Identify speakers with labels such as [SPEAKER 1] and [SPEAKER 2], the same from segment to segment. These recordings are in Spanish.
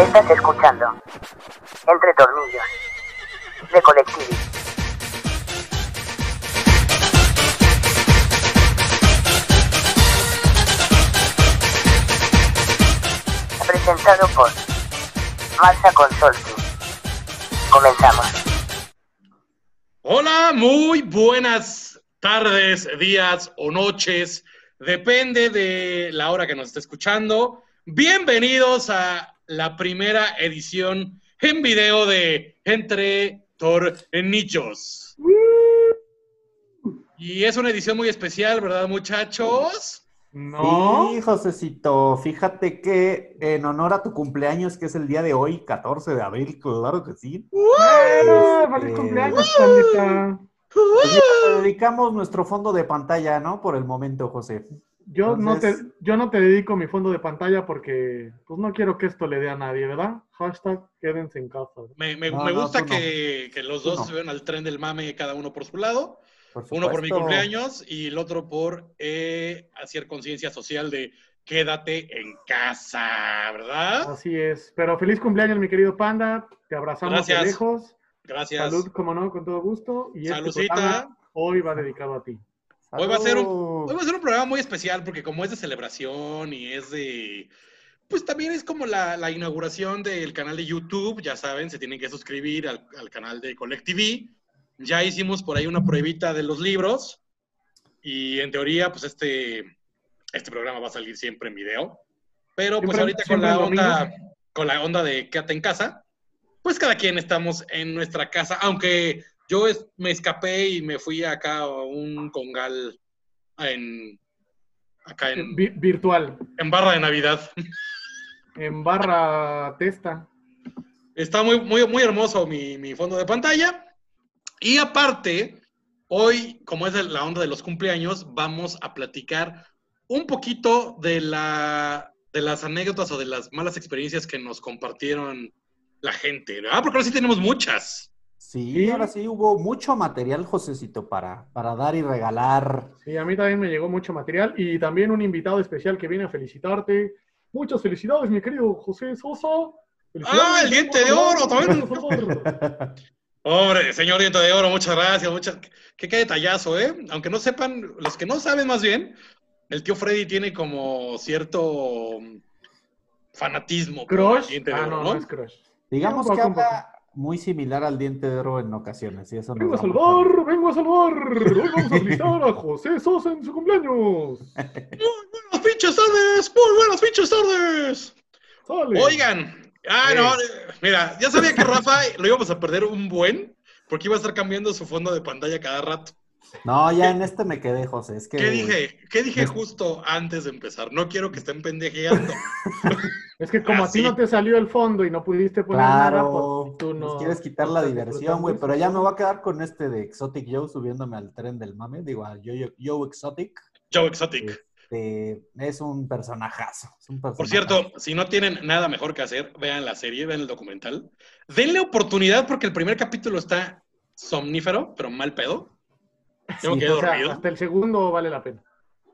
[SPEAKER 1] Estás escuchando Entre Tornillos de Colectivi. Presentado por Marsa Consulting. Comenzamos.
[SPEAKER 2] Hola, muy buenas tardes, días o noches. Depende de la hora que nos esté escuchando. Bienvenidos a la primera edición en video de Entre Tornillos. Y es una edición muy especial, ¿verdad, muchachos?
[SPEAKER 3] No.
[SPEAKER 4] Sí, Josecito, fíjate que en honor a tu cumpleaños, que es el día de hoy, 14 de abril, claro que sí, pues
[SPEAKER 3] Bueno,
[SPEAKER 4] Este-
[SPEAKER 3] Ah, feliz cumpleaños, Pandita.
[SPEAKER 4] te dedicamos nuestro fondo de pantalla, ¿no? Por el momento, José.
[SPEAKER 3] Yo no, te,
[SPEAKER 4] Entonces-
[SPEAKER 3] yo no te dedico mi fondo de pantalla porque pues no quiero que esto le dé a nadie, ¿verdad? Hashtag quédense en casa.
[SPEAKER 2] Me, me-
[SPEAKER 4] No,
[SPEAKER 2] me
[SPEAKER 4] no,
[SPEAKER 2] gusta
[SPEAKER 4] tú no.
[SPEAKER 2] que, que los
[SPEAKER 4] Tú
[SPEAKER 2] dos
[SPEAKER 4] no.
[SPEAKER 2] se vean al tren del mame, cada uno por su lado.
[SPEAKER 4] Por
[SPEAKER 2] Uno por mi
[SPEAKER 4] supuesto.
[SPEAKER 2] cumpleaños y el otro por eh, hacer conciencia social de quédate en casa, ¿verdad?
[SPEAKER 3] Así es. Pero feliz cumpleaños, mi querido Panda. Te abrazamos
[SPEAKER 2] Gracias.
[SPEAKER 3] de lejos.
[SPEAKER 2] Gracias.
[SPEAKER 3] Salud, como no, con todo gusto. Y este
[SPEAKER 2] Salucita.
[SPEAKER 3] programa hoy va dedicado a ti.
[SPEAKER 2] Hoy va a ser un-
[SPEAKER 4] Salud.
[SPEAKER 2] Hoy va a ser un programa muy especial porque como es de celebración y es de... Pues también es como la, la inauguración del canal de YouTube, ya saben, se tienen que suscribir al, al canal de Colectivi. Ya hicimos por ahí una pruebita de los libros y en teoría pues este, este programa va a salir siempre en video. Pero pues
[SPEAKER 3] Siempre-
[SPEAKER 2] ahorita con
[SPEAKER 3] siempre
[SPEAKER 2] la,
[SPEAKER 3] el
[SPEAKER 2] onda, con la onda de quédate en casa, pues cada quien estamos en nuestra casa, aunque yo es- me escapé y me fui acá a un congal en acá en,
[SPEAKER 3] Vi- virtual.
[SPEAKER 2] en barra de Navidad.
[SPEAKER 3] En barra testa.
[SPEAKER 2] Está muy, muy, muy hermoso mi, mi fondo de pantalla. Y aparte, hoy, como es la onda de los cumpleaños, vamos a platicar un poquito de, la, de las anécdotas o de las malas experiencias que nos compartieron la gente, ¿verdad? Porque ahora sí tenemos muchas.
[SPEAKER 4] Sí,
[SPEAKER 3] Sí.
[SPEAKER 4] ahora sí hubo mucho material, Josecito, para, para dar y regalar.
[SPEAKER 3] Sí, a mí también me llegó mucho material y también un invitado especial que viene a felicitarte. Muchas felicidades, mi querido José Sosa. Felicidades,
[SPEAKER 2] Ah, el diente de oro, también.
[SPEAKER 3] Por favor.
[SPEAKER 2] Hombre, señor Diente de Oro, muchas gracias. Muchas... Qué, qué detallazo, ¿eh? Aunque no sepan, los que no saben más bien, el tío Freddy tiene como cierto mm, fanatismo. por el
[SPEAKER 3] Crush.
[SPEAKER 2] Diente de
[SPEAKER 3] Ah,
[SPEAKER 2] Oro,
[SPEAKER 3] no, no es crush.
[SPEAKER 4] Digamos
[SPEAKER 3] Un
[SPEAKER 4] que
[SPEAKER 3] poco, un
[SPEAKER 4] habla muy similar al diente de oro en ocasiones, y eso nos
[SPEAKER 3] Vengo a
[SPEAKER 4] da mucho
[SPEAKER 3] salvar, vengo a salvar. Hoy vamos a felicitar a José Sosa en su cumpleaños.
[SPEAKER 2] Muy buenas pinches tardes, muy buenas pinches tardes.
[SPEAKER 3] Sale.
[SPEAKER 2] Oigan, ah,
[SPEAKER 3] Sí.
[SPEAKER 2] no, eh, mira, ya sabía que Rafa lo íbamos a perder un buen, porque iba a estar cambiando su fondo de pantalla cada rato.
[SPEAKER 4] No, ya en este me quedé, José. Es que...
[SPEAKER 2] ¿Qué dije? ¿Qué dije
[SPEAKER 4] Me-
[SPEAKER 2] justo antes de empezar? No quiero que estén pendejeando.
[SPEAKER 3] Es que como
[SPEAKER 2] Ah,
[SPEAKER 3] a ti
[SPEAKER 2] sí.
[SPEAKER 3] no te salió el fondo y no pudiste poner nada,
[SPEAKER 4] Claro,
[SPEAKER 3] pues tú no.
[SPEAKER 4] nos quieres quitar la
[SPEAKER 3] no estás
[SPEAKER 4] diversión, güey,
[SPEAKER 3] disfrutando.
[SPEAKER 4] pero ya me voy a quedar con este de Exotic Joe subiéndome al tren del mame, digo, a Joe, Joe Exotic,
[SPEAKER 2] Joe Exotic.
[SPEAKER 4] eh, es un personajazo, es un
[SPEAKER 2] Por
[SPEAKER 4] personajazo.
[SPEAKER 2] cierto, si no tienen nada mejor que hacer, vean la serie, vean el documental. Denle oportunidad porque el primer capítulo está somnífero, pero mal pedo. Yo me
[SPEAKER 4] Sí,
[SPEAKER 2] quedé
[SPEAKER 3] O sea,
[SPEAKER 2] dormido.
[SPEAKER 3] hasta el segundo vale la pena.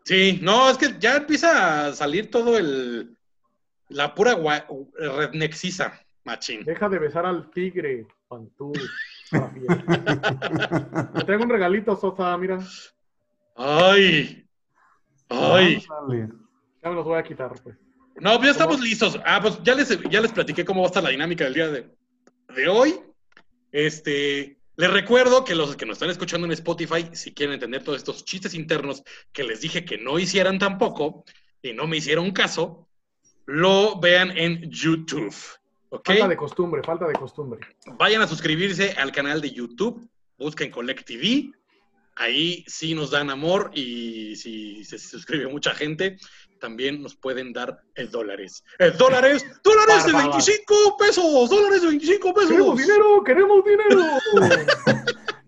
[SPEAKER 2] Sí, no, es que ya empieza a salir todo el... La pura gua- rednexisa, machín.
[SPEAKER 3] Deja de besar al tigre, Pantú. Te traigo un regalito, Sosa, mira.
[SPEAKER 2] ¡Ay!
[SPEAKER 4] Ah,
[SPEAKER 2] ¡Ay!
[SPEAKER 4] Ándale.
[SPEAKER 3] Ya me los voy a quitar, pues.
[SPEAKER 2] No, pues ya estamos listos. Ah, pues ya les, ya les platiqué cómo va a estar la dinámica del día de, de hoy. Este, les recuerdo que los que nos están escuchando en Spotify, si quieren entender todos estos chistes internos que les dije que no hicieran tampoco y no me hicieron caso, lo vean en YouTube. ¿Ok?
[SPEAKER 3] Falta de costumbre, falta de costumbre.
[SPEAKER 2] Vayan a suscribirse al canal de YouTube, busquen Collective. Ahí sí nos dan amor y si se suscribe mucha gente, también nos pueden dar eh, dólares. Eh, ¡Dólares! ¡Dólares de
[SPEAKER 3] Barbadas.
[SPEAKER 2] 25 pesos! ¡Dólares de 25
[SPEAKER 3] ¡Queremos
[SPEAKER 2] pesos!
[SPEAKER 3] dinero! ¡Queremos dinero!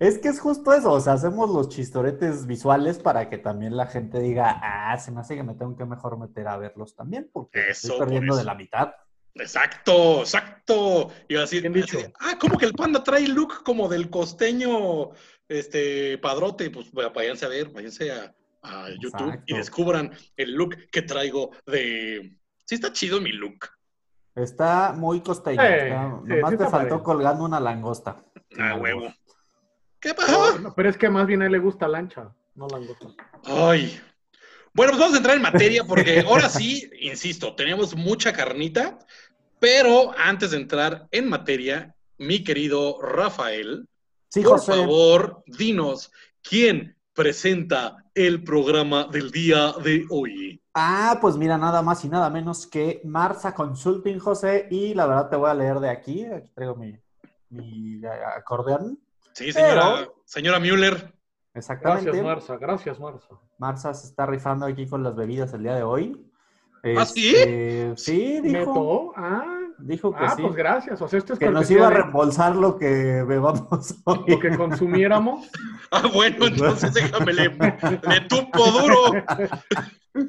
[SPEAKER 4] Es que es justo eso, o sea, hacemos los chistoretes visuales para que también la gente diga, ah, se me hace que me tengo que mejor meter a verlos también, porque me
[SPEAKER 2] Eso,
[SPEAKER 4] estoy
[SPEAKER 2] por
[SPEAKER 4] perdiendo
[SPEAKER 2] eso.
[SPEAKER 4] de la mitad.
[SPEAKER 2] Exacto, exacto. Y así,
[SPEAKER 3] Bien
[SPEAKER 2] así
[SPEAKER 3] dicho.
[SPEAKER 2] de, ah, como que el panda trae look como del costeño este padrote. Pues va- váyanse a ver, váyanse a, a YouTube y
[SPEAKER 4] Exacto.
[SPEAKER 2] descubran el look que traigo de. Sí, está chido mi look.
[SPEAKER 4] Está muy costeño.
[SPEAKER 3] Sí,
[SPEAKER 4] está-
[SPEAKER 3] sí,
[SPEAKER 4] nomás
[SPEAKER 3] sí
[SPEAKER 4] te
[SPEAKER 3] está
[SPEAKER 4] faltó
[SPEAKER 3] padre.
[SPEAKER 4] colgando una langosta.
[SPEAKER 2] Ah, huevo. ¿Qué
[SPEAKER 3] No,
[SPEAKER 2] pasó?
[SPEAKER 3] no, pero es que más bien a él le gusta lancha, no langosta.
[SPEAKER 2] Ay. Bueno, pues vamos a entrar en materia porque ahora sí, insisto, tenemos mucha carnita, pero antes de entrar en materia, mi querido Rafael,
[SPEAKER 4] Sí,
[SPEAKER 2] por
[SPEAKER 4] José.
[SPEAKER 2] favor, dinos quién presenta el programa del día de hoy.
[SPEAKER 4] Ah, pues mira, nada más y nada menos que Marza Consulting, José. Y la verdad te voy a leer de aquí. Aquí traigo mi, mi eh, acordeón.
[SPEAKER 2] Sí, señora, señora Müller.
[SPEAKER 4] Exactamente.
[SPEAKER 3] Gracias, Marza, gracias, Marza.
[SPEAKER 4] Marza se está rifando aquí con las bebidas el día de hoy.
[SPEAKER 2] ¿Ah, sí?
[SPEAKER 4] Este, Sí,
[SPEAKER 3] ¿Neto?
[SPEAKER 4] dijo,
[SPEAKER 3] Ah,
[SPEAKER 4] dijo que
[SPEAKER 3] ah,
[SPEAKER 4] sí.
[SPEAKER 3] pues gracias. O sea, esto es
[SPEAKER 4] que nos
[SPEAKER 3] cortesía
[SPEAKER 4] iba a
[SPEAKER 3] de
[SPEAKER 4] reembolsar lo que bebamos
[SPEAKER 3] lo
[SPEAKER 4] hoy.
[SPEAKER 3] que consumiéramos.
[SPEAKER 2] Ah, bueno, entonces déjame, le, le tupo
[SPEAKER 4] Ah,
[SPEAKER 2] duro.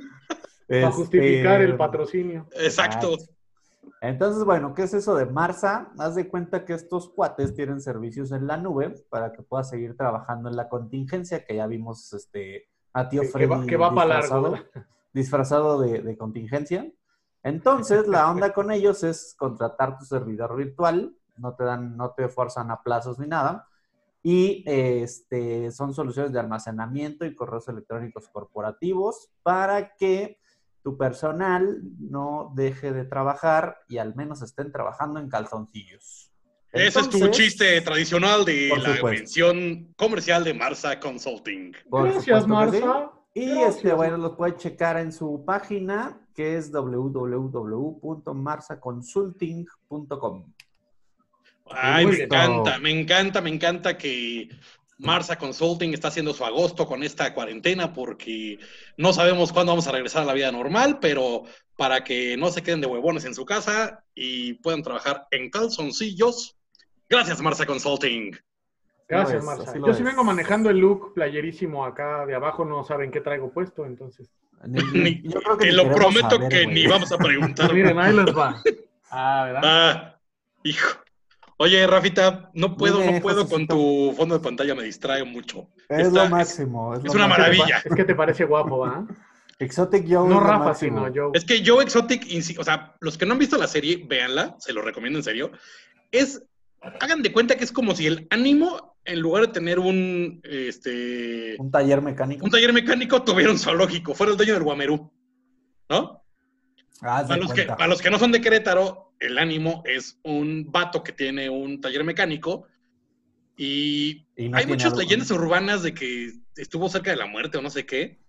[SPEAKER 4] Este,
[SPEAKER 3] Para justificar el patrocinio.
[SPEAKER 2] Exacto.
[SPEAKER 4] Entonces, bueno, ¿qué es eso de Marsa? Haz de cuenta que estos cuates tienen servicios en la nube para que puedas seguir trabajando en la contingencia que ya vimos este, a tío
[SPEAKER 3] Que- que
[SPEAKER 4] Freddy
[SPEAKER 3] va- que va pa' largo,
[SPEAKER 4] disfrazado-
[SPEAKER 3] ¿verdad?
[SPEAKER 4] disfrazado de, de contingencia. Entonces, la onda con ellos es contratar tu servidor virtual, no te dan, no te forzan a plazos ni nada. Y este, son soluciones de almacenamiento y correos electrónicos corporativos para que tu personal no deje de trabajar y al menos estén trabajando en calzoncillos.
[SPEAKER 2] Ese es tu
[SPEAKER 4] Entonces,
[SPEAKER 2] chiste tradicional de
[SPEAKER 4] Por
[SPEAKER 2] la
[SPEAKER 4] supuesto.
[SPEAKER 2] mención comercial de Marsa Consulting.
[SPEAKER 4] por
[SPEAKER 3] Gracias,
[SPEAKER 4] supuesto que sí.
[SPEAKER 3] Marza.
[SPEAKER 4] Y
[SPEAKER 3] Gracias.
[SPEAKER 4] este, bueno, lo puede checar en su página que es www.marsaconsulting.com.
[SPEAKER 2] Ay, me
[SPEAKER 3] Justo.
[SPEAKER 2] encanta, me encanta, me encanta que Marsa Consulting está haciendo su agosto con esta cuarentena porque no sabemos cuándo vamos a regresar a la vida normal, pero para que no se queden de huevones en su casa y puedan trabajar en calzoncillos. Gracias, Marsa Consulting.
[SPEAKER 4] Así lo
[SPEAKER 3] Gracias,
[SPEAKER 4] es,
[SPEAKER 3] Marza.
[SPEAKER 4] así lo
[SPEAKER 3] Yo sí
[SPEAKER 4] es.
[SPEAKER 3] vengo manejando el look playerísimo acá de abajo, no saben qué traigo puesto, entonces.
[SPEAKER 4] Ni- ni-
[SPEAKER 2] Ni-
[SPEAKER 4] yo creo que
[SPEAKER 2] Te
[SPEAKER 4] ni
[SPEAKER 2] lo
[SPEAKER 4] queremos
[SPEAKER 2] prometo
[SPEAKER 4] saber,
[SPEAKER 2] que
[SPEAKER 4] güey.
[SPEAKER 2] ni vamos a preguntar.
[SPEAKER 3] Miren, ahí les va. Ah, ¿verdad?
[SPEAKER 2] Ah, hijo. Oye, Rafita, no puedo,
[SPEAKER 4] Dime,
[SPEAKER 2] no puedo con
[SPEAKER 4] Josecito.
[SPEAKER 2] tu fondo de pantalla, me distrae mucho.
[SPEAKER 4] Es
[SPEAKER 2] Está-
[SPEAKER 4] lo máximo. Es,
[SPEAKER 2] es
[SPEAKER 4] lo
[SPEAKER 2] una
[SPEAKER 4] máximo.
[SPEAKER 2] maravilla.
[SPEAKER 3] Es que te parece guapo, ¿va?
[SPEAKER 4] Exotic
[SPEAKER 3] No
[SPEAKER 4] Joe. es lo
[SPEAKER 3] Rafa,
[SPEAKER 4] máximo.
[SPEAKER 3] sino yo.
[SPEAKER 2] Es que Joe Exotic, insi- o sea, los que no han visto la serie, véanla, se lo recomiendo en serio. Es, hagan de cuenta que es como si el ánimo, en lugar de tener un, este,
[SPEAKER 4] Un taller mecánico.
[SPEAKER 2] un taller mecánico, tuviera un zoológico, fuera el dueño del Guamerú, ¿no?
[SPEAKER 4] Haz de
[SPEAKER 2] Para los, que,
[SPEAKER 4] cuenta.
[SPEAKER 2] para los que no son de Querétaro, el ánimo es un vato que tiene un taller mecánico y
[SPEAKER 4] Y no
[SPEAKER 2] hay
[SPEAKER 4] tiene
[SPEAKER 2] muchas
[SPEAKER 4] algo.
[SPEAKER 2] leyendas urbanas de que estuvo cerca de la muerte o no sé qué.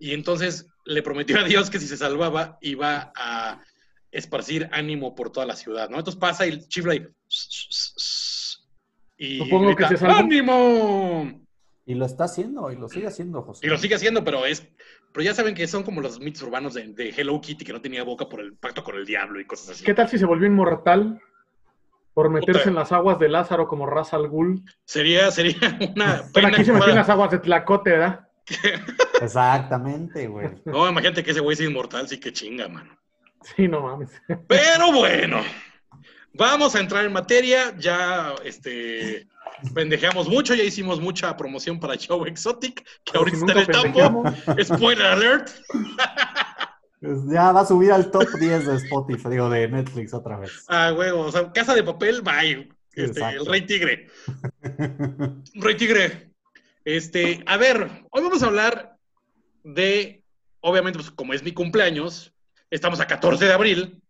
[SPEAKER 2] Y entonces le prometió a Dios que si se salvaba iba a esparcir ánimo por toda la ciudad, ¿no? Entonces pasa y el chifla y... y
[SPEAKER 3] Supongo que se salvó.
[SPEAKER 2] ¡Ánimo!
[SPEAKER 4] Y lo está haciendo, y lo sigue haciendo, José.
[SPEAKER 2] Y lo sigue haciendo, pero es... Pero ya saben que son como los mitos urbanos de, de Hello Kitty, que no tenía boca por el pacto con el diablo y cosas así.
[SPEAKER 3] ¿Qué tal si se volvió inmortal por meterse
[SPEAKER 2] Puta.
[SPEAKER 3] en las aguas de Lázaro como Ra's al Ghul?
[SPEAKER 2] Sería, sería una
[SPEAKER 3] Pero
[SPEAKER 2] pena.
[SPEAKER 3] aquí
[SPEAKER 2] que
[SPEAKER 3] se metió en
[SPEAKER 2] fuera-
[SPEAKER 3] las aguas de Tlacote, ¿verdad?
[SPEAKER 4] Exactamente, güey.
[SPEAKER 2] No, imagínate que ese güey es inmortal, sí que chinga, mano.
[SPEAKER 3] Sí, no mames.
[SPEAKER 2] Pero bueno, vamos a entrar en materia. Ya, este, pendejeamos mucho, ya hicimos mucha promoción para Show Exotic, que ahorita
[SPEAKER 3] Si
[SPEAKER 2] está
[SPEAKER 3] nunca
[SPEAKER 2] en el tambo.
[SPEAKER 3] pendejeamos.
[SPEAKER 2] Spoiler alert.
[SPEAKER 4] Pues ya va a subir al top 10 de Spotify, digo, de Netflix otra vez.
[SPEAKER 2] Ah, huevo, o sea, Casa de Papel, bye. Este,
[SPEAKER 4] Exacto.
[SPEAKER 2] el Rey Tigre. Rey Tigre. Este, a ver, hoy vamos a hablar de, obviamente, pues como es mi cumpleaños, estamos a 14 de abril.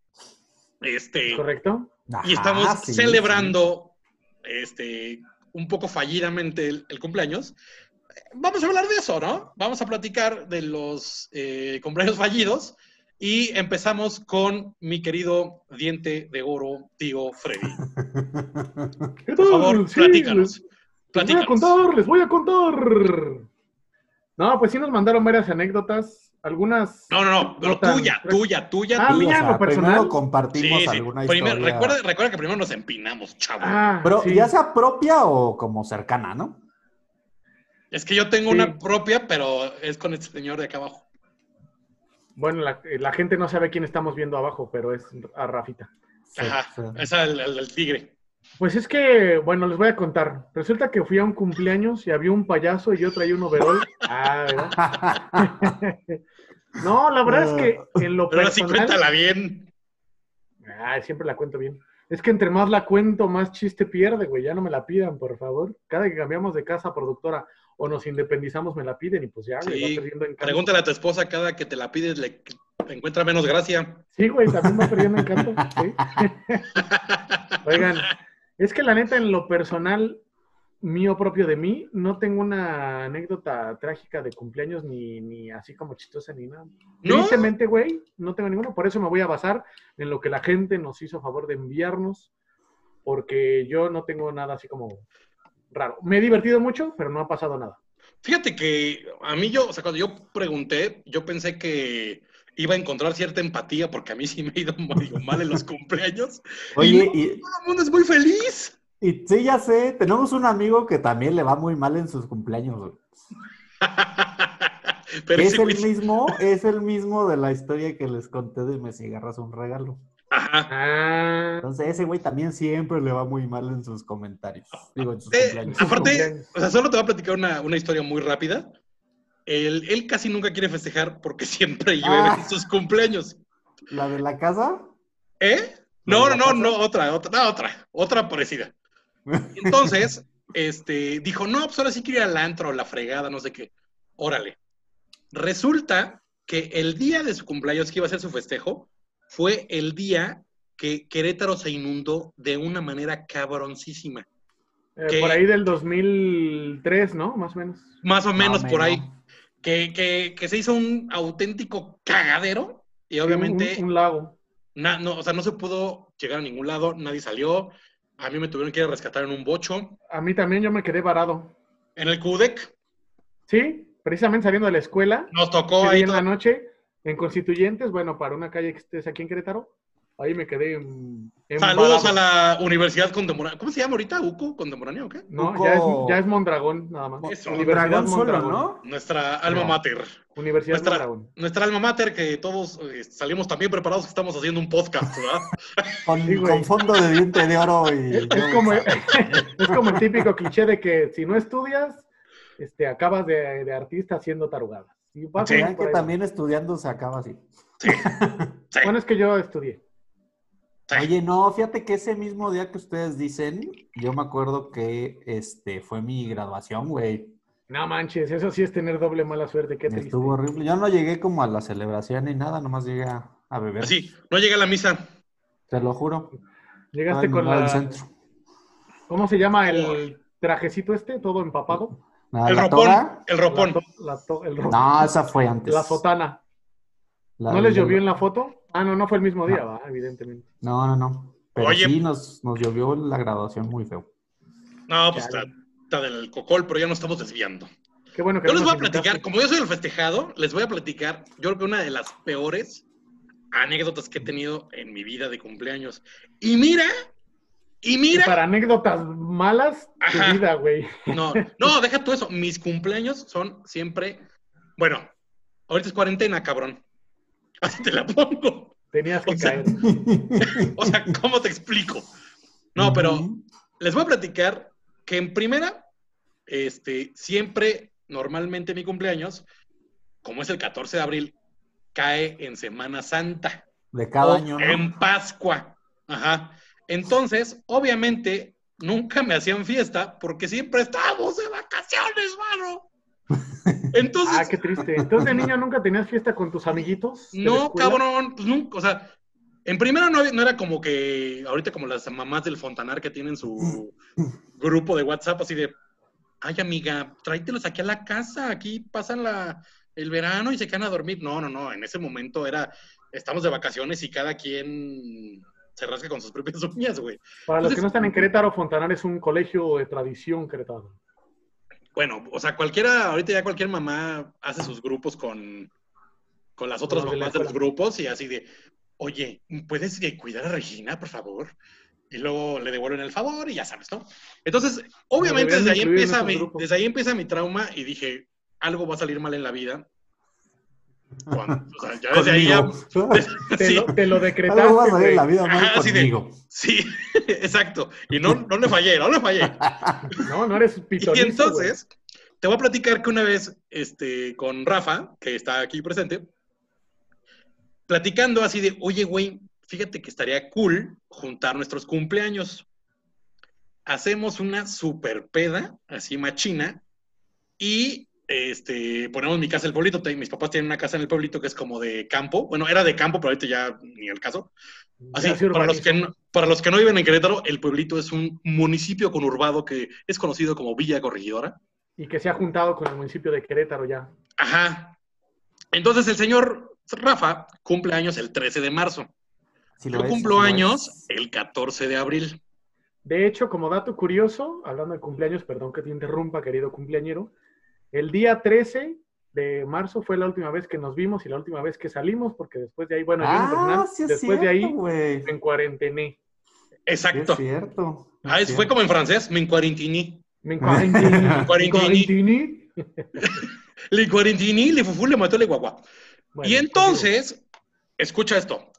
[SPEAKER 2] Este,
[SPEAKER 3] ¿Correcto?
[SPEAKER 4] Ajá,
[SPEAKER 2] y estamos
[SPEAKER 4] sí,
[SPEAKER 2] celebrando este un poco fallidamente el, el cumpleaños. Vamos a hablar de eso, ¿no? Vamos a platicar de los eh, cumpleaños fallidos y empezamos con mi querido diente de oro, tío Freddy.
[SPEAKER 4] sí.
[SPEAKER 3] ¿Qué
[SPEAKER 2] Por favor,
[SPEAKER 3] tal? Sí,
[SPEAKER 2] platícanos.
[SPEAKER 3] Les voy a
[SPEAKER 2] Platícanos.
[SPEAKER 3] contar, les voy a contar. No, pues sí nos mandaron varias anécdotas, algunas...
[SPEAKER 2] No, no, no, pero
[SPEAKER 3] No tan-
[SPEAKER 2] tuya, tuya, tuya.
[SPEAKER 3] Ah,
[SPEAKER 2] tuya.
[SPEAKER 4] Sí,
[SPEAKER 3] mía,
[SPEAKER 4] o
[SPEAKER 3] lo
[SPEAKER 4] sea,
[SPEAKER 3] personal.
[SPEAKER 4] Primero
[SPEAKER 2] Sí,
[SPEAKER 4] compartimos
[SPEAKER 2] sí.
[SPEAKER 4] alguna historia.
[SPEAKER 2] Primero, recuerda, recuerda que primero nos empinamos, chavo.
[SPEAKER 3] Ah,
[SPEAKER 4] Pero
[SPEAKER 3] sí.
[SPEAKER 4] ya sea propia o como cercana, ¿no?
[SPEAKER 2] es que yo tengo
[SPEAKER 3] Sí.
[SPEAKER 2] una propia, pero es con este señor de acá abajo.
[SPEAKER 3] Bueno, la, eh, la gente no sabe quién estamos viendo abajo, pero es a Rafita.
[SPEAKER 4] Sí,
[SPEAKER 2] Ajá,
[SPEAKER 4] sí.
[SPEAKER 2] es el, el- el tigre.
[SPEAKER 3] Pues es que, bueno, les voy a contar. Resulta que fui a un cumpleaños y había un payaso y yo traía un overol. Ah, ¿verdad? No, la verdad es que en lo
[SPEAKER 2] Pero ahora sí
[SPEAKER 3] personal...
[SPEAKER 2] cuéntala bien.
[SPEAKER 3] Ah, siempre la cuento bien. Es que entre más la cuento, más chiste pierde, güey. Ya no me la pidan, por favor. Cada que cambiamos de casa productora o nos independizamos, me la piden y pues ya, güey, va
[SPEAKER 2] Sí.
[SPEAKER 3] perdiendo en canto.
[SPEAKER 2] Pregúntale a tu esposa cada que te la pides, le le encuentra menos gracia.
[SPEAKER 3] Sí, güey, también va perdiendo encanto. Sí. Oigan, es que la neta, en lo personal, mío propio de mí, no tengo una anécdota trágica de cumpleaños ni, ni así como chistosa ni nada.
[SPEAKER 2] ¿No?
[SPEAKER 3] Tristemente, güey, no tengo ninguna. Por eso me voy a basar en lo que la gente nos hizo favor de enviarnos, porque yo no tengo nada así como raro. Me he divertido mucho, pero no ha pasado nada.
[SPEAKER 2] Fíjate que a mí yo, o sea, cuando yo pregunté, yo pensé que iba a encontrar cierta empatía porque a mí sí me ha ido medio mal en los cumpleaños.
[SPEAKER 4] Oye,
[SPEAKER 2] Y-
[SPEAKER 4] y,
[SPEAKER 2] Todo el mundo es muy feliz.
[SPEAKER 4] y sí, ya sé, tenemos un amigo que también le va muy mal en sus cumpleaños. güey.
[SPEAKER 2] Pero
[SPEAKER 4] es
[SPEAKER 2] ese
[SPEAKER 4] el
[SPEAKER 2] güey sí-
[SPEAKER 4] mismo, es el mismo de la historia que les conté de me cigarras un regalo.
[SPEAKER 2] Ajá.
[SPEAKER 3] Ah,
[SPEAKER 4] Entonces, ese güey también siempre le va muy mal en sus comentarios. Digo, en sus
[SPEAKER 2] Eh,
[SPEAKER 4] cumpleaños.
[SPEAKER 2] aparte,
[SPEAKER 3] cumpleaños.
[SPEAKER 2] o sea, solo te voy a platicar una, una historia muy rápida. Él, él casi nunca quiere festejar porque siempre llueve
[SPEAKER 4] Ah.
[SPEAKER 2] en sus cumpleaños.
[SPEAKER 4] ¿La de la casa?
[SPEAKER 2] ¿Eh? No, no,
[SPEAKER 4] ¿La
[SPEAKER 2] no,
[SPEAKER 4] casa?
[SPEAKER 2] no, otra, otra, no, otra, otra parecida. Entonces, este, dijo, no, pues ahora sí quiero ir al antro, la fregada, no sé qué. Órale. Resulta que el día de su cumpleaños, que iba a ser su festejo, fue el día que Querétaro se inundó de una manera cabroncísima.
[SPEAKER 3] eh,
[SPEAKER 2] ¿Qué?
[SPEAKER 3] por ahí del 2003, ¿no? Más o menos.
[SPEAKER 2] Más o menos
[SPEAKER 4] Más o
[SPEAKER 2] por ahí.
[SPEAKER 4] menos.
[SPEAKER 2] Que, que- que se hizo un auténtico cagadero y
[SPEAKER 3] Sí,
[SPEAKER 2] obviamente
[SPEAKER 3] Un, un lago.
[SPEAKER 2] na- no, o sea, no se pudo llegar a ningún lado, nadie salió. A mí me tuvieron que ir a rescatar en un bocho,
[SPEAKER 3] A mí también yo me quedé varado.
[SPEAKER 2] en el CUDEC.
[SPEAKER 3] Sí, precisamente saliendo de la escuela,
[SPEAKER 2] Nos tocó
[SPEAKER 3] ese
[SPEAKER 2] ahí
[SPEAKER 3] día en
[SPEAKER 2] todo-
[SPEAKER 3] la noche, en Constituyentes, bueno, para una calle que estés aquí en Querétaro, ahí me quedé mm,
[SPEAKER 2] Saludos
[SPEAKER 3] embarado.
[SPEAKER 2] a la Universidad Contemporánea. ¿Cómo se llama ahorita? ¿UCO Contemporánea o qué?
[SPEAKER 3] No,
[SPEAKER 4] Uco.
[SPEAKER 3] ya es, ya es Mondragón, nada más.
[SPEAKER 2] Eso.
[SPEAKER 4] Dragón solo, ¿no?
[SPEAKER 2] Nuestra alma
[SPEAKER 3] No.
[SPEAKER 2] mater.
[SPEAKER 3] Universidad
[SPEAKER 2] Nuestra-
[SPEAKER 3] Mondragón.
[SPEAKER 2] Nuestra alma mater que todos eh, salimos también preparados que estamos haciendo un podcast, ¿verdad?
[SPEAKER 4] Con,
[SPEAKER 3] Sí, güey.
[SPEAKER 4] con fondo de diente de oro y...
[SPEAKER 3] Es, es como, es como el típico cliché de que si no estudias, este, acabas de, de artista haciendo tarugadas. Y vas
[SPEAKER 2] Sí.
[SPEAKER 4] Vean
[SPEAKER 3] a ir por
[SPEAKER 4] que
[SPEAKER 3] ahí.
[SPEAKER 4] también estudiando se acaba así.
[SPEAKER 2] Sí.
[SPEAKER 3] Bueno, es que yo estudié.
[SPEAKER 2] Sí.
[SPEAKER 4] Oye, no, fíjate que ese mismo día que ustedes dicen, yo me acuerdo que este fue mi graduación, güey.
[SPEAKER 3] No manches, eso sí es tener doble mala suerte, qué triste.
[SPEAKER 4] Estuvo horrible. Yo no llegué como a la celebración ni nada, nomás llegué a, a beber.
[SPEAKER 2] Así, no llega a la misa.
[SPEAKER 4] Te lo juro. Estaba
[SPEAKER 3] Llegaste
[SPEAKER 4] en
[SPEAKER 3] con
[SPEAKER 4] lugar del
[SPEAKER 3] la...
[SPEAKER 4] centro.
[SPEAKER 3] ¿Cómo se llama el trajecito este? Todo empapado.
[SPEAKER 4] Nada,
[SPEAKER 2] el
[SPEAKER 4] Ah, la
[SPEAKER 2] ropón,
[SPEAKER 4] toga.
[SPEAKER 2] el
[SPEAKER 3] La
[SPEAKER 2] ropón.
[SPEAKER 3] to- la to- el ro-
[SPEAKER 4] No, esa fue antes.
[SPEAKER 3] la sotana.
[SPEAKER 4] La
[SPEAKER 3] ¿No les
[SPEAKER 4] del-
[SPEAKER 3] llovió en la foto? Ah, no, no fue el mismo día,
[SPEAKER 4] No.
[SPEAKER 3] va, evidentemente.
[SPEAKER 4] No, no, no. Pero
[SPEAKER 2] Oye.
[SPEAKER 4] sí, nos, nos llovió en la graduación muy feo.
[SPEAKER 2] No, pues está,
[SPEAKER 3] Chale.
[SPEAKER 2] está del cocol, pero ya nos estamos desviando.
[SPEAKER 3] Qué bueno que
[SPEAKER 2] Yo
[SPEAKER 3] no
[SPEAKER 2] les voy
[SPEAKER 3] nos
[SPEAKER 2] a platicar,
[SPEAKER 3] invitaste.
[SPEAKER 2] como yo soy el festejado, les voy a platicar, yo creo que una de las peores anécdotas que he tenido en mi vida de cumpleaños. Y mira, y
[SPEAKER 3] Y
[SPEAKER 2] mira,
[SPEAKER 3] Para anécdotas malas, tu
[SPEAKER 2] Ajá.
[SPEAKER 3] vida, güey.
[SPEAKER 2] No, no, deja tú eso. Mis cumpleaños son siempre. Bueno, ahorita es cuarentena, cabrón. Así te la pongo.
[SPEAKER 3] Tenías que
[SPEAKER 2] O sea,
[SPEAKER 3] caer.
[SPEAKER 2] O sea, ¿cómo te explico? No, pero
[SPEAKER 4] Ujú.
[SPEAKER 2] les voy a platicar que en primera, este, siempre, normalmente mi cumpleaños, como es el 14 de abril, cae en Semana Santa.
[SPEAKER 4] De cada
[SPEAKER 2] O
[SPEAKER 4] año, ¿no?
[SPEAKER 2] En Pascua. Ajá. Entonces, obviamente, nunca me hacían fiesta porque siempre estábamos de vacaciones, mano. Entonces,
[SPEAKER 3] Ah, qué triste. Entonces, de niño, ¿nunca tenías fiesta con tus amiguitos? de la
[SPEAKER 2] no,
[SPEAKER 3] escuela?
[SPEAKER 2] cabrón, pues nunca, o sea, en primera no, había- no era como que ahorita como las mamás del Fontanar que tienen su grupo de WhatsApp así de, ay amiga, tráetelos aquí a la casa, aquí pasan la, el verano y se quedan a dormir. No, no, no, en ese momento era, estamos de vacaciones y cada quien se rasca con sus propias uñas, güey.
[SPEAKER 3] Para los
[SPEAKER 2] Entonces-
[SPEAKER 3] que no están en Querétaro, Fontanar es un colegio de tradición querétaro.
[SPEAKER 2] Bueno, o sea, cualquiera, ahorita ya cualquier mamá hace sus grupos con, con las otras
[SPEAKER 3] Con los de la
[SPEAKER 2] mamás de los
[SPEAKER 3] escuela.
[SPEAKER 2] grupos y así de, oye, ¿puedes eh, cuidar a Regina, por favor? Y luego le devuelven el favor y ya sabes, ¿no? Entonces, obviamente
[SPEAKER 3] deberían
[SPEAKER 2] desde ahí,
[SPEAKER 3] incluir en
[SPEAKER 2] empieza
[SPEAKER 3] esos
[SPEAKER 2] mi,
[SPEAKER 3] grupos.
[SPEAKER 2] desde ahí empieza mi trauma y dije, algo va a salir mal en la vida. Cuando- o sea, ya desde ahí ya...
[SPEAKER 3] Te,
[SPEAKER 2] sí.
[SPEAKER 3] lo, te lo decretaste,
[SPEAKER 4] Algo va a salir en la
[SPEAKER 3] güey.
[SPEAKER 4] vida mal
[SPEAKER 2] Ajá, así de-
[SPEAKER 4] conmigo.
[SPEAKER 2] Sí, exacto. Y no, no le fallé, no le fallé.
[SPEAKER 3] No, no eres
[SPEAKER 2] Y
[SPEAKER 3] pitonizo, güey.
[SPEAKER 2] entonces, te voy a platicar que una vez, este, con Rafa, que está aquí presente, platicando así de, oye, güey, fíjate que estaría cool juntar nuestros cumpleaños. Hacemos una super peda, así machina, y este, ponemos mi casa en el pueblito. Te- Mis papás tienen una casa en el pueblito que es como de campo. Bueno, era de campo, pero ahorita ya ni el caso. Así,
[SPEAKER 3] Ya se
[SPEAKER 2] para, los
[SPEAKER 3] urbanizó.
[SPEAKER 2] que no, para los que no viven en Querétaro, el pueblito es un municipio conurbado que es conocido como Villa Corregidora.
[SPEAKER 3] Y que se ha juntado con el municipio de Querétaro ya.
[SPEAKER 2] Ajá. Entonces el señor Rafa cumple años el 13 de marzo.
[SPEAKER 4] Si lo
[SPEAKER 2] Yo
[SPEAKER 4] ves,
[SPEAKER 2] cumplo
[SPEAKER 4] si lo
[SPEAKER 2] años
[SPEAKER 4] ves.
[SPEAKER 2] el 14 de abril.
[SPEAKER 3] De hecho, como dato curioso, hablando de cumpleaños, perdón que te interrumpa, querido cumpleañero, el día 13 de marzo fue la última vez que nos vimos y la última vez que salimos, porque después de ahí, bueno, yo en lo
[SPEAKER 4] Ah,
[SPEAKER 3] personal,
[SPEAKER 4] sí es
[SPEAKER 3] después de ahí pues,
[SPEAKER 4] cierto, güey.
[SPEAKER 3] me encuarentené.
[SPEAKER 4] Sí
[SPEAKER 2] Exacto.
[SPEAKER 4] Es cierto.
[SPEAKER 2] Ah, es- fue como en francés, me encuarentiní.
[SPEAKER 3] Me encuarentené.
[SPEAKER 2] Encuarentiné.
[SPEAKER 3] Encuarentené.
[SPEAKER 2] Le encuarentiní, le fufú, le mató, le guagua.
[SPEAKER 3] Bueno, pues,
[SPEAKER 2] y entonces, escucha esto.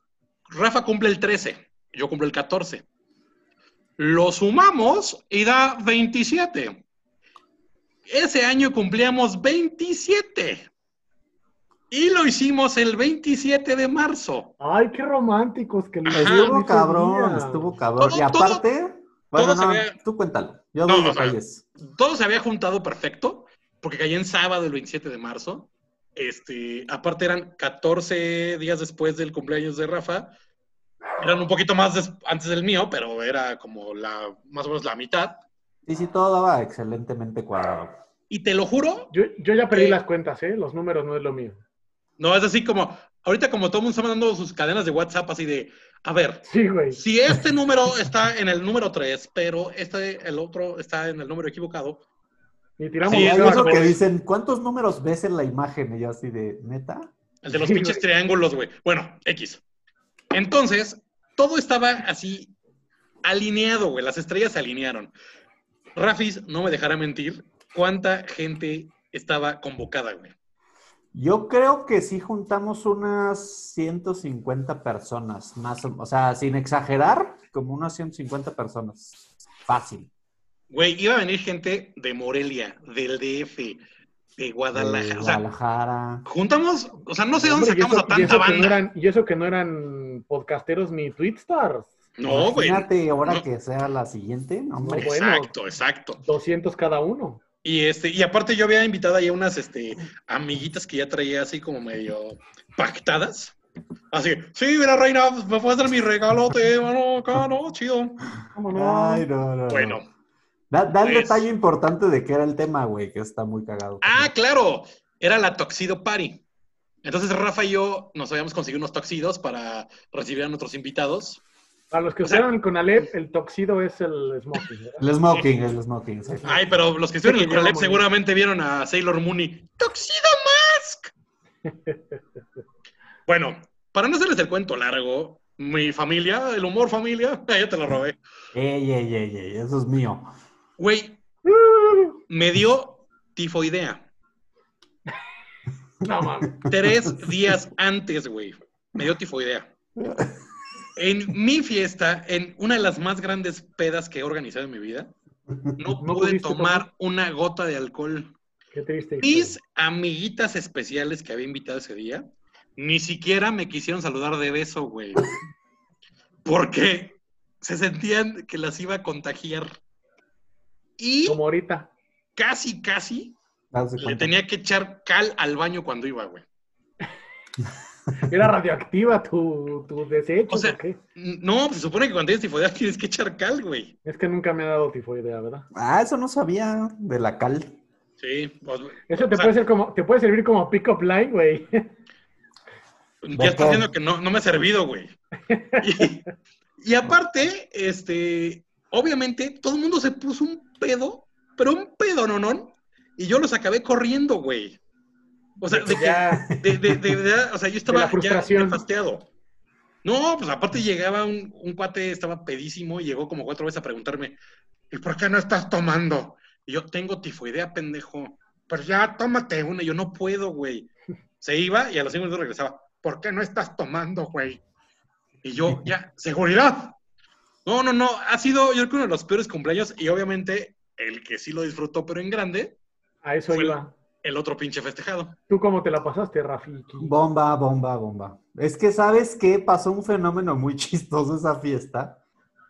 [SPEAKER 2] Rafa cumple el 13, yo cumplo el 14. Lo sumamos y da 27. Ese año cumplíamos 27. Y lo hicimos el 27 de marzo.
[SPEAKER 3] Ay, qué románticos que
[SPEAKER 2] Ajá.
[SPEAKER 4] Estuvo
[SPEAKER 3] esos
[SPEAKER 4] cabrón,
[SPEAKER 3] días.
[SPEAKER 4] estuvo cabrón.
[SPEAKER 2] Todo-
[SPEAKER 4] y aparte, bueno,
[SPEAKER 2] todo se
[SPEAKER 4] no,
[SPEAKER 2] ve-
[SPEAKER 4] tú cuéntalo. Yo
[SPEAKER 2] No,
[SPEAKER 4] doy
[SPEAKER 2] o sea,
[SPEAKER 4] detalles.
[SPEAKER 2] todo se había juntado perfecto, porque caía en sábado el 27 de marzo. Este, aparte eran 14 días después del cumpleaños de Rafa. Eran un poquito más des- antes del mío, pero era como la más o menos la mitad.
[SPEAKER 4] Sí, sí, todo daba excelentemente cuadrado.
[SPEAKER 2] Y te lo juro,
[SPEAKER 3] Yo, yo ya perdí
[SPEAKER 2] Eh.
[SPEAKER 3] las cuentas, ¿eh? Los números no es lo mío.
[SPEAKER 2] no es así como ahorita como todo el mundo está mandando sus cadenas de WhatsApp así de, a ver,
[SPEAKER 3] Sí, güey.
[SPEAKER 2] si este número está en el número 3, pero este el otro está en el número equivocado,
[SPEAKER 3] Ni tiramos
[SPEAKER 2] Sí,
[SPEAKER 4] Como
[SPEAKER 2] es
[SPEAKER 3] hueva,
[SPEAKER 4] eso
[SPEAKER 2] verdad.
[SPEAKER 4] que
[SPEAKER 3] güey.
[SPEAKER 4] dicen, ¿cuántos números ves en la imagen? Y yo así de, ¿neta?
[SPEAKER 2] El de los
[SPEAKER 3] Sí,
[SPEAKER 2] pinches
[SPEAKER 3] güey.
[SPEAKER 2] triángulos, güey. Bueno, X. Entonces, todo estaba así alineado, güey. Las estrellas se alinearon. Rafis, no me dejará mentir, ¿cuánta gente estaba convocada, güey?
[SPEAKER 4] Yo creo que sí juntamos unas 150 personas, más o, o sea, sin exagerar, como unas 150 personas. Fácil.
[SPEAKER 2] Güey, iba a venir gente de Morelia, del DF, de Guadalajara.
[SPEAKER 4] De
[SPEAKER 2] O sea,
[SPEAKER 4] Eh, Guadalajara.
[SPEAKER 2] juntamos, o sea, no sé dónde
[SPEAKER 3] Hombre, y
[SPEAKER 2] sacamos
[SPEAKER 3] eso-
[SPEAKER 2] a
[SPEAKER 3] y
[SPEAKER 2] tanta
[SPEAKER 3] eso que no
[SPEAKER 2] banda.
[SPEAKER 3] eran- Y eso que no eran podcasteros ni tweetstars.
[SPEAKER 2] No, güey.
[SPEAKER 4] Imagínate ahora
[SPEAKER 2] No.
[SPEAKER 4] que sea la siguiente. no, hombre.
[SPEAKER 3] bueno.
[SPEAKER 2] Exacto, exacto.
[SPEAKER 3] 200 cada uno.
[SPEAKER 2] Y este, y aparte yo había invitado ahí a unas este, amiguitas que ya traía así como medio pactadas. Así, sí, mira, reina, pues, me puedes dar mi regalote, mano, acá, no, chido.
[SPEAKER 3] ¿Cómo no?
[SPEAKER 4] Ay, no, no, no.
[SPEAKER 2] Bueno,
[SPEAKER 4] Da, da el
[SPEAKER 2] pues-
[SPEAKER 4] detalle importante de qué era el tema, güey, que está muy cagado.
[SPEAKER 2] ah, claro, era la Toxido Party. Entonces Rafa y yo nos habíamos conseguido unos toxidos para recibir a nuestros invitados.
[SPEAKER 3] Para los que
[SPEAKER 2] O sea-
[SPEAKER 3] usaron con Alep, el toxido es el smoking. ¿verdad?
[SPEAKER 4] El smoking, el smoking. sí.
[SPEAKER 2] Ay, ¿eh? pero los que estuvieron en el
[SPEAKER 3] Sí,
[SPEAKER 2] Coralep
[SPEAKER 3] muy bien.
[SPEAKER 2] seguramente vieron a Sailor Moon y ¡Toxido Mask! bueno, para no hacerles el cuento largo, mi familia, el humor familia, ya te lo robé.
[SPEAKER 4] Ey, ey, ey, ey, eso es mío.
[SPEAKER 2] Güey, me dio tifoidea.
[SPEAKER 3] No mames.
[SPEAKER 2] Tres días antes, güey. Me dio tifoidea. En mi fiesta, en una de las más grandes pedas que he organizado en mi vida, no,
[SPEAKER 3] ¿No
[SPEAKER 2] pude
[SPEAKER 3] pudiste
[SPEAKER 2] tomar una gota de alcohol.
[SPEAKER 3] Qué triste.
[SPEAKER 2] Mis amiguitas especiales que había invitado ese día, ni siquiera me quisieron saludar de beso, güey. Porque se sentían que las iba a contagiar. Y
[SPEAKER 3] Como ahorita.
[SPEAKER 2] casi, casi
[SPEAKER 4] Hazte
[SPEAKER 2] Le
[SPEAKER 4] cuenta.
[SPEAKER 2] tenía que echar cal al baño cuando iba, güey.
[SPEAKER 3] Era radioactiva tu, tu desecho.
[SPEAKER 2] O sea-
[SPEAKER 3] ¿o qué?
[SPEAKER 2] No, se supone que cuando tienes tifoidea tienes que echar cal, güey.
[SPEAKER 3] Es que nunca me ha dado tifoidea, ¿verdad?
[SPEAKER 4] Ah, eso no sabía de la cal.
[SPEAKER 2] Sí. pues,
[SPEAKER 3] Eso te,
[SPEAKER 2] o sea,
[SPEAKER 3] puede ser como, te puede servir como pick-up line, güey.
[SPEAKER 2] Ya está diciendo que no, no me ha servido, güey. Y, y aparte, este, obviamente, todo el mundo se puso un pedo, pero un pedo, no, no. Y yo los acabé corriendo, güey. O sea, de que-
[SPEAKER 3] Ya.
[SPEAKER 2] de, de, de, de- o sea, yo estaba
[SPEAKER 3] De la
[SPEAKER 2] ya
[SPEAKER 3] frustración.
[SPEAKER 2] nefasteado. No, pues aparte llegaba un, un cuate, estaba pedísimo y llegó como cuatro veces a preguntarme, ¿y por qué no estás tomando? Y yo, tengo tifoidea, pendejo. Pues ya, tómate una. Y yo, no puedo, güey. Se iba y a los cinco minutos regresaba. ¿Por qué no estás tomando, güey? Y yo, ya, seguridad. No, no, no. Ha sido, yo creo que uno de los peores cumpleaños y obviamente el que sí lo disfrutó, pero en grande,
[SPEAKER 3] A eso
[SPEAKER 2] Fue-
[SPEAKER 3] iba.
[SPEAKER 2] el otro pinche festejado.
[SPEAKER 3] ¿Tú cómo te la pasaste, Rafiki?
[SPEAKER 4] Bomba, bomba, bomba. Es que sabes que pasó un fenómeno muy chistoso esa fiesta,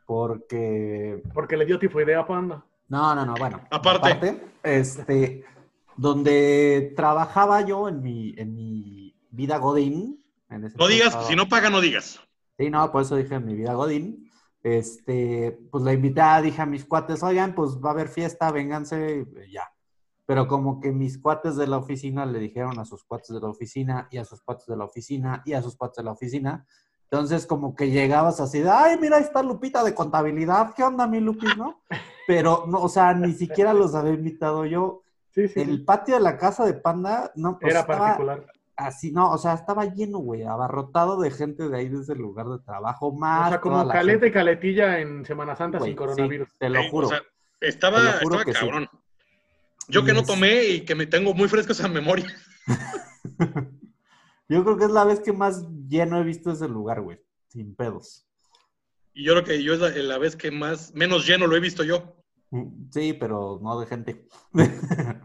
[SPEAKER 4] porque...
[SPEAKER 3] Porque le dio tifoidea a Panda.
[SPEAKER 4] No, no, no, bueno.
[SPEAKER 2] Aparte.
[SPEAKER 4] este, donde trabajaba yo en mi, en mi vida Godín. en ese
[SPEAKER 2] No digas,
[SPEAKER 4] estaba-
[SPEAKER 2] si no paga, no digas.
[SPEAKER 4] Sí, no, por eso dije en mi vida Godín. Este, pues la invitada dije a mis cuates, oigan, pues va a haber fiesta, vénganse, eh, ya. Pero como que mis cuates de la oficina le dijeron a sus cuates de la oficina y a sus cuates de la oficina y a sus cuates de la oficina. Entonces como que llegabas así de, ay, mira, ahí está Lupita de contabilidad, ¿qué onda mi Lupi, no? Pero, no, o sea, ni siquiera los había invitado yo.
[SPEAKER 3] Sí, sí, sí.
[SPEAKER 4] El patio de la casa de Panda, no, pues
[SPEAKER 3] Era
[SPEAKER 4] estaba-
[SPEAKER 3] particular.
[SPEAKER 4] Así, no, o sea, estaba lleno, güey, abarrotado de gente de ahí desde el lugar de trabajo, más.
[SPEAKER 3] O sea,
[SPEAKER 4] toda
[SPEAKER 3] como
[SPEAKER 4] la
[SPEAKER 3] caleta y
[SPEAKER 4] gente,
[SPEAKER 3] caletilla en Semana Santa
[SPEAKER 4] güey,
[SPEAKER 3] sin coronavirus.
[SPEAKER 4] sí, te lo
[SPEAKER 2] Eh,
[SPEAKER 4] juro.
[SPEAKER 2] O sea,
[SPEAKER 4] Te lo
[SPEAKER 2] estaba,
[SPEAKER 4] juro
[SPEAKER 2] estaba
[SPEAKER 4] que sí.
[SPEAKER 2] cabrón. Yo que
[SPEAKER 4] Y
[SPEAKER 2] no
[SPEAKER 4] es-
[SPEAKER 2] tomé y que me tengo muy fresco esa memoria.
[SPEAKER 4] Yo creo que es la vez que más lleno he visto ese lugar, güey, sin pedos.
[SPEAKER 2] Y yo creo que yo es la, la vez que más, menos lleno lo he visto yo.
[SPEAKER 4] Mm, Sí, pero no de gente.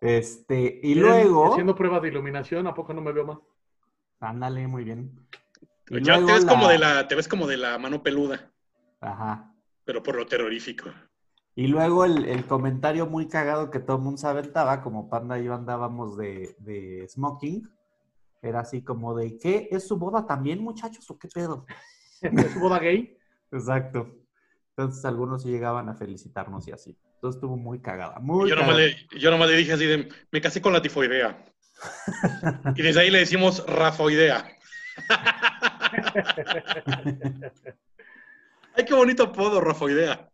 [SPEAKER 4] este, y
[SPEAKER 3] Bien,
[SPEAKER 4] luego.
[SPEAKER 3] Haciendo pruebas de iluminación, ¿a poco no me veo más?
[SPEAKER 4] Ándale, muy bien. Y
[SPEAKER 2] Ya
[SPEAKER 4] luego
[SPEAKER 2] te ves como de la, te ves como de la mano peluda,
[SPEAKER 4] Ajá.
[SPEAKER 2] pero por lo terrorífico.
[SPEAKER 4] Y luego el, el comentario muy cagado que todo el mundo se aventaba, como Panda y yo andábamos de, de smoking, era así como de, ¿qué? ¿Es su boda también, muchachos? ¿O qué pedo?
[SPEAKER 3] ¿Es su boda gay?
[SPEAKER 4] Exacto. Entonces algunos sí llegaban a felicitarnos y así. Entonces estuvo muy cagada, muy
[SPEAKER 2] Yo nomás,
[SPEAKER 4] cagada.
[SPEAKER 2] le, yo nomás le dije así de, me casé con la tifoidea. Y desde ahí le decimos Rafoidea. Ay, qué bonito apodo, Rafoidea.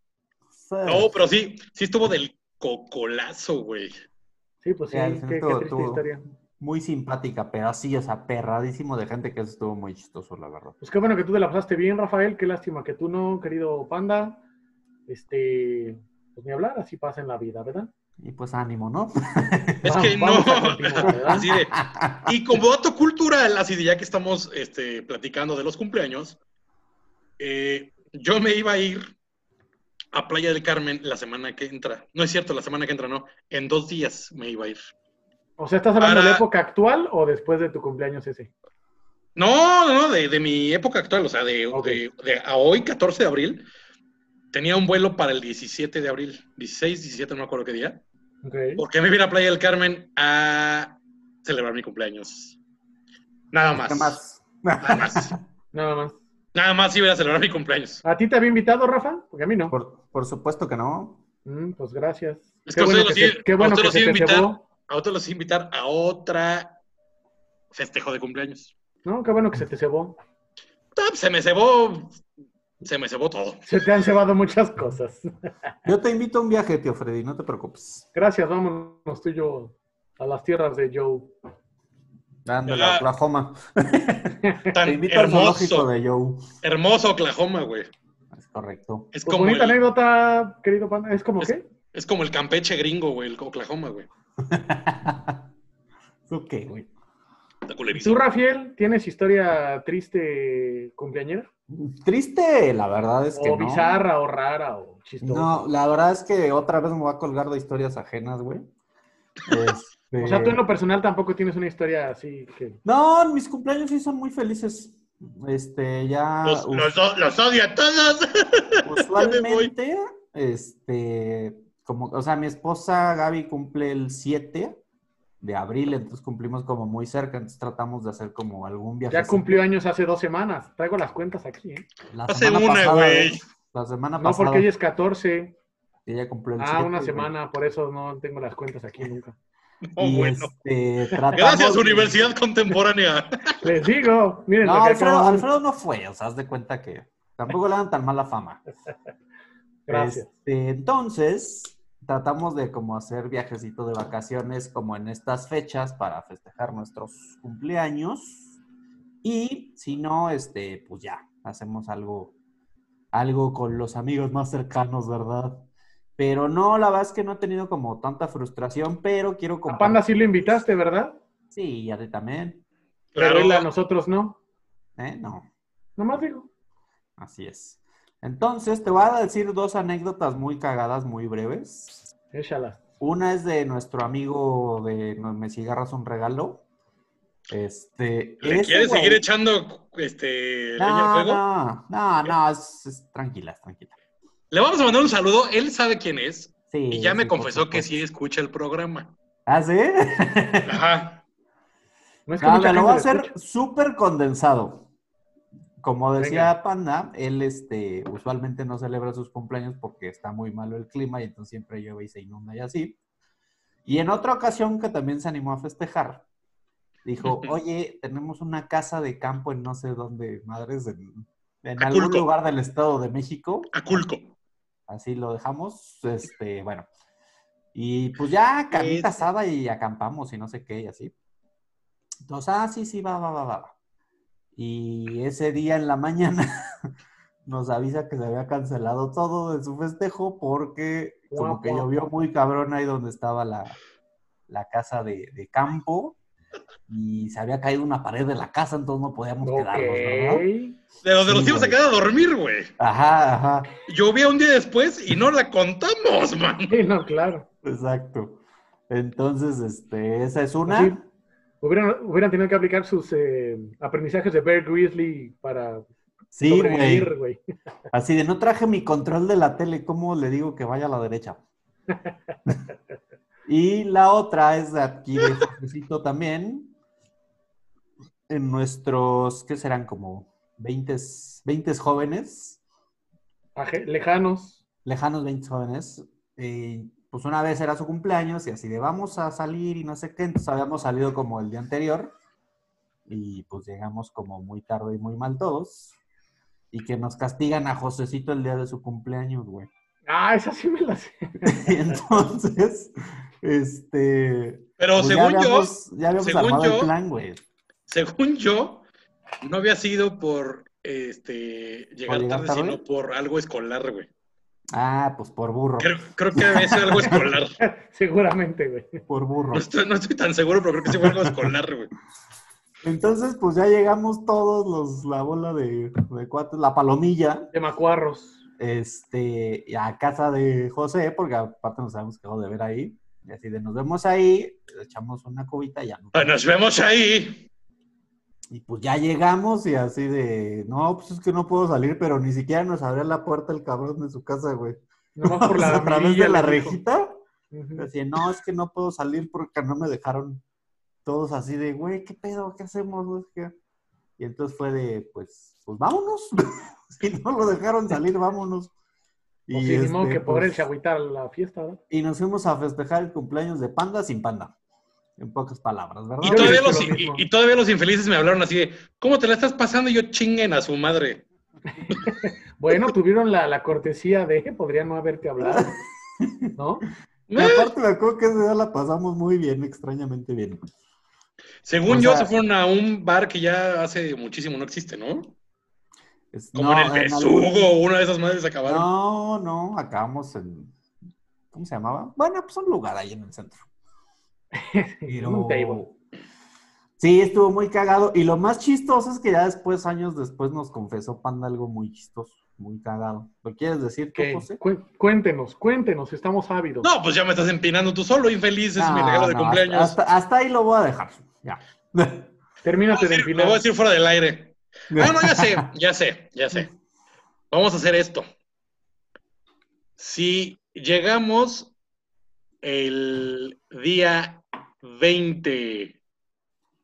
[SPEAKER 4] Sí.
[SPEAKER 2] No, pero sí, sí estuvo del cocolazo, güey.
[SPEAKER 3] Sí, pues sí,
[SPEAKER 4] Ya, al
[SPEAKER 3] qué,
[SPEAKER 4] final
[SPEAKER 3] qué
[SPEAKER 4] todo-
[SPEAKER 3] triste
[SPEAKER 4] todo.
[SPEAKER 3] historia.
[SPEAKER 4] Muy simpática, pero así, o sea, perradísimo de gente que eso estuvo muy chistoso, la verdad.
[SPEAKER 3] Pues qué bueno que tú te la pasaste bien, Rafael. Qué lástima que tú no, querido Panda. Este, pues ni hablar, así pasa en la vida, ¿verdad?
[SPEAKER 4] Y pues ánimo, ¿no?
[SPEAKER 2] Es
[SPEAKER 3] Vamos-
[SPEAKER 2] que no.
[SPEAKER 3] vamos a continuar, ¿verdad?
[SPEAKER 2] Así de- y como dato cultural, así de ya que estamos este, platicando de los cumpleaños, eh, yo me iba a ir a Playa del Carmen la semana que entra. No es cierto, la semana que entra no. En dos días me iba a ir.
[SPEAKER 3] O sea, ¿estás hablando de la
[SPEAKER 2] Para-
[SPEAKER 3] época actual o después de tu cumpleaños ese?
[SPEAKER 2] No, no, no, de, de mi época actual, o sea, de,
[SPEAKER 3] Ok.
[SPEAKER 2] de- de a hoy, 14 de abril, tenía un vuelo para el 17 de abril, 16, 17, no me acuerdo qué día,
[SPEAKER 3] Ok.
[SPEAKER 2] porque me vine a Playa del Carmen a celebrar mi cumpleaños. Nada
[SPEAKER 3] Pues,
[SPEAKER 2] más.
[SPEAKER 4] ¿Qué más?
[SPEAKER 2] Nada más.
[SPEAKER 3] Nada más.
[SPEAKER 2] Nada más iba a celebrar mi cumpleaños.
[SPEAKER 3] ¿A ti te había invitado, Rafa? Porque a mí no.
[SPEAKER 4] Por, por supuesto que no.
[SPEAKER 3] Mm, pues gracias.
[SPEAKER 2] Es que
[SPEAKER 3] qué
[SPEAKER 2] a
[SPEAKER 3] bueno
[SPEAKER 2] ustedes
[SPEAKER 3] que,
[SPEAKER 2] los
[SPEAKER 3] se,
[SPEAKER 2] iba-
[SPEAKER 3] qué
[SPEAKER 2] a
[SPEAKER 3] bueno
[SPEAKER 2] ustedes
[SPEAKER 3] que
[SPEAKER 2] los iba
[SPEAKER 3] se
[SPEAKER 2] a
[SPEAKER 3] te
[SPEAKER 2] invitar.
[SPEAKER 3] cebó.
[SPEAKER 2] A otros los iba a invitar a otra festejo de cumpleaños.
[SPEAKER 3] No, qué bueno que se te cebó.
[SPEAKER 2] Tap, Se me cebó, se me cebó todo.
[SPEAKER 3] Se te han cebado muchas cosas.
[SPEAKER 4] Yo te invito a un viaje, tío Freddy, no te preocupes.
[SPEAKER 3] Gracias, vámonos tú y yo a las tierras de Joe.
[SPEAKER 4] Ándale,
[SPEAKER 2] Ya.
[SPEAKER 4] a Oklahoma. Te
[SPEAKER 2] Tan
[SPEAKER 4] invito al zoológico
[SPEAKER 2] hermoso,
[SPEAKER 4] de Joe.
[SPEAKER 2] hermoso Oklahoma, güey.
[SPEAKER 4] Es correcto.
[SPEAKER 2] Es
[SPEAKER 3] Pues
[SPEAKER 2] como,
[SPEAKER 3] bonita
[SPEAKER 2] el,
[SPEAKER 3] anécdota, querido Panda. ¿Es como
[SPEAKER 2] Es-
[SPEAKER 3] qué?
[SPEAKER 2] es como el Campeche gringo, güey, el Oklahoma, güey.
[SPEAKER 4] ok, güey.
[SPEAKER 2] Está culerísimo.
[SPEAKER 3] ¿Tú, Rafael, tienes historia triste cumpleañera?
[SPEAKER 4] Triste, la verdad es que
[SPEAKER 3] o
[SPEAKER 4] no.
[SPEAKER 3] bizarra, o rara, o chistosa.
[SPEAKER 4] No, la verdad es que otra vez me voy a colgar de historias ajenas, güey. Este,
[SPEAKER 3] O sea, tú en lo personal tampoco tienes una historia así que...
[SPEAKER 4] No, mis cumpleaños sí son muy felices. Este, ya
[SPEAKER 2] Los,
[SPEAKER 4] us-
[SPEAKER 2] los o- los odio a todos. me voy.
[SPEAKER 4] usualmente, este, como, o sea, mi esposa Gaby cumple el 7 de abril, entonces cumplimos como muy cerca, entonces tratamos de hacer como algún viaje.
[SPEAKER 3] Ya cumplió años hace dos semanas. Traigo las cuentas aquí, ¿eh?
[SPEAKER 4] La
[SPEAKER 2] Hace
[SPEAKER 4] semana
[SPEAKER 2] una,
[SPEAKER 4] pasada,
[SPEAKER 2] güey.
[SPEAKER 4] La semana
[SPEAKER 3] No,
[SPEAKER 4] pasada.
[SPEAKER 3] porque hoy es 14.
[SPEAKER 4] Ella cumplió el
[SPEAKER 3] Ah,
[SPEAKER 4] 7,
[SPEAKER 3] una
[SPEAKER 4] güey.
[SPEAKER 3] semana, por eso no tengo las cuentas aquí nunca.
[SPEAKER 2] No,
[SPEAKER 4] Y,
[SPEAKER 2] Oh, bueno.
[SPEAKER 4] este, tratamos
[SPEAKER 2] Gracias,
[SPEAKER 4] de-
[SPEAKER 2] Universidad Contemporánea.
[SPEAKER 3] Les digo, miren
[SPEAKER 4] No,
[SPEAKER 3] lo que
[SPEAKER 4] Alfredo,
[SPEAKER 3] acaban.
[SPEAKER 4] Alfredo no fue, o sea, haz de cuenta que tampoco le dan tan mala fama.
[SPEAKER 3] Gracias.
[SPEAKER 4] Este, entonces, tratamos de como hacer viajecito de vacaciones como en estas fechas para festejar nuestros cumpleaños. Y si no, este, pues ya, hacemos algo, algo con los amigos más cercanos, ¿verdad? Pero no, la verdad es que no he tenido como tanta frustración, pero quiero
[SPEAKER 3] A Panda
[SPEAKER 4] compartir.
[SPEAKER 3] sí lo invitaste, ¿verdad?
[SPEAKER 4] Sí, a ti también,
[SPEAKER 3] Pero él a
[SPEAKER 2] Claro,
[SPEAKER 3] nosotros no.
[SPEAKER 4] ¿eh? No.
[SPEAKER 3] Nomás digo.
[SPEAKER 4] Así es. Entonces, te voy a decir dos anécdotas muy cagadas, muy breves.
[SPEAKER 3] Échalas.
[SPEAKER 4] Una es de nuestro amigo de No Me Cigarras un Regalo. Este,
[SPEAKER 2] ¿Le
[SPEAKER 4] ese
[SPEAKER 2] quieres
[SPEAKER 4] güey-
[SPEAKER 2] seguir echando este, leña al
[SPEAKER 4] No,
[SPEAKER 2] fuego?
[SPEAKER 4] no, no, no, es, es- tranquila, tranquila.
[SPEAKER 2] Le vamos a mandar un saludo. Él sabe quién es
[SPEAKER 4] Sí,
[SPEAKER 2] y ya
[SPEAKER 4] sí,
[SPEAKER 2] me
[SPEAKER 4] por
[SPEAKER 2] confesó que
[SPEAKER 4] supuesto.
[SPEAKER 2] sí escucha el programa.
[SPEAKER 4] ¿Ah, sí?
[SPEAKER 2] Ajá.
[SPEAKER 3] No es
[SPEAKER 4] No,
[SPEAKER 3] mucha
[SPEAKER 4] me
[SPEAKER 3] gente
[SPEAKER 4] lo va a
[SPEAKER 3] lo
[SPEAKER 4] hacer
[SPEAKER 3] escuche.
[SPEAKER 4] súper condensado. Como decía
[SPEAKER 3] Venga.
[SPEAKER 4] Panda, él este, usualmente no celebra sus cumpleaños porque está muy malo el clima y entonces siempre llueve y se inunda y así. Y en otra ocasión que también se animó a festejar, dijo,
[SPEAKER 2] Ujú.
[SPEAKER 4] oye, tenemos una casa de campo en no sé dónde, madres, en, en algún
[SPEAKER 2] Acapulco.
[SPEAKER 4] lugar del Estado de México
[SPEAKER 2] Aculco.
[SPEAKER 4] así lo dejamos, este, bueno. Y pues ya camita
[SPEAKER 2] Este.
[SPEAKER 4] asada y acampamos y no sé qué y así. Entonces, ah, sí, sí, va, va, va, va. va. Y ese día en la mañana nos avisa que se había cancelado todo de su festejo porque como que llovió muy cabrón ahí donde estaba la, la casa de, de campo y se había caído una pared de la casa, entonces no podíamos quedarnos, ¿verdad?
[SPEAKER 3] Ok.
[SPEAKER 2] De donde nos
[SPEAKER 4] Sí,
[SPEAKER 2] íbamos a
[SPEAKER 4] güey.
[SPEAKER 2] quedar a dormir, güey.
[SPEAKER 4] Ajá, ajá.
[SPEAKER 2] Llovía un día después y no la contamos, man.
[SPEAKER 3] Sí, no, claro.
[SPEAKER 4] Exacto. Entonces, este, esa es una.
[SPEAKER 3] Sí. Hubieran, hubieran tenido que aplicar sus eh, aprendizajes de Bear Grizzly para
[SPEAKER 4] Sí, güey.
[SPEAKER 3] sobrevivir, güey.
[SPEAKER 4] Así de no traje mi control de la tele, ¿cómo le digo que vaya a la derecha? y la otra es de aquí de Jorgecito también. En nuestros, ¿qué serán? Como 20, 20 jóvenes,
[SPEAKER 3] Aje- Lejanos.
[SPEAKER 4] lejanos 20 jóvenes. eh, pues una vez era su cumpleaños y así de vamos a salir y no sé qué. Entonces habíamos salido como el día anterior y pues llegamos como muy tarde y muy mal todos. Y que nos castigan a Josecito el día de su cumpleaños, güey.
[SPEAKER 3] Ah, esa sí me la sé.
[SPEAKER 4] Y entonces, este.
[SPEAKER 2] Pero
[SPEAKER 4] pues
[SPEAKER 2] según
[SPEAKER 4] ya
[SPEAKER 2] yo,
[SPEAKER 4] habíamos, ya habíamos
[SPEAKER 2] según
[SPEAKER 4] armado
[SPEAKER 2] yo-
[SPEAKER 4] el plan, güey.
[SPEAKER 2] según yo, no había sido por este llegar,
[SPEAKER 4] ¿Por llegar
[SPEAKER 2] tarde,
[SPEAKER 4] tarde?
[SPEAKER 2] sino por algo escolar, güey.
[SPEAKER 4] Ah, pues por burro.
[SPEAKER 2] Creo, creo que había sido algo escolar.
[SPEAKER 3] Seguramente, güey.
[SPEAKER 4] Por burro.
[SPEAKER 2] No estoy, no estoy tan seguro, pero creo que sí fue algo escolar, güey.
[SPEAKER 4] Entonces, pues ya llegamos todos los, la bola de, de cuatro, la palomilla,
[SPEAKER 3] De macuarros.
[SPEAKER 4] este, a casa de José, porque aparte nos habíamos quedado de ver ahí. Y así de nos vemos ahí, echamos una cubita y ya. no.
[SPEAKER 2] Ah, Nos vemos ahí.
[SPEAKER 4] Y pues ya llegamos y así de, no, pues es que no puedo salir, pero ni siquiera nos abrió la puerta el cabrón de su casa, güey.
[SPEAKER 3] Nomás por la
[SPEAKER 4] a través de
[SPEAKER 3] mirilla
[SPEAKER 4] la
[SPEAKER 3] le dijo.
[SPEAKER 4] rejita.
[SPEAKER 3] Ujú. Pues
[SPEAKER 4] Así, no, es que no puedo salir porque no me dejaron todos así de, güey, ¿qué pedo? ¿Qué hacemos? güey? ¿Qué?". Y entonces fue de, pues, pues vámonos. si no lo dejaron salir, vámonos.
[SPEAKER 3] O sí, ni modo
[SPEAKER 4] este,
[SPEAKER 3] que poder
[SPEAKER 4] pues,
[SPEAKER 3] enchagüitar la fiesta, ¿verdad?
[SPEAKER 4] y nos fuimos a festejar el cumpleaños de Panda sin Panda. En pocas palabras, ¿verdad?
[SPEAKER 2] Y
[SPEAKER 3] yo
[SPEAKER 2] todavía,
[SPEAKER 3] hice
[SPEAKER 2] los,
[SPEAKER 3] lo
[SPEAKER 2] y-
[SPEAKER 3] mismo.
[SPEAKER 2] y todavía los infelices me hablaron así de, ¿cómo te la estás pasando? Y yo chinguen a su madre.
[SPEAKER 3] Bueno, tuvieron la, la cortesía de podría no haberte hablado, ¿no?
[SPEAKER 4] Y aparte me acuerdo que ese día la pasamos muy bien, extrañamente bien.
[SPEAKER 2] Según
[SPEAKER 4] O
[SPEAKER 2] yo,
[SPEAKER 4] sea-
[SPEAKER 2] se fueron a un bar que ya hace muchísimo no existe, ¿no?
[SPEAKER 4] Es-
[SPEAKER 2] Como en el
[SPEAKER 4] algún-
[SPEAKER 2] Besugo, una de esas madres acabaron.
[SPEAKER 4] eh, No, no, acabamos en. ¿Cómo se llamaba? Bueno, pues un lugar ahí en el centro. Pero-
[SPEAKER 3] Un table.
[SPEAKER 4] Sí, estuvo muy cagado. Y lo más chistoso es que ya después, años después, nos confesó Panda algo muy chistoso, muy cagado. ¿Lo quieres decir tú,
[SPEAKER 3] Ok,
[SPEAKER 4] José?
[SPEAKER 3] cu- cuéntenos, cuéntenos, estamos ávidos.
[SPEAKER 2] No, pues ya me estás empinando tú solo, infeliz. Es mi
[SPEAKER 4] No,
[SPEAKER 2] regalo de
[SPEAKER 4] no,
[SPEAKER 2] cumpleaños.
[SPEAKER 4] Hasta, hasta ahí lo voy a dejar. Ya.
[SPEAKER 3] Termínate de
[SPEAKER 2] Lo
[SPEAKER 3] empinar.
[SPEAKER 2] voy a decir fuera del aire. Ah, no, ya sé, ya sé, ya sé. Vamos a hacer esto. Si llegamos el día 20.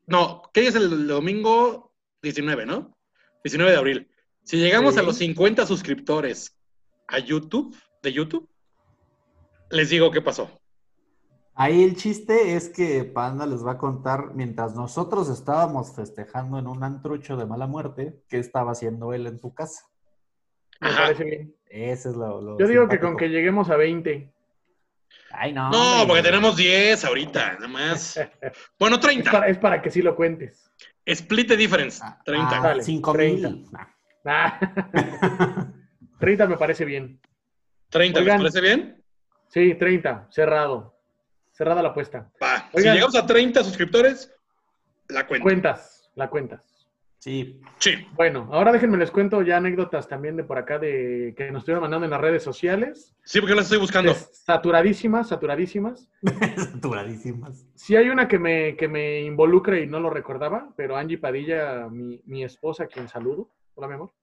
[SPEAKER 2] No, ¿qué día es el domingo 19, no? 19 de abril. Si llegamos
[SPEAKER 3] Sí.
[SPEAKER 2] a los 50 suscriptores a YouTube, de YouTube, les digo qué pasó.
[SPEAKER 4] Ahí el chiste es que Panda les va a contar, mientras nosotros estábamos festejando en un antrucho de mala muerte, qué estaba haciendo él en su casa.
[SPEAKER 3] Me
[SPEAKER 2] Ajá.
[SPEAKER 3] parece bien.
[SPEAKER 4] Ese es lo. lo
[SPEAKER 3] Yo digo que con
[SPEAKER 4] simpático.
[SPEAKER 3] que lleguemos a 20.
[SPEAKER 4] Ay, no.
[SPEAKER 2] Ah, No,
[SPEAKER 4] hombre.
[SPEAKER 2] porque tenemos 10 ahorita, nada más. Bueno,
[SPEAKER 3] Es
[SPEAKER 2] 30.
[SPEAKER 3] para, es para que sí lo cuentes.
[SPEAKER 2] Split the difference.
[SPEAKER 4] Ah,
[SPEAKER 2] 30.
[SPEAKER 4] ah,
[SPEAKER 3] Dale,
[SPEAKER 4] cinco
[SPEAKER 3] 30.
[SPEAKER 4] mil. Ah.
[SPEAKER 3] Ah, 30 me parece bien.
[SPEAKER 2] 30,
[SPEAKER 3] Oigan.
[SPEAKER 2] ¿les parece bien?
[SPEAKER 3] Sí, 30, cerrado. Cerrada la apuesta.
[SPEAKER 2] Va.
[SPEAKER 3] Oigan.
[SPEAKER 2] Si llegamos a 30 suscriptores, la cuenta.
[SPEAKER 3] Cuentas, la cuentas.
[SPEAKER 4] Sí.
[SPEAKER 2] Sí.
[SPEAKER 3] Bueno, ahora déjenme les cuento ya anécdotas también de por acá de que nos estuvieron mandando en las redes sociales.
[SPEAKER 2] Sí, porque las estoy buscando.
[SPEAKER 3] Es- Saturadísimas, saturadísimas.
[SPEAKER 4] Saturadísimas.
[SPEAKER 3] Sí hay una que me, que me involucra y no lo recordaba, pero Angie Padilla, mi, mi esposa, a quien saludo. Hola, mi amor.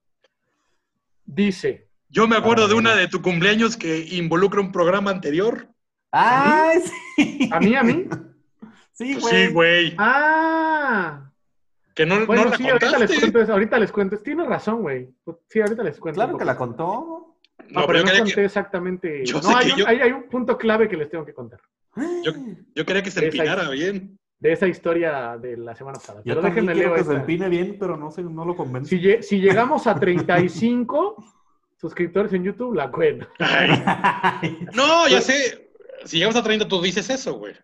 [SPEAKER 3] Dice,
[SPEAKER 2] Yo me acuerdo
[SPEAKER 4] Ah,
[SPEAKER 2] de una
[SPEAKER 4] mira.
[SPEAKER 2] de tu cumpleaños que involucra un programa anterior.
[SPEAKER 4] Ah, sí.
[SPEAKER 3] ¿a mí, a mí?
[SPEAKER 4] Sí,
[SPEAKER 2] Pues
[SPEAKER 4] güey.
[SPEAKER 2] sí, güey.
[SPEAKER 3] ¡Ah!
[SPEAKER 2] Que no,
[SPEAKER 3] Bueno,
[SPEAKER 2] no la
[SPEAKER 3] sí, ahorita les
[SPEAKER 2] contaste.
[SPEAKER 3] cuento eso, ahorita les cuento. Tienes razón, güey. Sí, ahorita les cuento.
[SPEAKER 4] Claro que la
[SPEAKER 3] conté.
[SPEAKER 4] contó.
[SPEAKER 3] No,
[SPEAKER 2] No,
[SPEAKER 3] Ah, pero
[SPEAKER 2] pero yo
[SPEAKER 3] no conté
[SPEAKER 2] quería, que,
[SPEAKER 3] exactamente.
[SPEAKER 2] Yo sé
[SPEAKER 3] no, hay
[SPEAKER 2] que
[SPEAKER 3] un,
[SPEAKER 2] yo-
[SPEAKER 3] hay- hay un punto clave que les tengo que contar
[SPEAKER 2] Yo- yo quería que se
[SPEAKER 3] Esa-
[SPEAKER 2] empinara bien.
[SPEAKER 3] de esa historia de la semana pasada.
[SPEAKER 4] Yo
[SPEAKER 3] Pero
[SPEAKER 4] también
[SPEAKER 3] déjenme
[SPEAKER 4] quiero
[SPEAKER 3] leo
[SPEAKER 4] que se
[SPEAKER 3] esta.
[SPEAKER 4] empine bien, pero no, sé, no lo convence.
[SPEAKER 3] Si, lle- si llegamos a 35 suscriptores en YouTube, la cuento.
[SPEAKER 2] Ay. No,
[SPEAKER 3] Pues-
[SPEAKER 2] ya sé. Si llegamos a 30, tú dices eso, güey.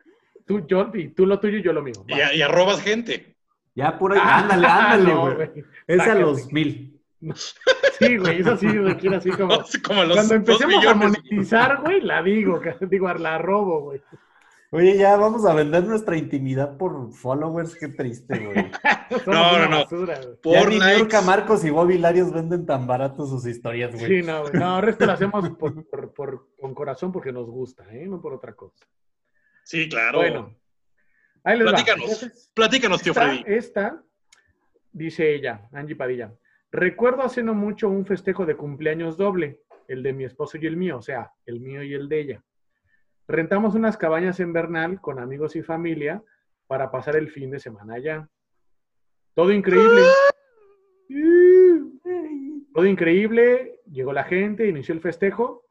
[SPEAKER 3] Tú, yo, y tú lo tuyo y yo lo mío.
[SPEAKER 2] Y, y arrobas gente.
[SPEAKER 4] ya, pura. Ándale, ándale,
[SPEAKER 3] No,
[SPEAKER 4] güey. es a
[SPEAKER 3] Sácate.
[SPEAKER 4] los mil.
[SPEAKER 3] Sí, güey, eso sí, lo quiero así como...
[SPEAKER 2] Como los
[SPEAKER 3] Cuando
[SPEAKER 2] dos
[SPEAKER 3] empecemos a
[SPEAKER 2] millones.
[SPEAKER 3] monetizar, güey, la digo, ca- digo, la robo, güey.
[SPEAKER 4] Oye, ya vamos a vender nuestra intimidad por followers. Qué triste, güey.
[SPEAKER 3] Somos
[SPEAKER 2] No,
[SPEAKER 3] una
[SPEAKER 2] no, no.
[SPEAKER 3] basura, güey.
[SPEAKER 4] ya
[SPEAKER 2] Por
[SPEAKER 4] ni
[SPEAKER 2] likes.
[SPEAKER 4] Niurka Marcos y Bobby Larios venden tan baratos sus historias, güey.
[SPEAKER 3] Sí, no, güey. No, el resto lo hacemos por, por- por- con corazón porque nos gusta, ¿eh? No por otra cosa.
[SPEAKER 2] Sí, claro.
[SPEAKER 3] Bueno, ahí les va.
[SPEAKER 2] Platícanos,
[SPEAKER 3] Entonces,
[SPEAKER 2] Platícanos, tío
[SPEAKER 3] Esta,
[SPEAKER 2] Freddy.
[SPEAKER 3] esta, dice ella, Angie Padilla. Recuerdo hace no mucho un festejo de cumpleaños doble, el de mi esposo y el mío, o sea, el mío y el de ella. Rentamos unas cabañas en Bernal con amigos y familia para pasar el fin de semana allá. Todo increíble. Todo increíble, llegó la gente, inició el festejo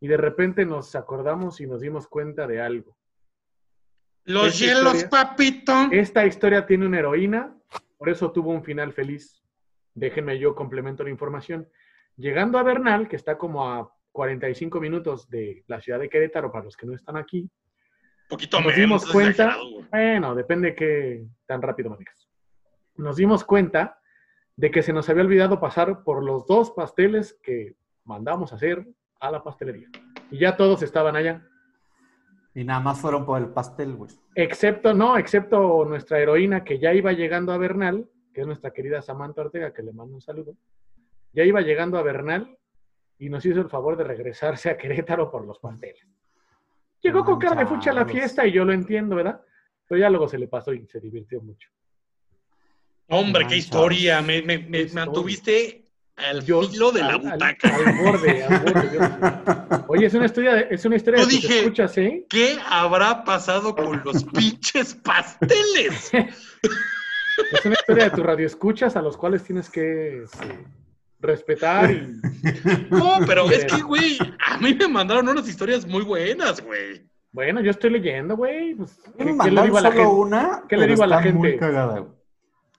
[SPEAKER 3] y de repente nos acordamos y nos dimos cuenta de algo.
[SPEAKER 2] Los
[SPEAKER 3] esta
[SPEAKER 2] hielos,
[SPEAKER 3] historia-
[SPEAKER 2] papito.
[SPEAKER 3] Esta historia tiene una heroína, por eso tuvo un final feliz. Déjenme yo complemento la información. Llegando a Bernal, que está como a 45 minutos de la ciudad de Querétaro, para los que no están aquí.
[SPEAKER 2] Poquito
[SPEAKER 3] nos
[SPEAKER 2] menos.
[SPEAKER 3] dimos
[SPEAKER 2] es
[SPEAKER 3] cuenta-
[SPEAKER 2] exagerado, güey.
[SPEAKER 3] Bueno, depende qué tan rápido manejas. Nos dimos cuenta de que se nos había olvidado pasar por los dos pasteles que mandamos a hacer a la pastelería. Y ya todos estaban allá.
[SPEAKER 4] Y nada más fueron por el pastel, güey.
[SPEAKER 3] Excepto, no, excepto nuestra heroína que ya iba llegando a Bernal, que es nuestra querida Samantha Ortega, que le mando un saludo. Ya iba llegando a Bernal y nos hizo el favor de regresarse a Querétaro por los pasteles. Llegó con cara de fucha a la
[SPEAKER 4] Manchados.
[SPEAKER 3] fiesta y yo lo entiendo, ¿verdad? Pero ya luego se le pasó y se divirtió mucho.
[SPEAKER 2] Hombre, qué
[SPEAKER 4] Manchados.
[SPEAKER 2] historia. Me, me, me
[SPEAKER 3] Historia.
[SPEAKER 2] mantuviste al
[SPEAKER 3] Yo-
[SPEAKER 2] filo de la
[SPEAKER 3] al- al-
[SPEAKER 2] butaca.
[SPEAKER 3] Al, borde, al borde. yo- Oye, es una historia, de- es una historia
[SPEAKER 2] Yo
[SPEAKER 3] de tus
[SPEAKER 2] dije-
[SPEAKER 3] escuchas, ¿eh?
[SPEAKER 2] ¿Qué habrá pasado con los pinches pasteles?
[SPEAKER 3] Es una historia de tus radioescuchas a los cuales tienes que este, respetar y
[SPEAKER 2] No, pero es que, güey, a mí me mandaron unas historias muy buenas, güey.
[SPEAKER 3] Bueno, yo estoy leyendo, güey. pues,
[SPEAKER 4] Yo
[SPEAKER 3] ¿qué, qué
[SPEAKER 4] me
[SPEAKER 3] le
[SPEAKER 4] mandaron
[SPEAKER 3] digo a la
[SPEAKER 4] solo
[SPEAKER 3] gente?
[SPEAKER 4] una.
[SPEAKER 3] ¿Qué le
[SPEAKER 4] pero
[SPEAKER 3] digo a la
[SPEAKER 4] está Muy
[SPEAKER 3] gente?
[SPEAKER 4] cagada, güey.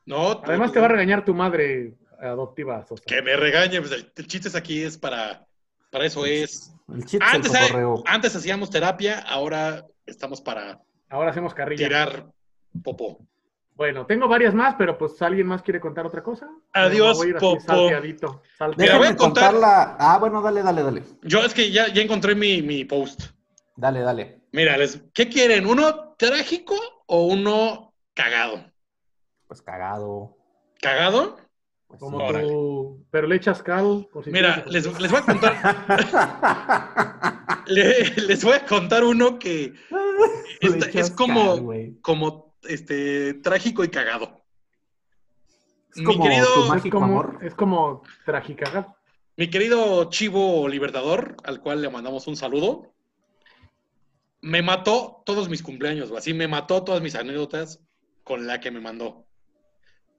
[SPEAKER 2] No, tú-
[SPEAKER 3] Además te va a regañar tu madre adoptiva, Sosa.
[SPEAKER 2] Que me regañe. pues, el, el chiste es aquí es para, para eso es.
[SPEAKER 4] El
[SPEAKER 3] Ah,
[SPEAKER 4] chiste
[SPEAKER 2] Antes,
[SPEAKER 4] del
[SPEAKER 2] eh,
[SPEAKER 4] correo.
[SPEAKER 2] antes hacíamos terapia, ahora estamos para
[SPEAKER 3] Ahora hacemos carrilla.
[SPEAKER 2] tirar popó.
[SPEAKER 3] Bueno, tengo varias más, pero pues alguien más quiere contar otra cosa.
[SPEAKER 2] Adiós,
[SPEAKER 3] Me voy a ir así
[SPEAKER 2] Popo.
[SPEAKER 3] salteadito, salteado.
[SPEAKER 2] Mira, voy
[SPEAKER 4] Déjame
[SPEAKER 2] a contar-
[SPEAKER 4] contarla. Ah, bueno, dale, dale, dale.
[SPEAKER 2] Yo es que ya, ya encontré mi, mi post.
[SPEAKER 4] Dale, dale.
[SPEAKER 2] Mira, les- ¿qué quieren? ¿Uno trágico o uno cagado?
[SPEAKER 4] Pues cagado.
[SPEAKER 2] ¿Cagado?
[SPEAKER 4] Pues
[SPEAKER 3] Como
[SPEAKER 4] sí.
[SPEAKER 2] Órale.
[SPEAKER 3] tú, pero le echas cal. por si
[SPEAKER 2] Mira,
[SPEAKER 3] tienes-
[SPEAKER 2] les, les voy a contar, le- les voy a contar uno que
[SPEAKER 4] Le
[SPEAKER 2] Esta-
[SPEAKER 4] echas
[SPEAKER 2] es como-
[SPEAKER 4] cal, güey.
[SPEAKER 2] como este trágico y cagado.
[SPEAKER 4] Es
[SPEAKER 2] Mi
[SPEAKER 4] como
[SPEAKER 2] querido-
[SPEAKER 4] tu
[SPEAKER 2] Es
[SPEAKER 3] Es
[SPEAKER 4] mágico
[SPEAKER 3] como,
[SPEAKER 4] amor.
[SPEAKER 3] es como trágica.
[SPEAKER 2] Mi querido Chivo Libertador, al cual le mandamos un saludo, me mató todos mis cumpleaños, güey, así me mató todas mis anécdotas con la que me mandó.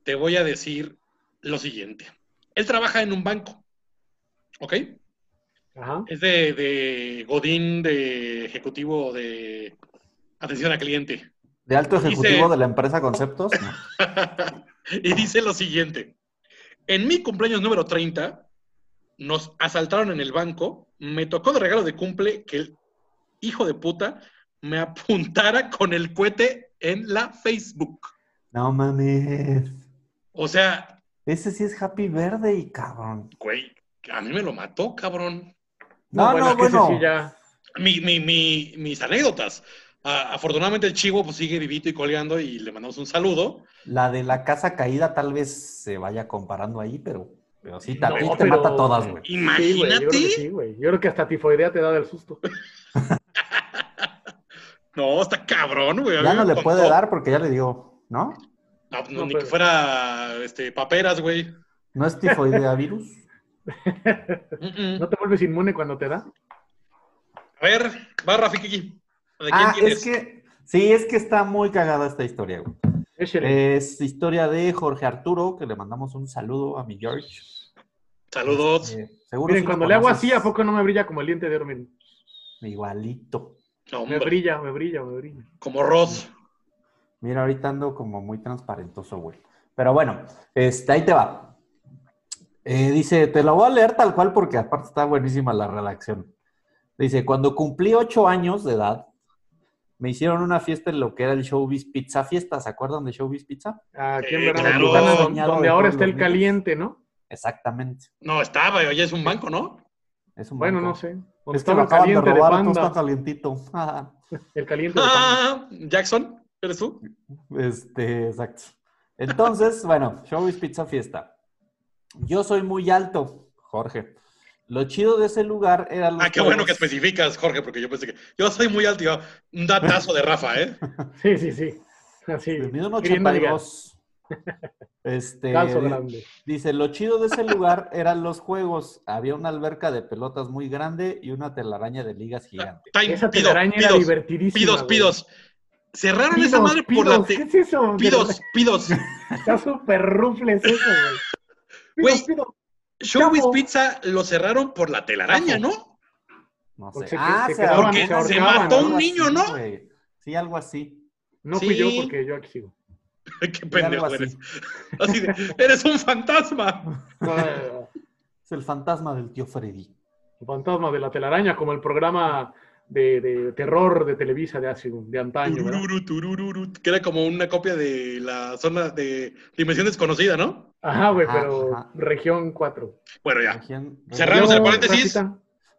[SPEAKER 2] Te voy a decir lo siguiente. Él trabaja en un banco, ¿ok?
[SPEAKER 3] Ajá.
[SPEAKER 2] Es de, de Godín, de ejecutivo de atención al cliente.
[SPEAKER 4] De alto ejecutivo
[SPEAKER 2] Dice-
[SPEAKER 4] de la empresa Conceptos. No.
[SPEAKER 2] y dice lo siguiente. En mi cumpleaños número 30, nos asaltaron en el banco. Me tocó de regalo de cumple que el hijo de puta me apuntara con el cohete en la Facebook.
[SPEAKER 4] No mames.
[SPEAKER 2] O sea,
[SPEAKER 4] Ese sí es Happy Verde y cabrón.
[SPEAKER 2] güey, a mí me lo mató, cabrón.
[SPEAKER 4] No, no,
[SPEAKER 3] es que ese
[SPEAKER 4] bueno.
[SPEAKER 3] sí ya-
[SPEAKER 2] Mi- mi- mi- mis anécdotas. Ah, afortunadamente el chivo pues, sigue vivito y colgando y le mandamos un saludo.
[SPEAKER 4] La de la casa caída tal vez se vaya comparando ahí, pero, pero sí,
[SPEAKER 2] No,
[SPEAKER 4] Tatito te
[SPEAKER 3] pero-
[SPEAKER 4] mata todas, güey.
[SPEAKER 3] Sí, güey, yo creo
[SPEAKER 2] Imagínate.
[SPEAKER 3] que sí, güey. Yo creo que hasta tifoidea te da del susto.
[SPEAKER 2] No, está cabrón, güey. A mí
[SPEAKER 4] Ya no
[SPEAKER 2] me
[SPEAKER 4] le
[SPEAKER 2] contó-
[SPEAKER 4] puede dar porque ya le dio, ¿no?
[SPEAKER 2] No, no,
[SPEAKER 3] No
[SPEAKER 2] ni
[SPEAKER 3] puede.
[SPEAKER 2] que fuera este, paperas, güey.
[SPEAKER 4] ¿No es tifoidea virus?
[SPEAKER 2] Mm, mm.
[SPEAKER 3] ¿No te vuelves inmune cuando te da?
[SPEAKER 2] A ver, va Rafiki. ¿De quién
[SPEAKER 4] Ah,
[SPEAKER 2] tienes?
[SPEAKER 4] es que, sí, es que está muy cagada esta historia, güey.
[SPEAKER 3] Échale.
[SPEAKER 4] Es historia de Jorge Arturo, que le mandamos un saludo a mi George.
[SPEAKER 2] Saludos.
[SPEAKER 4] Eh, seguro
[SPEAKER 3] miren,
[SPEAKER 4] sí lo
[SPEAKER 3] cuando le hago
[SPEAKER 4] conoces.
[SPEAKER 3] así, ¿a poco no me brilla como el diente de oro? Miren.
[SPEAKER 4] Igualito.
[SPEAKER 2] No,
[SPEAKER 3] Me
[SPEAKER 2] hombre,
[SPEAKER 3] brilla, me brilla, me brilla.
[SPEAKER 2] como Ross.
[SPEAKER 4] Mira, ahorita ando como muy transparentoso, güey. Pero bueno, este, ahí te va. Eh, dice, te la voy a leer tal cual porque aparte está buenísima la redacción. Dice, cuando cumplí ocho años de edad, me hicieron una fiesta en lo que era el Showbiz Pizza Fiesta. ¿Se acuerdan de Showbiz Pizza?
[SPEAKER 3] Aquí
[SPEAKER 2] Sí,
[SPEAKER 3] en verano,
[SPEAKER 2] claro.
[SPEAKER 3] Montana, don-
[SPEAKER 4] Soñado
[SPEAKER 3] donde
[SPEAKER 4] de
[SPEAKER 3] ahora
[SPEAKER 4] todos
[SPEAKER 3] está
[SPEAKER 4] los
[SPEAKER 3] el
[SPEAKER 4] niños.
[SPEAKER 3] caliente, ¿no?
[SPEAKER 4] Exactamente.
[SPEAKER 2] No, estaba, ya es un banco, ¿no?
[SPEAKER 4] Es un
[SPEAKER 3] Bueno,
[SPEAKER 4] banco.
[SPEAKER 3] no sé. Donde
[SPEAKER 4] Es que
[SPEAKER 3] estaba
[SPEAKER 4] lo
[SPEAKER 3] el
[SPEAKER 4] acaban de
[SPEAKER 3] caliente de
[SPEAKER 4] robar, entonces está
[SPEAKER 3] panda.
[SPEAKER 4] calientito. Ah,
[SPEAKER 3] El caliente de panda.
[SPEAKER 2] Ah, Jackson, ¿eres tú?
[SPEAKER 4] Este, exacto. Entonces, bueno, Showbiz Pizza Fiesta. Yo soy muy alto, Jorge. Lo chido de ese lugar era los
[SPEAKER 2] Ah, qué bueno
[SPEAKER 4] juegos-
[SPEAKER 2] que especificas, Jorge, porque yo pensé que. Yo soy muy alto, yo- un datazo de Rafa, ¿eh?
[SPEAKER 3] Sí, sí, sí. Así.
[SPEAKER 4] Me mide un
[SPEAKER 3] queriendo llegar.
[SPEAKER 4] 82. Este,
[SPEAKER 3] Calzo grande.
[SPEAKER 4] dice, lo chido de ese lugar eran los juegos. Había una alberca de pelotas muy grande y una telaraña de ligas gigante.
[SPEAKER 2] Time,
[SPEAKER 3] Esa
[SPEAKER 2] pido,
[SPEAKER 3] telaraña era
[SPEAKER 2] pidos,
[SPEAKER 3] divertidísima.
[SPEAKER 2] pidos,
[SPEAKER 3] güey.
[SPEAKER 2] pidos. Cerraron
[SPEAKER 3] Pidos,
[SPEAKER 2] esa madre por la.
[SPEAKER 3] pidos,
[SPEAKER 2] te-
[SPEAKER 3] ¿Qué es eso?
[SPEAKER 2] Pidos, pidos.
[SPEAKER 3] Está súper rufles eso, güey.
[SPEAKER 2] Güey.
[SPEAKER 3] Pidos, pidos.
[SPEAKER 2] Showbiz
[SPEAKER 3] Chavo.
[SPEAKER 2] Pizza lo cerraron por la telaraña, ¿no?
[SPEAKER 4] No sé.
[SPEAKER 3] Porque se-
[SPEAKER 4] ah,
[SPEAKER 3] se
[SPEAKER 4] se,
[SPEAKER 3] quedaban,
[SPEAKER 4] ahorcaban,
[SPEAKER 2] se
[SPEAKER 4] algo
[SPEAKER 2] ahorcaban, mató un
[SPEAKER 4] así,
[SPEAKER 2] niño, ¿no?
[SPEAKER 4] güey. Sí, algo así.
[SPEAKER 3] No fui
[SPEAKER 2] Sí.
[SPEAKER 3] yo porque yo aquí sigo.
[SPEAKER 2] qué
[SPEAKER 4] Sí, algo
[SPEAKER 2] pendejo
[SPEAKER 4] así.
[SPEAKER 2] eres. Así de, eres un fantasma.
[SPEAKER 3] Ah,
[SPEAKER 4] Es el fantasma del tío Freddy.
[SPEAKER 3] El fantasma de la telaraña, como el programa de, de terror de Televisa de hace de antaño, ¿verdad?
[SPEAKER 2] Turururu, turururu, que era como una copia de la zona de dimensión desconocida, ¿no?
[SPEAKER 3] Ajá, güey,
[SPEAKER 4] Ajá,
[SPEAKER 3] pero
[SPEAKER 4] ajá.
[SPEAKER 3] región 4.
[SPEAKER 2] Bueno, ya.
[SPEAKER 4] Región-
[SPEAKER 2] Cerramos el
[SPEAKER 4] Región-
[SPEAKER 2] paréntesis.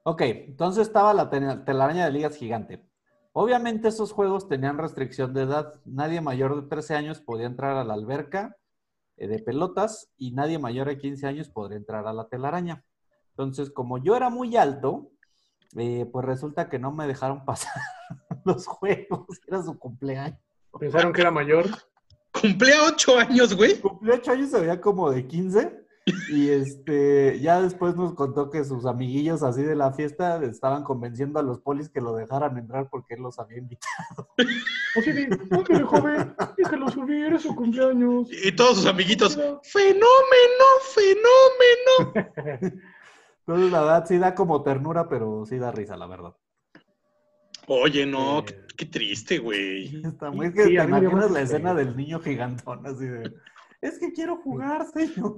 [SPEAKER 4] Ok, entonces estaba la tel- telaraña de ligas gigante. Obviamente esos juegos tenían restricción de edad. Nadie mayor de 13 años podía entrar a la alberca eh, de pelotas y nadie mayor de 15 años podría entrar a la telaraña. Entonces, como yo era muy alto, eh, pues resulta que no me dejaron pasar los juegos. Era su cumpleaños.
[SPEAKER 3] Pensaron que era mayor.
[SPEAKER 2] Cumplía ocho años, güey.
[SPEAKER 4] Cumplió 8 años, se veía como de 15. Y este, ya después nos contó que sus amiguillos así de la fiesta estaban convenciendo a los polis que lo dejaran entrar porque él los había invitado.
[SPEAKER 3] Así de, ándale, joven, déjalo subir, es su cumpleaños.
[SPEAKER 2] Y todos sus amiguitos, fenómeno, fenómeno.
[SPEAKER 4] Entonces, la verdad sí da como ternura, pero sí da risa, la verdad.
[SPEAKER 2] Oye, no,
[SPEAKER 3] Eh.
[SPEAKER 2] qué, qué triste, güey.
[SPEAKER 4] Está muy- es que
[SPEAKER 3] Sí,
[SPEAKER 4] te
[SPEAKER 3] a mí me dio más
[SPEAKER 4] imaginas la escena
[SPEAKER 3] risa.
[SPEAKER 4] del niño gigantón así de. Es que quiero jugar, señor.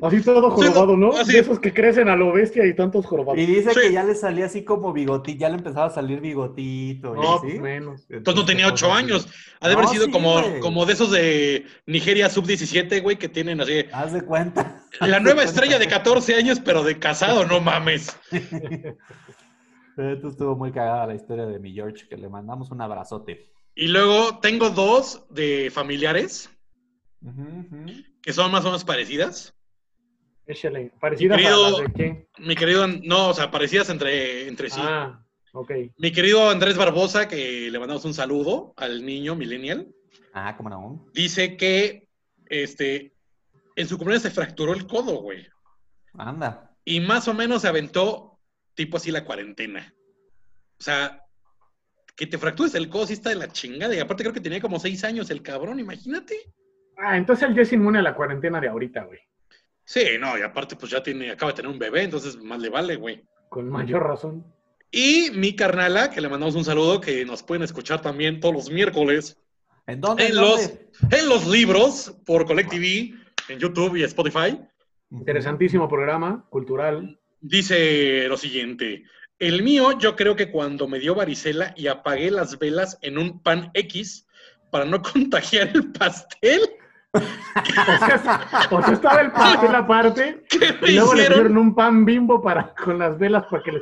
[SPEAKER 3] Así todo jorobado, ¿no?
[SPEAKER 2] Así.
[SPEAKER 3] De esos que crecen a lo bestia y tantos jorobados.
[SPEAKER 4] Y dice
[SPEAKER 2] Sí.
[SPEAKER 4] que ya le salía así como bigotito, ya le empezaba a salir bigotito. y
[SPEAKER 3] No,
[SPEAKER 4] así.
[SPEAKER 3] pues menos.
[SPEAKER 2] Entonces no tenía ocho
[SPEAKER 4] cosas así.
[SPEAKER 2] años. Ha de haber
[SPEAKER 4] No,
[SPEAKER 2] sido
[SPEAKER 4] sí,
[SPEAKER 2] como,
[SPEAKER 4] güey.
[SPEAKER 2] como de esos de Nigeria sub-17, güey, que tienen así.
[SPEAKER 4] Haz de cuenta.
[SPEAKER 2] La nueva estrella de 14 años, pero de casado, no mames.
[SPEAKER 4] Esto estuvo muy cagada la historia de mi George, que le mandamos un abrazote.
[SPEAKER 2] Y luego tengo dos de familiares que son más o menos parecidas.
[SPEAKER 3] Échale. Parecidas
[SPEAKER 2] Mi querido-
[SPEAKER 3] a las de qué?
[SPEAKER 2] Mi querido, An- no, o sea, parecidas entre, entre sí.
[SPEAKER 3] Ah, ok.
[SPEAKER 2] Mi querido Andrés Barbosa, que le mandamos un saludo al niño millennial.
[SPEAKER 4] Ah, cómo no.
[SPEAKER 2] dice que este, en su cumpleaños se fracturó el codo, güey.
[SPEAKER 4] Anda.
[SPEAKER 2] Y más o menos se aventó tipo así la cuarentena. O sea, que te fractures el codo sí está de la chingada. Y aparte creo que tenía como seis años el cabrón, imagínate.
[SPEAKER 3] Ah, entonces él ya es inmune a la cuarentena de ahorita, güey.
[SPEAKER 2] Sí, no, y aparte pues ya tiene, acaba de tener un bebé, entonces más le vale, güey.
[SPEAKER 3] Con mayor razón.
[SPEAKER 2] Y mi carnala, que le mandamos un saludo, que nos pueden escuchar también todos los miércoles
[SPEAKER 4] ¿En dónde?
[SPEAKER 2] En
[SPEAKER 4] en dónde?
[SPEAKER 2] en los libros por Collective, en YouTube y Spotify.
[SPEAKER 4] Ujú.
[SPEAKER 3] Interesantísimo programa, cultural.
[SPEAKER 2] Dice lo siguiente. El mío, yo creo que cuando me dio varicela y apagué las velas en un pan X para no contagiar el pastel,
[SPEAKER 3] O sea, o sea, estaba el pastel aparte
[SPEAKER 2] ¿qué me
[SPEAKER 3] y luego le
[SPEAKER 2] hicieron?
[SPEAKER 3] pusieron un pan bimbo para, con las velas para que le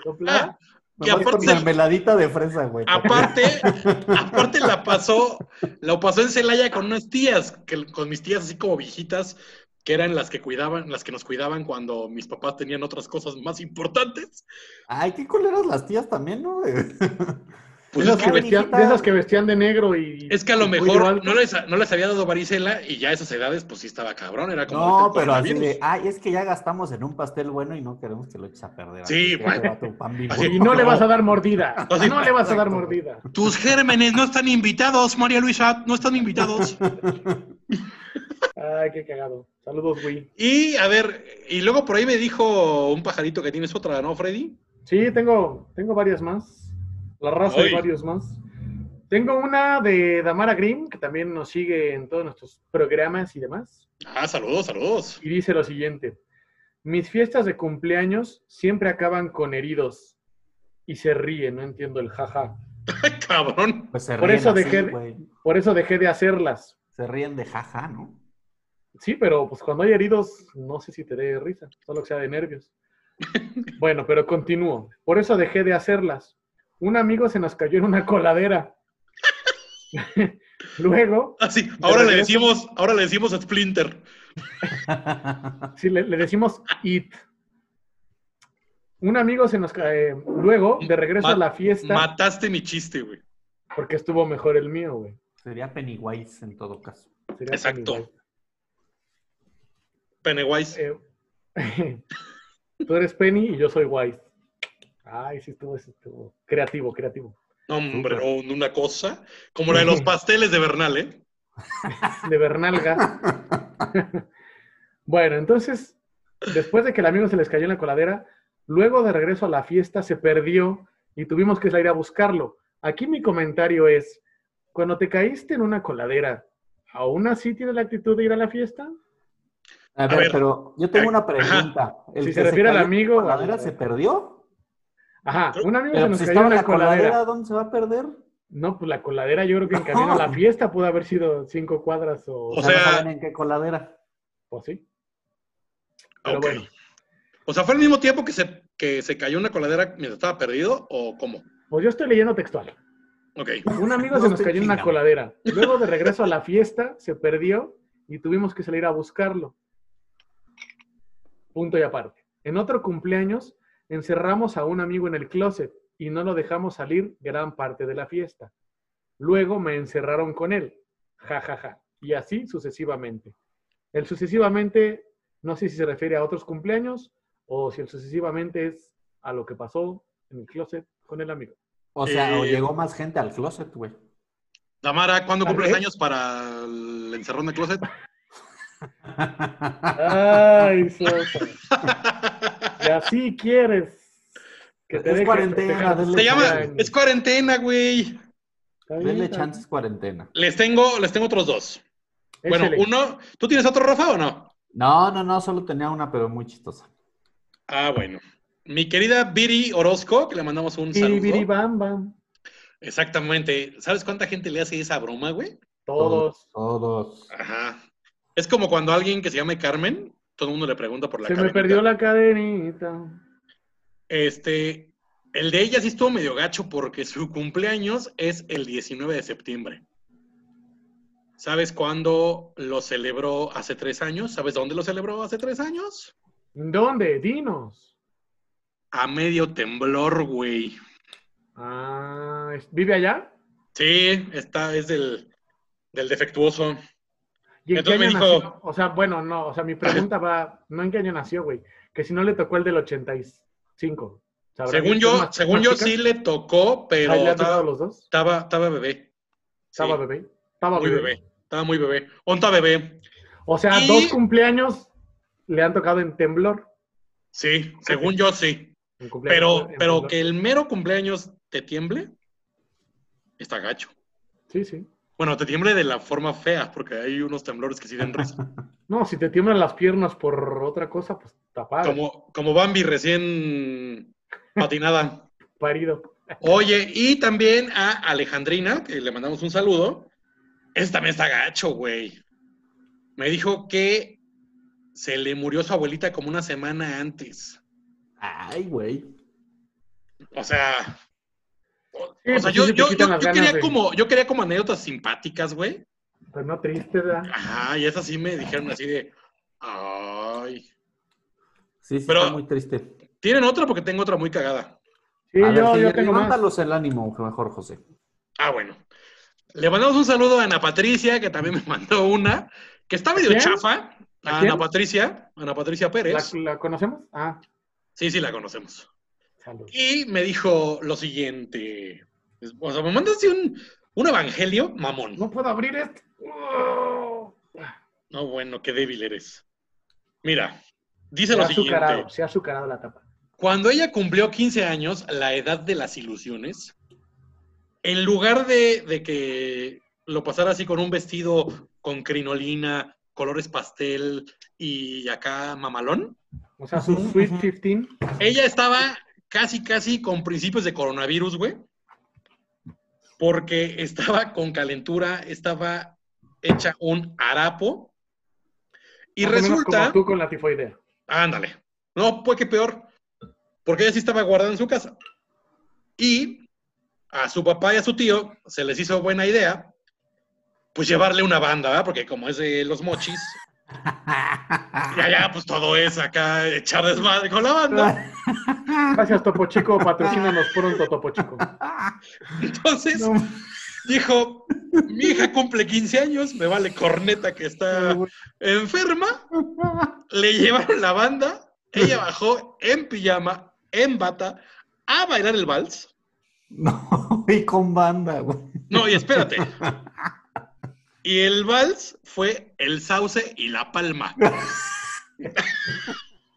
[SPEAKER 2] Ah,
[SPEAKER 3] soplara.
[SPEAKER 4] Me
[SPEAKER 2] Y
[SPEAKER 4] voy con
[SPEAKER 2] aparte del-
[SPEAKER 4] mermeladita de fresa, güey.
[SPEAKER 3] Ah.
[SPEAKER 2] Aparte, aparte la pasó, la pasó en Celaya con unas tías, que, con mis tías así como viejitas, que eran las que cuidaban, las que nos cuidaban cuando mis papás tenían otras cosas más importantes.
[SPEAKER 4] Ay, qué culeras las tías también, ¿no?
[SPEAKER 2] Pues
[SPEAKER 4] Pero
[SPEAKER 2] es que,
[SPEAKER 4] saben-
[SPEAKER 2] vestían-
[SPEAKER 3] Vestían- de esas que vestían de negro y.
[SPEAKER 2] es que a
[SPEAKER 3] y
[SPEAKER 2] lo
[SPEAKER 3] cuello
[SPEAKER 2] mejor
[SPEAKER 3] alto.
[SPEAKER 2] no les, no les había dado varicela y ya a esas edades pues sí estaba cabrón, era como... ahorita
[SPEAKER 4] No,
[SPEAKER 2] el
[SPEAKER 4] pero así
[SPEAKER 2] coronavirus.
[SPEAKER 4] de, ay, es que ya gastamos en un pastel bueno y no queremos que lo eches a perder.
[SPEAKER 2] Sí,
[SPEAKER 4] Así,
[SPEAKER 2] güey.
[SPEAKER 4] te va tu pan bimbo.
[SPEAKER 2] Así,
[SPEAKER 3] pues. Y no le vas a dar mordida.
[SPEAKER 2] Así-
[SPEAKER 3] No le vas a dar
[SPEAKER 4] Exacto.
[SPEAKER 3] mordida.
[SPEAKER 2] Tus gérmenes no están invitados, María Luisa, no están invitados.
[SPEAKER 3] Ay, qué cagado. Saludos, güey.
[SPEAKER 2] Y a ver, y luego por ahí me dijo un pajarito que tienes otra, ¿no, Freddy?
[SPEAKER 3] Sí, tengo, tengo varias más. La raza
[SPEAKER 2] Ay.
[SPEAKER 3] de varios más. Tengo una de Damara Grimm, que también nos sigue en todos nuestros programas y demás.
[SPEAKER 2] Ah, saludos, saludos.
[SPEAKER 3] Y dice lo siguiente. Mis fiestas de cumpleaños siempre acaban con heridos. Y se ríe, no entiendo el jaja.
[SPEAKER 2] Ay, cabrón.
[SPEAKER 4] Pues se
[SPEAKER 3] Por
[SPEAKER 4] ríen
[SPEAKER 3] eso
[SPEAKER 4] así,
[SPEAKER 3] dejé de-
[SPEAKER 4] güey.
[SPEAKER 3] Por eso dejé de hacerlas.
[SPEAKER 4] Se ríen de jaja, ¿no?
[SPEAKER 3] Sí, pero pues cuando hay heridos, no sé si te dé risa, solo que sea de nervios. Bueno, pero continúo. Por eso dejé de hacerlas. Un amigo se nos cayó en una coladera. Luego,
[SPEAKER 2] Ah, sí. Ahora le
[SPEAKER 3] regreso.
[SPEAKER 2] decimos, ahora le decimos a Splinter.
[SPEAKER 3] sí, le, le decimos it. Un amigo se nos cae. Luego, de regreso a la fiesta,
[SPEAKER 2] Mataste mi chiste, güey.
[SPEAKER 3] porque estuvo mejor el mío, güey.
[SPEAKER 4] Sería Pennywise en todo caso.
[SPEAKER 3] Sería
[SPEAKER 2] Exacto.
[SPEAKER 3] Pennywise.
[SPEAKER 2] Pennywise.
[SPEAKER 3] Eh, tú eres Penny y yo soy Wise. Ay, sí estuvo, sí estuvo. Creativo, creativo.
[SPEAKER 2] No, hombre, no, una cosa. Como la de los pasteles de Bernal, ¿eh?
[SPEAKER 3] de Bernalga. bueno, entonces, después de que el amigo se les cayó en la coladera, luego de regreso a la fiesta se perdió y tuvimos que salir a buscarlo. Aquí mi comentario es, cuando te caíste en una coladera, ¿aún así tienes la actitud de ir a la fiesta?
[SPEAKER 4] A ver,
[SPEAKER 2] ver.
[SPEAKER 4] pero yo tengo una pregunta. El
[SPEAKER 3] Si
[SPEAKER 4] que
[SPEAKER 3] se refiere al
[SPEAKER 4] cayó en la
[SPEAKER 3] amigo,
[SPEAKER 4] coladera
[SPEAKER 3] al-
[SPEAKER 4] se perdió?
[SPEAKER 3] Ajá, un amigo se
[SPEAKER 4] Pero
[SPEAKER 3] nos
[SPEAKER 4] si
[SPEAKER 3] cayó
[SPEAKER 4] estaba
[SPEAKER 3] en la coladera.
[SPEAKER 4] ¿dónde se va a perder?
[SPEAKER 3] No, pues la coladera yo creo que en camino a la fiesta pudo haber sido cinco cuadras o...
[SPEAKER 2] O
[SPEAKER 4] O
[SPEAKER 3] o
[SPEAKER 4] sea,
[SPEAKER 2] sea-
[SPEAKER 4] no saben en qué coladera.
[SPEAKER 3] sí.
[SPEAKER 2] Ah,
[SPEAKER 3] Pero
[SPEAKER 2] ok.
[SPEAKER 3] bueno,
[SPEAKER 2] O sea, ¿fue al mismo tiempo que se, que se cayó una coladera mientras estaba perdido o cómo?
[SPEAKER 3] pues yo estoy leyendo textual.
[SPEAKER 2] Ok.
[SPEAKER 3] Un amigo
[SPEAKER 4] No
[SPEAKER 3] se nos
[SPEAKER 4] te
[SPEAKER 3] cayó en una
[SPEAKER 4] chingas.
[SPEAKER 3] coladera. Luego de regreso a la fiesta, se perdió y tuvimos que salir a buscarlo. Punto y aparte. En otro cumpleaños, encerramos a un amigo en el closet y no lo dejamos salir gran parte de la fiesta. Luego me encerraron con él. Ja, ja, ja. Y así sucesivamente. El sucesivamente, no sé si se refiere a otros cumpleaños o si el sucesivamente es a lo que pasó en el closet con el amigo.
[SPEAKER 4] O sea, o
[SPEAKER 2] Eh,
[SPEAKER 4] llegó más gente al closet, güey.
[SPEAKER 2] Tamara, ¿cuándo
[SPEAKER 3] Tal
[SPEAKER 2] cumples
[SPEAKER 3] vez.
[SPEAKER 2] años para el encerrón de closet?
[SPEAKER 3] Ay, Sosa. Y así quieres. Que
[SPEAKER 4] Es
[SPEAKER 3] dejen
[SPEAKER 4] cuarentena,
[SPEAKER 3] festejar
[SPEAKER 4] denle
[SPEAKER 2] Se
[SPEAKER 3] tus
[SPEAKER 2] llama,
[SPEAKER 4] Ay.
[SPEAKER 3] cumpleaños.
[SPEAKER 2] es cuarentena, güey.
[SPEAKER 3] Está bien,
[SPEAKER 4] Denle
[SPEAKER 3] está
[SPEAKER 4] chances cuarentena.
[SPEAKER 2] Les tengo, les tengo otros dos.
[SPEAKER 3] bien.
[SPEAKER 2] Bueno,
[SPEAKER 3] Échale.
[SPEAKER 2] uno, ¿tú tienes otro, Rafa, o no?
[SPEAKER 4] No, no, no, solo tenía una, pero muy chistosa.
[SPEAKER 2] Ah, bueno. Mi querida Viri Orozco, que le mandamos un
[SPEAKER 3] Biri,
[SPEAKER 2] saludo.
[SPEAKER 3] biri, bam, bam.
[SPEAKER 2] Exactamente. ¿Sabes cuánta gente le hace esa broma, güey?
[SPEAKER 3] Todos.
[SPEAKER 4] Todos.
[SPEAKER 2] Ajá. Es como cuando alguien que se llame Carmen, todo el mundo le pregunta por la
[SPEAKER 3] Se me
[SPEAKER 2] cadenita.
[SPEAKER 3] perdió la cadenita.
[SPEAKER 2] Este, el de ella sí estuvo medio gacho porque su cumpleaños es el 19 de septiembre. ¿Sabes cuándo lo celebró hace tres años? ¿Sabes dónde lo celebró hace tres años?
[SPEAKER 3] ¿Dónde? Dinos.
[SPEAKER 2] A medio temblor, güey.
[SPEAKER 3] Ah, ¿es- ¿Vive allá?
[SPEAKER 2] Sí, está, es del, del defectuoso.
[SPEAKER 3] ¿Y en
[SPEAKER 2] Entonces
[SPEAKER 3] qué
[SPEAKER 2] me
[SPEAKER 3] año
[SPEAKER 2] dijo-
[SPEAKER 3] nació? O sea, bueno, no. O sea, mi pregunta va, no en qué año nació, güey. Que si no le tocó el del 85. ¿Sabrá
[SPEAKER 2] Según
[SPEAKER 3] que-
[SPEAKER 2] yo,
[SPEAKER 3] es más-
[SPEAKER 2] según
[SPEAKER 3] más
[SPEAKER 2] yo
[SPEAKER 3] chica?
[SPEAKER 2] sí le tocó, pero
[SPEAKER 3] Ah, ¿Le han tocado
[SPEAKER 2] estaba,
[SPEAKER 3] los dos?
[SPEAKER 2] estaba, estaba bebé. Sí,
[SPEAKER 3] Estaba bebé. Estaba
[SPEAKER 2] muy
[SPEAKER 3] bebé.
[SPEAKER 2] bebé. Estaba muy bebé. Onta bebé.
[SPEAKER 3] O sea,
[SPEAKER 2] Y-
[SPEAKER 3] dos cumpleaños le han tocado en temblor.
[SPEAKER 2] Sí, según yo sí.
[SPEAKER 3] en cumpleaños,
[SPEAKER 2] Pero,
[SPEAKER 3] en
[SPEAKER 2] pero
[SPEAKER 3] temblor.
[SPEAKER 2] que el mero cumpleaños te tiemble, está gacho.
[SPEAKER 3] Sí, sí.
[SPEAKER 2] Bueno, te tiemble de la forma fea, porque hay unos temblores que sí den risa.
[SPEAKER 3] No, si te tiemblan las piernas por otra cosa, pues tapar,
[SPEAKER 2] Como, como Bambi recién patinada.
[SPEAKER 3] parido.
[SPEAKER 2] Oye, y también a Alejandrina, que le mandamos un saludo. Ese también está gacho, güey. Me dijo que se le murió su abuelita como una semana antes.
[SPEAKER 4] Ay, güey.
[SPEAKER 2] O sea, o,
[SPEAKER 3] Sí,
[SPEAKER 2] o sea,
[SPEAKER 3] pues sí
[SPEAKER 2] yo,
[SPEAKER 3] se te
[SPEAKER 2] yo, yo,
[SPEAKER 3] quitan las
[SPEAKER 2] yo
[SPEAKER 3] ganas
[SPEAKER 2] quería
[SPEAKER 3] de-
[SPEAKER 2] como, yo quería como anécdotas simpáticas, güey.
[SPEAKER 3] Pues no triste, ¿verdad?
[SPEAKER 2] Ajá, y esas sí me dijeron así de, ay.
[SPEAKER 4] Sí, sí,
[SPEAKER 2] Pero-
[SPEAKER 4] está muy triste.
[SPEAKER 2] ¿Tienen otra? Porque tengo otra muy cagada.
[SPEAKER 3] Sí,
[SPEAKER 4] A ver,
[SPEAKER 3] yo, yo
[SPEAKER 4] Miguel,
[SPEAKER 3] tengo más.
[SPEAKER 4] levántalos el ánimo, mejor, José.
[SPEAKER 2] Ah, bueno. Le mandamos un saludo a Ana Patricia, que también me mandó una, que está medio
[SPEAKER 3] quién?
[SPEAKER 2] chafa.
[SPEAKER 3] ¿A
[SPEAKER 2] A
[SPEAKER 3] quién?
[SPEAKER 2] Ana Patricia, Ana Patricia
[SPEAKER 3] ¿La,
[SPEAKER 2] Pérez.
[SPEAKER 3] la conocemos? Ah,
[SPEAKER 2] Sí, sí, la conocemos.
[SPEAKER 3] salud.
[SPEAKER 2] Y me dijo lo siguiente. O sea, me mandaste un, un evangelio mamón.
[SPEAKER 3] No puedo abrir esto. ¡Oh!
[SPEAKER 2] No, bueno, qué débil eres. Mira, dice
[SPEAKER 3] Se ha
[SPEAKER 2] lo siguiente.
[SPEAKER 3] azucarado, se ha azucarado la tapa.
[SPEAKER 2] Cuando ella cumplió 15 años, la edad de las ilusiones, en lugar de, de que lo pasara así con un vestido con crinolina, colores pastel y acá mamalón,
[SPEAKER 3] O sea, su
[SPEAKER 4] Ujú,
[SPEAKER 3] Sweet
[SPEAKER 4] ujú.
[SPEAKER 3] 15.
[SPEAKER 2] ella estaba casi, casi con principios de coronavirus, güey. Porque estaba con calentura, estaba hecha un harapo. Y
[SPEAKER 3] más o menos
[SPEAKER 2] resulta...
[SPEAKER 3] Como tú con la tifoidea.
[SPEAKER 2] Ándale. No, pues que peor. Porque ella sí estaba guardada en su casa. Y a su papá y a su tío se les hizo buena idea, pues llevarle una banda, ¿verdad? Porque como es de los mochis, y allá pues todo es acá echar desmadre con la banda.
[SPEAKER 3] Gracias, Topo Chico. Patrocínanos pronto, Topo Chico.
[SPEAKER 2] Entonces
[SPEAKER 4] No,
[SPEAKER 2] dijo, mi hija cumple 15 años, me vale corneta que está enferma. Le llevaron la banda, ella bajó en pijama, en bata, a bailar el vals.
[SPEAKER 4] no, y con banda, güey.
[SPEAKER 2] No, y espérate. Y el vals fue el sauce y la palma.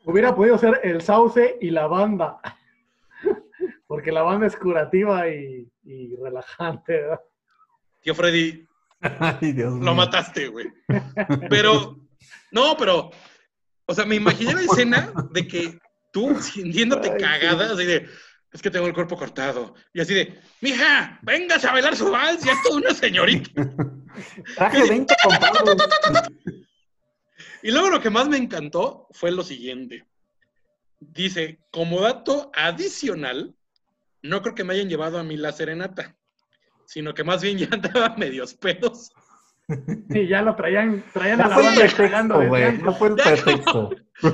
[SPEAKER 3] Hubiera podido ser el sauce y la banda. Porque la banda es curativa y, y relajante, ¿verdad?
[SPEAKER 2] Tío Freddy,
[SPEAKER 4] Ay, Dios mío.
[SPEAKER 2] lo mataste, güey. Pero, no, pero, o sea, me imaginé la escena de que tú sintiéndote
[SPEAKER 4] Ay,
[SPEAKER 2] cagada, así de, es que tengo el cuerpo cortado. Y así de, mija, vengas a bailar su vals, ya es toda una señorita.
[SPEAKER 4] Traje 20 comprados.
[SPEAKER 2] Y luego lo que más me encantó fue lo siguiente. Dice, como dato adicional, no creo que me hayan llevado a mí la serenata, sino que más bien ya andaba medios pedos.
[SPEAKER 3] Sí, ya lo traían, traían a
[SPEAKER 4] No
[SPEAKER 3] la
[SPEAKER 4] fue el
[SPEAKER 3] banda llegando
[SPEAKER 4] pretexto,
[SPEAKER 3] de
[SPEAKER 4] güey.
[SPEAKER 3] tiempo.
[SPEAKER 4] No fue el
[SPEAKER 2] Ya,
[SPEAKER 4] pretexto.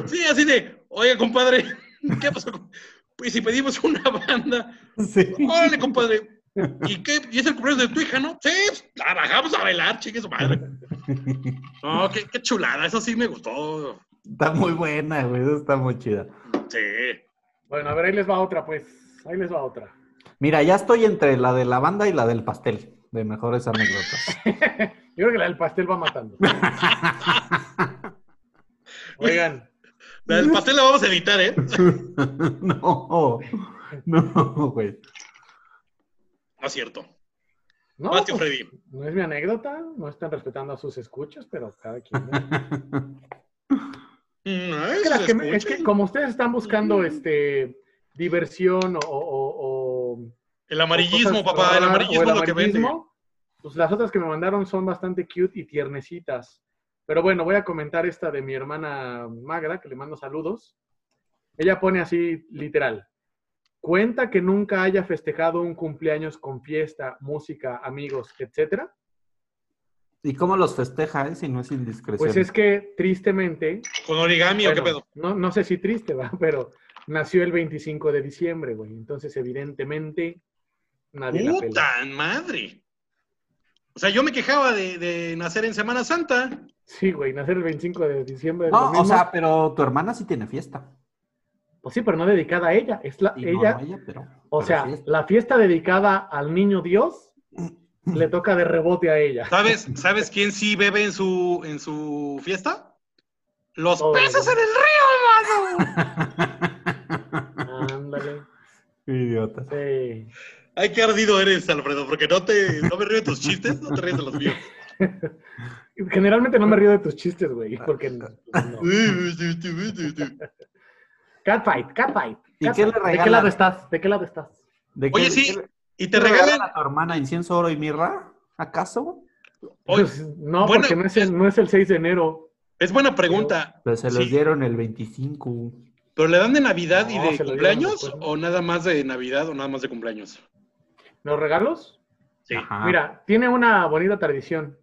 [SPEAKER 2] Sí, así de, oiga, compadre, ¿qué pasó? con- Pues si pedimos una banda,
[SPEAKER 4] Sí.
[SPEAKER 2] órale, compadre. ¿Y qué? ¿Y es el cumpleaños de tu hija, no? Sí, pues, la bajamos a bailar, chique su madre. No, qué, qué chulada, eso sí me gustó.
[SPEAKER 4] Está muy buena, güey. Eso está muy chida.
[SPEAKER 2] Sí.
[SPEAKER 3] Bueno, a ver, ahí les va otra, pues. Ahí les va otra.
[SPEAKER 4] Mira, ya estoy entre la de la banda y la del pastel. De mejores anécdotas.
[SPEAKER 3] Yo creo que la del pastel va matando. Oigan,
[SPEAKER 2] La
[SPEAKER 3] Pues
[SPEAKER 2] del pastel la vamos a editar, ¿eh?
[SPEAKER 4] No. No, güey.
[SPEAKER 2] No es cierto.
[SPEAKER 3] no,
[SPEAKER 2] Vas, tío
[SPEAKER 3] pues,
[SPEAKER 2] Freddy.
[SPEAKER 3] no es mi anécdota, no están respetando a sus escuchas, pero cada quien. ¿no?
[SPEAKER 2] No,
[SPEAKER 3] Es que, las
[SPEAKER 2] Mm, se
[SPEAKER 3] que me- es
[SPEAKER 2] escucha.
[SPEAKER 3] que como ustedes están buscando este diversión o, o- o-
[SPEAKER 2] El amarillismo,
[SPEAKER 3] cosas
[SPEAKER 2] papá, el
[SPEAKER 3] raras,
[SPEAKER 2] amarillismo
[SPEAKER 3] o el
[SPEAKER 2] es lo que vende.
[SPEAKER 3] amarillismo, Pues las otras que me mandaron son bastante cute y tiernecitas. Pero bueno, voy a comentar esta de mi hermana Magda, que le mando saludos. Ella pone así, literal. Cuenta que nunca haya festejado un cumpleaños con fiesta, música, amigos, etcétera.
[SPEAKER 4] ¿Y cómo los festeja, eh? Si no es indiscreción.
[SPEAKER 3] Pues es que tristemente
[SPEAKER 2] Con origami o qué
[SPEAKER 3] Bueno,
[SPEAKER 2] pedo.
[SPEAKER 3] No, no sé si triste, va, pero nació el 25 de diciembre, güey. Entonces, evidentemente, nadie la pela.
[SPEAKER 2] ¡Puta madre! O sea, yo me quejaba de, de nacer en Semana Santa.
[SPEAKER 3] Sí, güey, nacer el 25 de diciembre. es lo
[SPEAKER 4] No, o
[SPEAKER 3] mismo.
[SPEAKER 4] sea, pero tu hermana sí tiene fiesta.
[SPEAKER 3] Pues sí, pero no dedicada a ella. Es la,
[SPEAKER 4] Y no,
[SPEAKER 3] ella,
[SPEAKER 4] no ella, pero.
[SPEAKER 3] o
[SPEAKER 4] pero
[SPEAKER 3] sea,
[SPEAKER 4] sí es-
[SPEAKER 3] la fiesta dedicada al niño Dios le toca de rebote a ella.
[SPEAKER 2] ¿Sabes, ¿sabes quién sí bebe en su, en su fiesta? Los
[SPEAKER 3] Todo
[SPEAKER 2] peces en
[SPEAKER 3] bien.
[SPEAKER 2] el río, hermano.
[SPEAKER 3] Ándale.
[SPEAKER 4] Idiota.
[SPEAKER 3] Sí.
[SPEAKER 2] Ay, qué ardido eres, Alfredo, porque no te no me río de tus chistes, no te ríes de los míos.
[SPEAKER 3] Generalmente no me río de tus chistes, güey, porque no. Catfight, catfight.
[SPEAKER 4] ¿Y qué le
[SPEAKER 3] catfight. ¿De qué
[SPEAKER 4] regalan?
[SPEAKER 3] lado estás? ¿De qué lado estás?
[SPEAKER 4] ¿De qué-
[SPEAKER 2] Oye, sí,
[SPEAKER 4] qué-
[SPEAKER 2] y
[SPEAKER 4] qué
[SPEAKER 2] te
[SPEAKER 4] le
[SPEAKER 2] regalan.
[SPEAKER 4] a tu hermana incienso, oro y mirra? ¿Acaso?
[SPEAKER 2] Oye,
[SPEAKER 3] Pues, no,
[SPEAKER 2] bueno,
[SPEAKER 3] porque no es, el, no es el 6 de enero.
[SPEAKER 2] es buena pregunta.
[SPEAKER 4] Pues se los
[SPEAKER 2] Sí.
[SPEAKER 4] dieron el 25.
[SPEAKER 2] ¿Pero le dan de Navidad
[SPEAKER 3] No,
[SPEAKER 2] y de
[SPEAKER 3] se lo dieron
[SPEAKER 2] cumpleaños?
[SPEAKER 3] después, ¿no?
[SPEAKER 2] ¿O nada más de Navidad o nada más de cumpleaños? Ah,
[SPEAKER 3] ¿Los regalos?
[SPEAKER 2] Sí.
[SPEAKER 4] Ajá.
[SPEAKER 3] Mira, tiene una bonita tradición,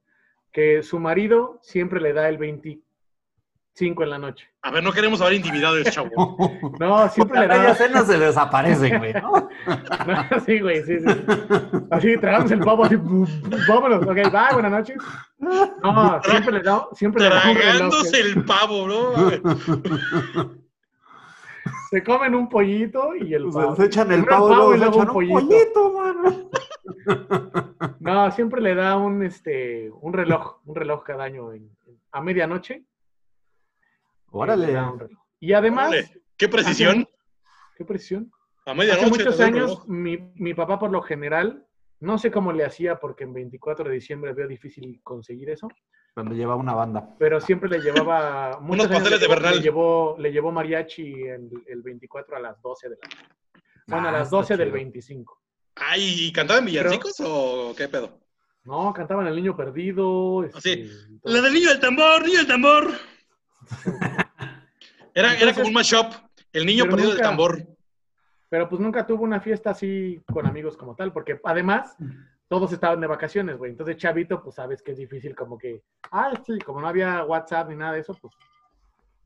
[SPEAKER 3] que su marido siempre le da el 25 en la noche.
[SPEAKER 2] A ver, no queremos hablar intimidades, chavo.
[SPEAKER 3] No, siempre le
[SPEAKER 4] La media
[SPEAKER 3] da...
[SPEAKER 4] cena se desaparecen, güey, ¿no?
[SPEAKER 3] No, sí, güey, sí, sí. Así, tragamos el pavo, así, bu- bu- vámonos, ok, bye, buenas noches. No, siempre le da, siempre le da un reloj.
[SPEAKER 2] Tragándose el pavo, bro. A ver.
[SPEAKER 3] Se comen un pollito y el pavo.
[SPEAKER 4] Se, se Pues, echan el
[SPEAKER 3] Primero
[SPEAKER 4] pavo, luego se
[SPEAKER 3] y luego un
[SPEAKER 4] echan un
[SPEAKER 3] pollito.
[SPEAKER 4] pollito, mano.
[SPEAKER 3] No, siempre le da un, este, un reloj, un reloj cada año en- a medianoche. le
[SPEAKER 4] Órale.
[SPEAKER 3] da un reloj. Y además,
[SPEAKER 2] Órale. Qué precisión.
[SPEAKER 3] qué precisión.
[SPEAKER 2] A
[SPEAKER 3] Hace
[SPEAKER 2] medianoche.
[SPEAKER 3] muchos
[SPEAKER 2] te doy el
[SPEAKER 3] años,
[SPEAKER 2] reloj.
[SPEAKER 3] mi, mi papá por lo general, no sé cómo le hacía porque en 24 de diciembre veo difícil conseguir eso,
[SPEAKER 4] Cuando lleva una banda.
[SPEAKER 3] pero siempre le llevaba... muchos años
[SPEAKER 2] pasteles de
[SPEAKER 3] le llevó-
[SPEAKER 2] Bernal.
[SPEAKER 3] Le llevó, le llevó mariachi el, el 24 a las 12 de la noche. Bueno, a
[SPEAKER 4] Ah,
[SPEAKER 3] las
[SPEAKER 4] está
[SPEAKER 3] 12 del
[SPEAKER 4] chido.
[SPEAKER 3] 25.
[SPEAKER 2] Ay, ¿y cantaban villancicos o qué pedo?
[SPEAKER 3] No, cantaban El Niño Perdido. este, todo.
[SPEAKER 2] La del niño del tambor, niño del tambor. Era, era
[SPEAKER 3] Entonces-
[SPEAKER 2] como un mashup. El niño
[SPEAKER 3] Pero
[SPEAKER 2] perdido del
[SPEAKER 3] nunca-
[SPEAKER 2] tambor.
[SPEAKER 3] Pero pues nunca tuvo una fiesta así con amigos como tal, porque además todos estaban de vacaciones, güey. Entonces, Chavito, pues sabes que es difícil como que, ah, sí, como no había WhatsApp ni nada de eso, pues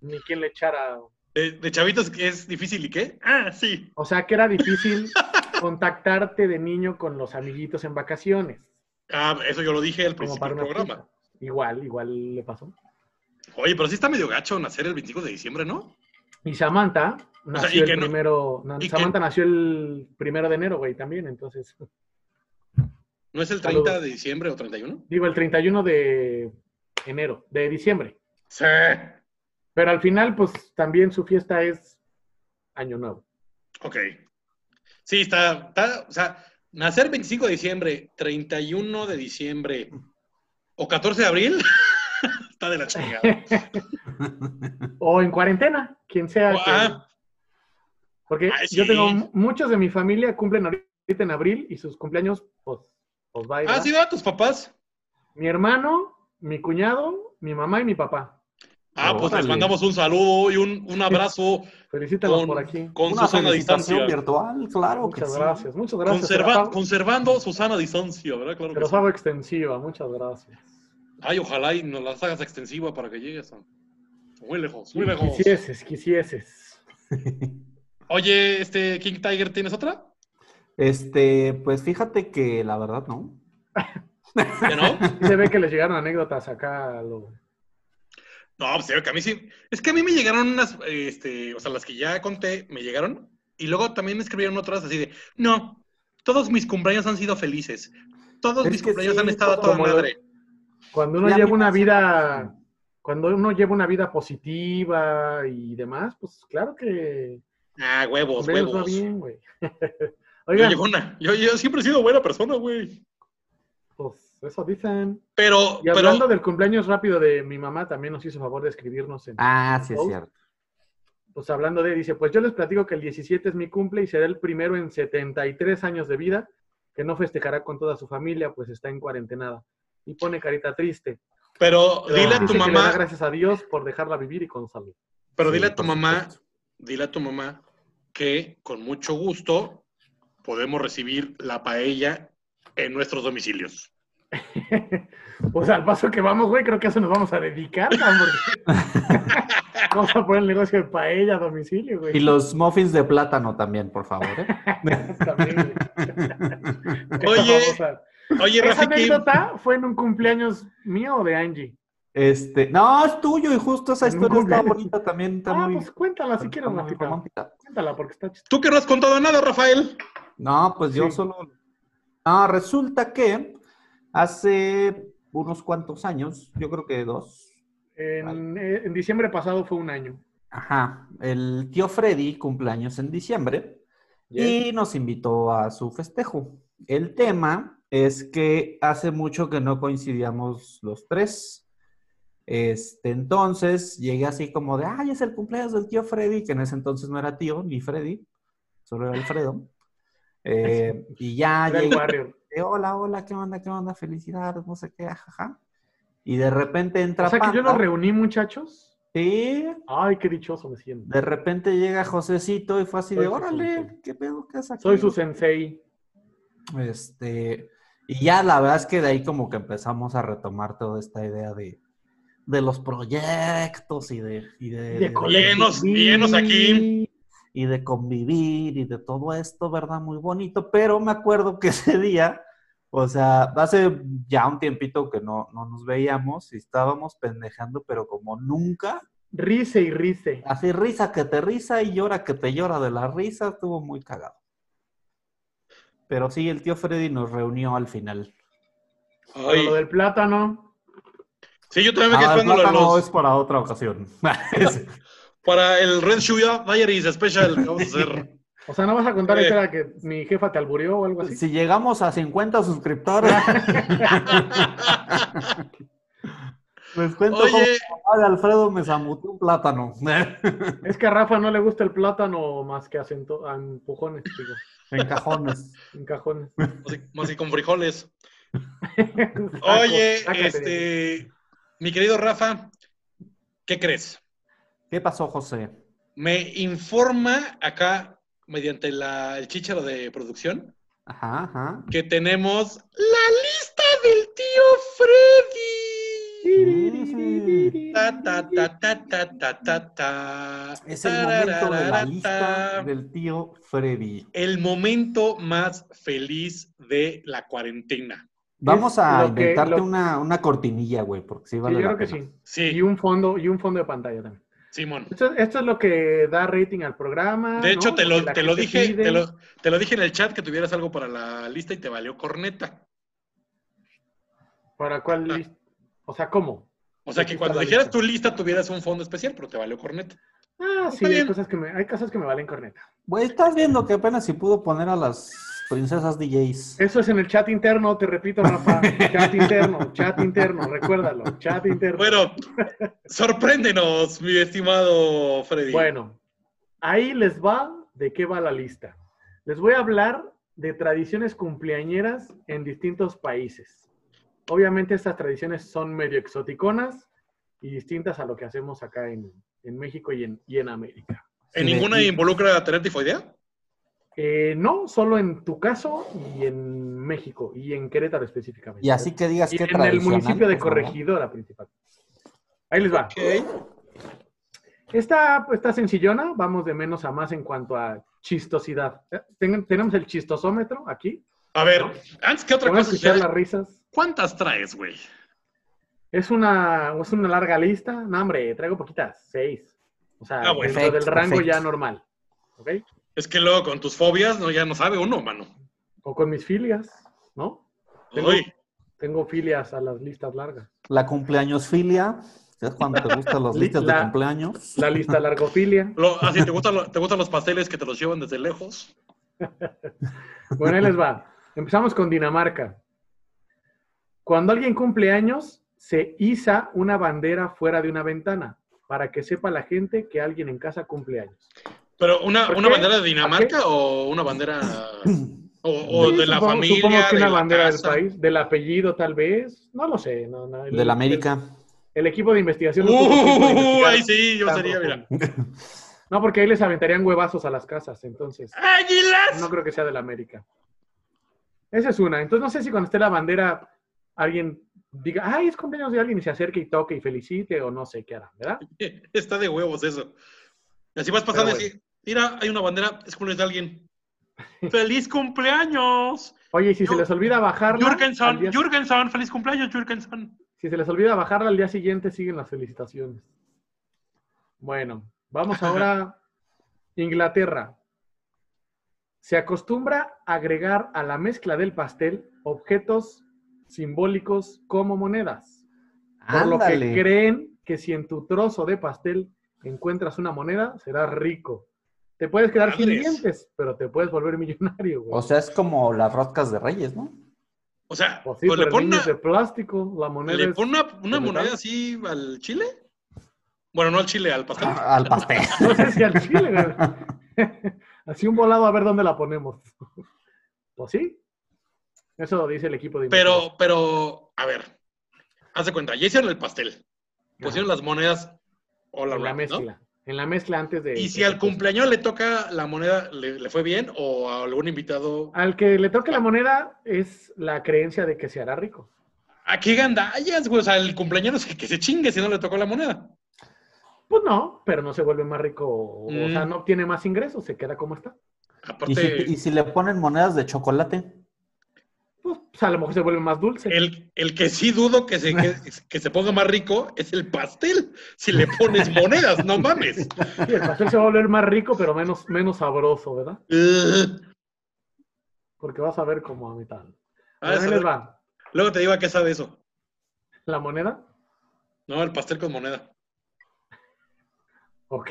[SPEAKER 3] ni quién le echara.
[SPEAKER 2] De, de chavitos que es difícil y qué. Ah, sí.
[SPEAKER 3] O sea, que era difícil contactarte de niño con los amiguitos en vacaciones.
[SPEAKER 2] Ah, eso yo lo dije al
[SPEAKER 3] Como
[SPEAKER 2] principio
[SPEAKER 3] para
[SPEAKER 2] del
[SPEAKER 3] una
[SPEAKER 2] programa.
[SPEAKER 3] fiesta. Igual, igual le pasó.
[SPEAKER 2] Oye, pero sí está medio gacho nacer el 25 de diciembre, ¿no?
[SPEAKER 3] Y Samantha
[SPEAKER 2] sea,
[SPEAKER 3] nació
[SPEAKER 2] y que
[SPEAKER 3] el
[SPEAKER 2] no-
[SPEAKER 3] primero, na-
[SPEAKER 2] y que-
[SPEAKER 3] Samantha nació el primero de enero, güey, también. Entonces,
[SPEAKER 2] ¿No es el 30
[SPEAKER 3] Saludos.
[SPEAKER 2] de diciembre o 31?
[SPEAKER 3] digo, el 31 de enero, de diciembre.
[SPEAKER 2] Sí.
[SPEAKER 3] Pero al final, pues también su fiesta es Año Nuevo.
[SPEAKER 2] Ok. Sí, está, está- O sea, nacer 25 de diciembre, 31 de diciembre o 14 de abril, está de la chingada.
[SPEAKER 3] O en cuarentena, quien sea. que-
[SPEAKER 2] Ah,
[SPEAKER 3] porque
[SPEAKER 2] ay,
[SPEAKER 3] yo
[SPEAKER 2] sí.
[SPEAKER 3] tengo mu- muchos de mi familia cumplen ahorita en abril y sus cumpleaños, pues, pues va y
[SPEAKER 2] ah,
[SPEAKER 3] va.
[SPEAKER 2] sí, va, tus papás.
[SPEAKER 3] Mi hermano, mi cuñado, mi mamá y mi papá.
[SPEAKER 2] Ah, pues les
[SPEAKER 4] Órale.
[SPEAKER 2] mandamos un saludo y un, un abrazo
[SPEAKER 3] Felicítanos
[SPEAKER 2] con,
[SPEAKER 3] por aquí.
[SPEAKER 2] con
[SPEAKER 4] Una
[SPEAKER 2] Susana
[SPEAKER 4] felicitación
[SPEAKER 2] Distancia.
[SPEAKER 4] virtual, claro que
[SPEAKER 3] Ah, Muchas
[SPEAKER 4] sí.
[SPEAKER 3] gracias, muchas gracias.
[SPEAKER 2] Conserva-
[SPEAKER 3] Te las hago-
[SPEAKER 2] conservando Susana Distancia, ¿verdad? Claro
[SPEAKER 3] te
[SPEAKER 2] que
[SPEAKER 3] los
[SPEAKER 2] sí.
[SPEAKER 3] hago extensiva, muchas gracias.
[SPEAKER 2] Ay, ojalá y nos las hagas extensiva para que llegues a... Muy lejos, muy lejos.
[SPEAKER 3] Quisieses, quisieses.
[SPEAKER 2] Oye, este King Tiger, ¿tienes otra?
[SPEAKER 4] Este, pues fíjate que la verdad no.
[SPEAKER 2] ¿Que no?
[SPEAKER 3] Sí Se ve que les llegaron anécdotas acá. a lo-
[SPEAKER 2] No, pues que a mí sí. Es que a mí me llegaron unas, eh, este, o sea, las que ya conté, me llegaron. Y luego también me escribieron otras así de, no, todos mis cumpleaños han sido felices. Todos
[SPEAKER 4] Es
[SPEAKER 2] mis
[SPEAKER 4] que
[SPEAKER 2] cumpleaños
[SPEAKER 4] sí,
[SPEAKER 2] han estado a toda
[SPEAKER 3] como lo-
[SPEAKER 2] madre.
[SPEAKER 3] Cuando uno
[SPEAKER 4] La
[SPEAKER 3] lleva
[SPEAKER 4] misma
[SPEAKER 3] una vida
[SPEAKER 4] situación.
[SPEAKER 3] cuando uno lleva una vida positiva y demás, pues claro que
[SPEAKER 2] Ah, huevos,
[SPEAKER 3] hombre, nos va
[SPEAKER 2] huevos.
[SPEAKER 3] bien, güey.
[SPEAKER 2] Yo,
[SPEAKER 3] Oigan,
[SPEAKER 2] llegona. yo, yo siempre he sido buena persona, güey.
[SPEAKER 3] pues eso dicen.
[SPEAKER 2] Pero,
[SPEAKER 3] Y
[SPEAKER 2] pero,
[SPEAKER 3] hablando del cumpleaños rápido de mi mamá, también nos hizo favor de escribirnos en,
[SPEAKER 4] Ah, sí es
[SPEAKER 3] Oh.
[SPEAKER 4] cierto.
[SPEAKER 3] pues hablando de, dice, pues yo les platico que el 17 es mi cumple y será el primero en 73 años de vida que no festejará con toda su familia, pues está en cuarentenada. Y pone carita triste.
[SPEAKER 2] pero
[SPEAKER 3] Pero
[SPEAKER 2] dile a
[SPEAKER 3] dice
[SPEAKER 2] tu
[SPEAKER 3] que le da
[SPEAKER 2] mamá,
[SPEAKER 3] gracias a Dios por dejarla vivir y con salud.
[SPEAKER 2] pero
[SPEAKER 4] Sí,
[SPEAKER 2] dile a tu
[SPEAKER 4] por
[SPEAKER 2] mamá,
[SPEAKER 4] supuesto.
[SPEAKER 2] dile a tu mamá que con mucho gusto podemos recibir la paella en nuestros domicilios.
[SPEAKER 3] Pues al paso que vamos, güey, creo que a eso nos vamos a dedicar, cabrón, porque- vamos a poner el negocio de paella a domicilio, güey.
[SPEAKER 4] Y los muffins de plátano también, por favor. ¿eh?
[SPEAKER 3] También, güey.
[SPEAKER 2] Oye,
[SPEAKER 3] Vamos a-
[SPEAKER 2] Oye,
[SPEAKER 3] esa
[SPEAKER 2] Rafi, ¿qué-
[SPEAKER 3] anécdota fue en un cumpleaños mío o de Angie.
[SPEAKER 4] Este, no, es tuyo y justo esa
[SPEAKER 3] En un
[SPEAKER 4] historia está
[SPEAKER 3] cumpleaños.
[SPEAKER 4] bonita también. Está
[SPEAKER 3] Ah,
[SPEAKER 4] muy,
[SPEAKER 3] pues cuéntala si
[SPEAKER 4] está
[SPEAKER 3] quieres,
[SPEAKER 4] muy
[SPEAKER 3] Rafita.
[SPEAKER 4] romántica.
[SPEAKER 3] Cuéntala porque está chistosa.
[SPEAKER 2] Tú que no has contado nada, Rafael.
[SPEAKER 4] No, pues yo
[SPEAKER 3] Sí.
[SPEAKER 4] solo. Ah, resulta que hace unos cuantos años, yo creo que dos.
[SPEAKER 3] En, eh, en diciembre pasado fue un año.
[SPEAKER 4] Ajá, el tío Freddy cumpleaños en diciembre. y nos invitó a su festejo. El tema es que hace mucho que no coincidíamos los tres. Este, entonces llegué así como de, ay, es el cumpleaños del tío Freddy, que en ese entonces no era tío ni Freddy, solo era Alfredo. Eh, y ya
[SPEAKER 3] Era el
[SPEAKER 4] llegué,
[SPEAKER 3] Warrior.
[SPEAKER 4] de, hola, hola, ¿qué onda, qué onda? Felicidades, no sé qué, jaja. Y de repente entra
[SPEAKER 3] O sea que yo
[SPEAKER 4] Panda.
[SPEAKER 3] los reuní, muchachos,
[SPEAKER 4] Sí,
[SPEAKER 3] Ay, qué dichoso me siento.
[SPEAKER 4] de repente llega Josecito y fue así de,
[SPEAKER 3] Soy su
[SPEAKER 4] órale,
[SPEAKER 3] sensei.
[SPEAKER 4] ¿qué pedo que aquí?
[SPEAKER 3] Soy su sensei.
[SPEAKER 4] Este, y ya la verdad es que de ahí como que empezamos a retomar toda esta idea de, de los proyectos y de, y de, de-
[SPEAKER 2] Llenos, llenos aquí.
[SPEAKER 4] y de convivir y de todo esto, ¿verdad? Muy bonito, pero me acuerdo que ese día, o sea, hace ya un tiempito que no, no nos veíamos y estábamos pendejando, pero como nunca,
[SPEAKER 3] Rice y rice.
[SPEAKER 4] así risa que te risa y llora que te llora de la risa, estuvo muy cagado. Pero sí, el tío Freddy nos reunió al final.
[SPEAKER 3] Pero
[SPEAKER 2] Ay,
[SPEAKER 3] Lo del plátano.
[SPEAKER 2] sí, yo también me quedé
[SPEAKER 4] Ah, el
[SPEAKER 2] esperando
[SPEAKER 4] plátano
[SPEAKER 2] los-
[SPEAKER 4] es para otra ocasión. Es-
[SPEAKER 2] para el Red Shuya Diaries Special que vamos a hacer.
[SPEAKER 3] O sea, ¿no vas a contar
[SPEAKER 2] Eh.
[SPEAKER 3] esta era que mi jefa te albureó o algo así?
[SPEAKER 4] si llegamos a 50 suscriptores, les cuento cómo
[SPEAKER 2] Oye,
[SPEAKER 4] mi papá de Alfredo me zamutó un plátano.
[SPEAKER 3] Es que a Rafa no le gusta el plátano más que a, cento- a empujones, digo,
[SPEAKER 4] en cajones.
[SPEAKER 3] en cajones.
[SPEAKER 2] más que- más que con frijoles.
[SPEAKER 3] Saco,
[SPEAKER 2] Oye,
[SPEAKER 3] sácate de ahí.
[SPEAKER 2] este, mi querido Rafa, ¿qué crees?
[SPEAKER 4] ¿Qué pasó, José?
[SPEAKER 2] Me informa acá, mediante la- el chicharo de producción,
[SPEAKER 4] Ajá, ajá.
[SPEAKER 2] que tenemos la lista del tío Freddy. Ta, ta, ta, ta, ta, ta, ta, ta.
[SPEAKER 4] Es el momento de la
[SPEAKER 2] Tarararata.
[SPEAKER 4] lista del tío Freddy.
[SPEAKER 2] El momento más feliz de la cuarentena.
[SPEAKER 4] Vamos a
[SPEAKER 3] lo que-
[SPEAKER 4] inventarte
[SPEAKER 3] lo-
[SPEAKER 4] una, una cortinilla, güey, porque sí
[SPEAKER 3] Sí,
[SPEAKER 4] vale
[SPEAKER 3] yo
[SPEAKER 4] la
[SPEAKER 3] creo que
[SPEAKER 4] pena.
[SPEAKER 3] sí. Y
[SPEAKER 2] Sí,
[SPEAKER 3] un fondo, y un fondo de pantalla también.
[SPEAKER 2] Simón.
[SPEAKER 3] Esto, esto es lo que da rating al programa.
[SPEAKER 2] De hecho,
[SPEAKER 3] Ah, ¿no?
[SPEAKER 2] te lo,
[SPEAKER 3] que la
[SPEAKER 2] te lo
[SPEAKER 3] gente
[SPEAKER 2] dije,
[SPEAKER 3] pide.
[SPEAKER 2] te lo, te lo dije en el chat que tuvieras algo para la lista y te valió corneta.
[SPEAKER 3] ¿Para cuál
[SPEAKER 2] Ah.
[SPEAKER 3] lista? O sea, ¿cómo?
[SPEAKER 2] O sea
[SPEAKER 3] Aquí
[SPEAKER 2] que
[SPEAKER 3] está
[SPEAKER 2] cuando
[SPEAKER 3] la
[SPEAKER 2] dijeras
[SPEAKER 3] lista.
[SPEAKER 2] tu lista tuvieras un fondo especial, pero te valió corneta.
[SPEAKER 3] Ah, sí,
[SPEAKER 2] Está bien.
[SPEAKER 3] hay cosas, que me, hay cosas que me valen corneta.
[SPEAKER 4] Güey, estás viendo que apenas si pudo poner a las princesas DJs.
[SPEAKER 3] Eso es en el chat interno, te repito, Rafa. chat interno, chat interno, recuérdalo, chat interno.
[SPEAKER 2] Bueno, sorpréndenos, mi estimado Freddy.
[SPEAKER 3] Bueno, ahí les va de qué va la lista. Les voy a hablar de tradiciones cumpleañeras en distintos países. Obviamente estas tradiciones son medio exoticonas y distintas a lo que hacemos acá en, en México y en, y en América.
[SPEAKER 2] ¿En
[SPEAKER 4] Sí,
[SPEAKER 2] ninguna
[SPEAKER 4] y-
[SPEAKER 2] involucra tener tifoidea?
[SPEAKER 3] Eh, no, solo en tu caso y en México y en Querétaro específicamente.
[SPEAKER 4] Y así que digas
[SPEAKER 3] Y
[SPEAKER 4] que pues,
[SPEAKER 3] en el municipio de
[SPEAKER 4] corregir.
[SPEAKER 3] Corregidora principal. Ahí les va. Esta pues, está sencillona, vamos de menos a más en cuanto a chistosidad. Eh, ten- tenemos el chistosómetro aquí.
[SPEAKER 2] A ver, antes que otra
[SPEAKER 3] Vamos a
[SPEAKER 2] cosa,
[SPEAKER 3] escuchar
[SPEAKER 2] suceda,
[SPEAKER 3] las risas.
[SPEAKER 2] ¿cuántas traes, güey?
[SPEAKER 3] Es una, es una larga lista. No, hombre, traigo poquitas, seis. O sea,
[SPEAKER 2] Ah, bueno.
[SPEAKER 3] dentro del
[SPEAKER 4] Perfecto,
[SPEAKER 3] rango ya
[SPEAKER 4] perfecto.
[SPEAKER 3] normal. ¿Ok?
[SPEAKER 2] Es que luego con tus fobias no ya no sabe uno, mano.
[SPEAKER 3] O con mis filias, ¿no? Tengo-
[SPEAKER 2] Uy,
[SPEAKER 3] Tengo filias a las listas largas.
[SPEAKER 4] La cumpleaños filia. Es cuando te gustan las
[SPEAKER 3] Li-
[SPEAKER 4] listas de
[SPEAKER 3] la-
[SPEAKER 4] cumpleaños.
[SPEAKER 3] La lista largofilia.
[SPEAKER 2] lo- ah, sí, ¿te, gustan lo- ¿te gustan los pasteles que te los llevan desde lejos?
[SPEAKER 3] Bueno, ahí les va. Empezamos con Dinamarca. Cuando alguien cumple años, se iza una bandera fuera de una ventana para que sepa la gente que alguien en casa cumple años.
[SPEAKER 2] ¿Pero una,
[SPEAKER 3] ¿Por
[SPEAKER 2] una
[SPEAKER 3] qué?
[SPEAKER 2] bandera de
[SPEAKER 3] ¿A
[SPEAKER 2] Dinamarca o una bandera... O, o
[SPEAKER 3] Sí,
[SPEAKER 2] de la
[SPEAKER 3] supongo-
[SPEAKER 2] familia,
[SPEAKER 3] supongo que
[SPEAKER 2] de
[SPEAKER 3] una
[SPEAKER 2] la
[SPEAKER 3] bandera
[SPEAKER 2] casa.
[SPEAKER 3] del país, del apellido tal vez, no lo sé. No, no, el-
[SPEAKER 4] De la América.
[SPEAKER 3] El, el equipo de investigación. no tuvo tiempo de
[SPEAKER 2] Uh,
[SPEAKER 3] investigar
[SPEAKER 2] ahí sí, yo
[SPEAKER 3] tan
[SPEAKER 2] sería, mira.
[SPEAKER 3] profundo. No, porque ahí les aventarían huevazos a las casas, entonces.
[SPEAKER 2] ¡Águilas!
[SPEAKER 3] No creo que sea del América. Esa es una. Entonces, no sé si cuando esté la bandera, alguien diga, ay, es cumpleaños de alguien y se acerque y toque y felicite o no sé qué hará, ¿verdad?
[SPEAKER 2] Está de huevos eso. Así vas pasando
[SPEAKER 3] Pero
[SPEAKER 2] y decir, mira, hay una bandera, es cumpleaños de alguien. ¡Feliz cumpleaños!
[SPEAKER 3] Oye, y si se
[SPEAKER 2] Jur-
[SPEAKER 3] les olvida bajarla. al
[SPEAKER 2] Jürgenson,
[SPEAKER 3] día-
[SPEAKER 2] Jürgenson, feliz cumpleaños, Jürgenson.
[SPEAKER 3] si se les olvida bajarla, al día siguiente siguen las felicitaciones. Bueno, vamos ahora a Inglaterra. Se acostumbra agregar a la mezcla del pastel objetos simbólicos como monedas. Por lo que
[SPEAKER 4] Ándale.
[SPEAKER 3] creen que si en tu trozo de pastel encuentras una moneda, serás rico. Te puedes quedar sin
[SPEAKER 2] Madres.
[SPEAKER 3] dientes, pero te puedes volver millonario, güey.
[SPEAKER 4] O sea, es como las roscas de reyes, ¿no?
[SPEAKER 2] O sea,
[SPEAKER 3] O sí,
[SPEAKER 2] pues le
[SPEAKER 3] pero el
[SPEAKER 2] pone
[SPEAKER 3] niño
[SPEAKER 2] una,
[SPEAKER 3] es de plástico, la moneda
[SPEAKER 2] le
[SPEAKER 3] es-
[SPEAKER 2] pone una, una
[SPEAKER 3] de
[SPEAKER 2] moneda
[SPEAKER 3] metal.
[SPEAKER 2] así al chile. Bueno, no al chile, al pastel.
[SPEAKER 4] Ah, Al pastel.
[SPEAKER 3] No sé si al chile, güey. Así un volado a ver dónde la ponemos. Pues sí. Eso lo dice el equipo de investigación.
[SPEAKER 2] Pero, pero, a ver, haz de cuenta, ya hicieron el pastel, pusieron las monedas all
[SPEAKER 3] en la
[SPEAKER 2] around, ¿no?
[SPEAKER 3] mezcla. En la mezcla antes de.
[SPEAKER 2] Y si al cumpleaños le toca la moneda, ¿le, le fue bien? ¿O a algún invitado?
[SPEAKER 3] Al que le toque la moneda es la creencia de que se hará rico.
[SPEAKER 2] ¿A ah, qué gandallas, güey? O sea, el cumpleaños que, que se chingue si no le tocó la moneda.
[SPEAKER 3] Pues no, pero no se vuelve más rico, o o sea,
[SPEAKER 2] Mm.
[SPEAKER 3] no obtiene más ingresos, se queda como está.
[SPEAKER 4] ¿Y
[SPEAKER 2] Aparte,
[SPEAKER 4] si, y si le ponen monedas de chocolate?
[SPEAKER 3] Pues, pues, a lo mejor se vuelve más dulce.
[SPEAKER 2] el, el que sí dudo que se, que, que se ponga más rico es el pastel. Si le pones monedas, no mames.
[SPEAKER 3] Sí, el pastel se va a volver más rico, pero menos, menos sabroso, ¿verdad?
[SPEAKER 2] Ugh.
[SPEAKER 3] Porque vas a ver como a mitad.
[SPEAKER 2] Ah,
[SPEAKER 3] Bueno, ahí
[SPEAKER 2] eso-
[SPEAKER 3] les va.
[SPEAKER 2] Luego te digo a qué sabe eso.
[SPEAKER 3] La moneda,
[SPEAKER 2] No, el pastel con moneda.
[SPEAKER 3] ok.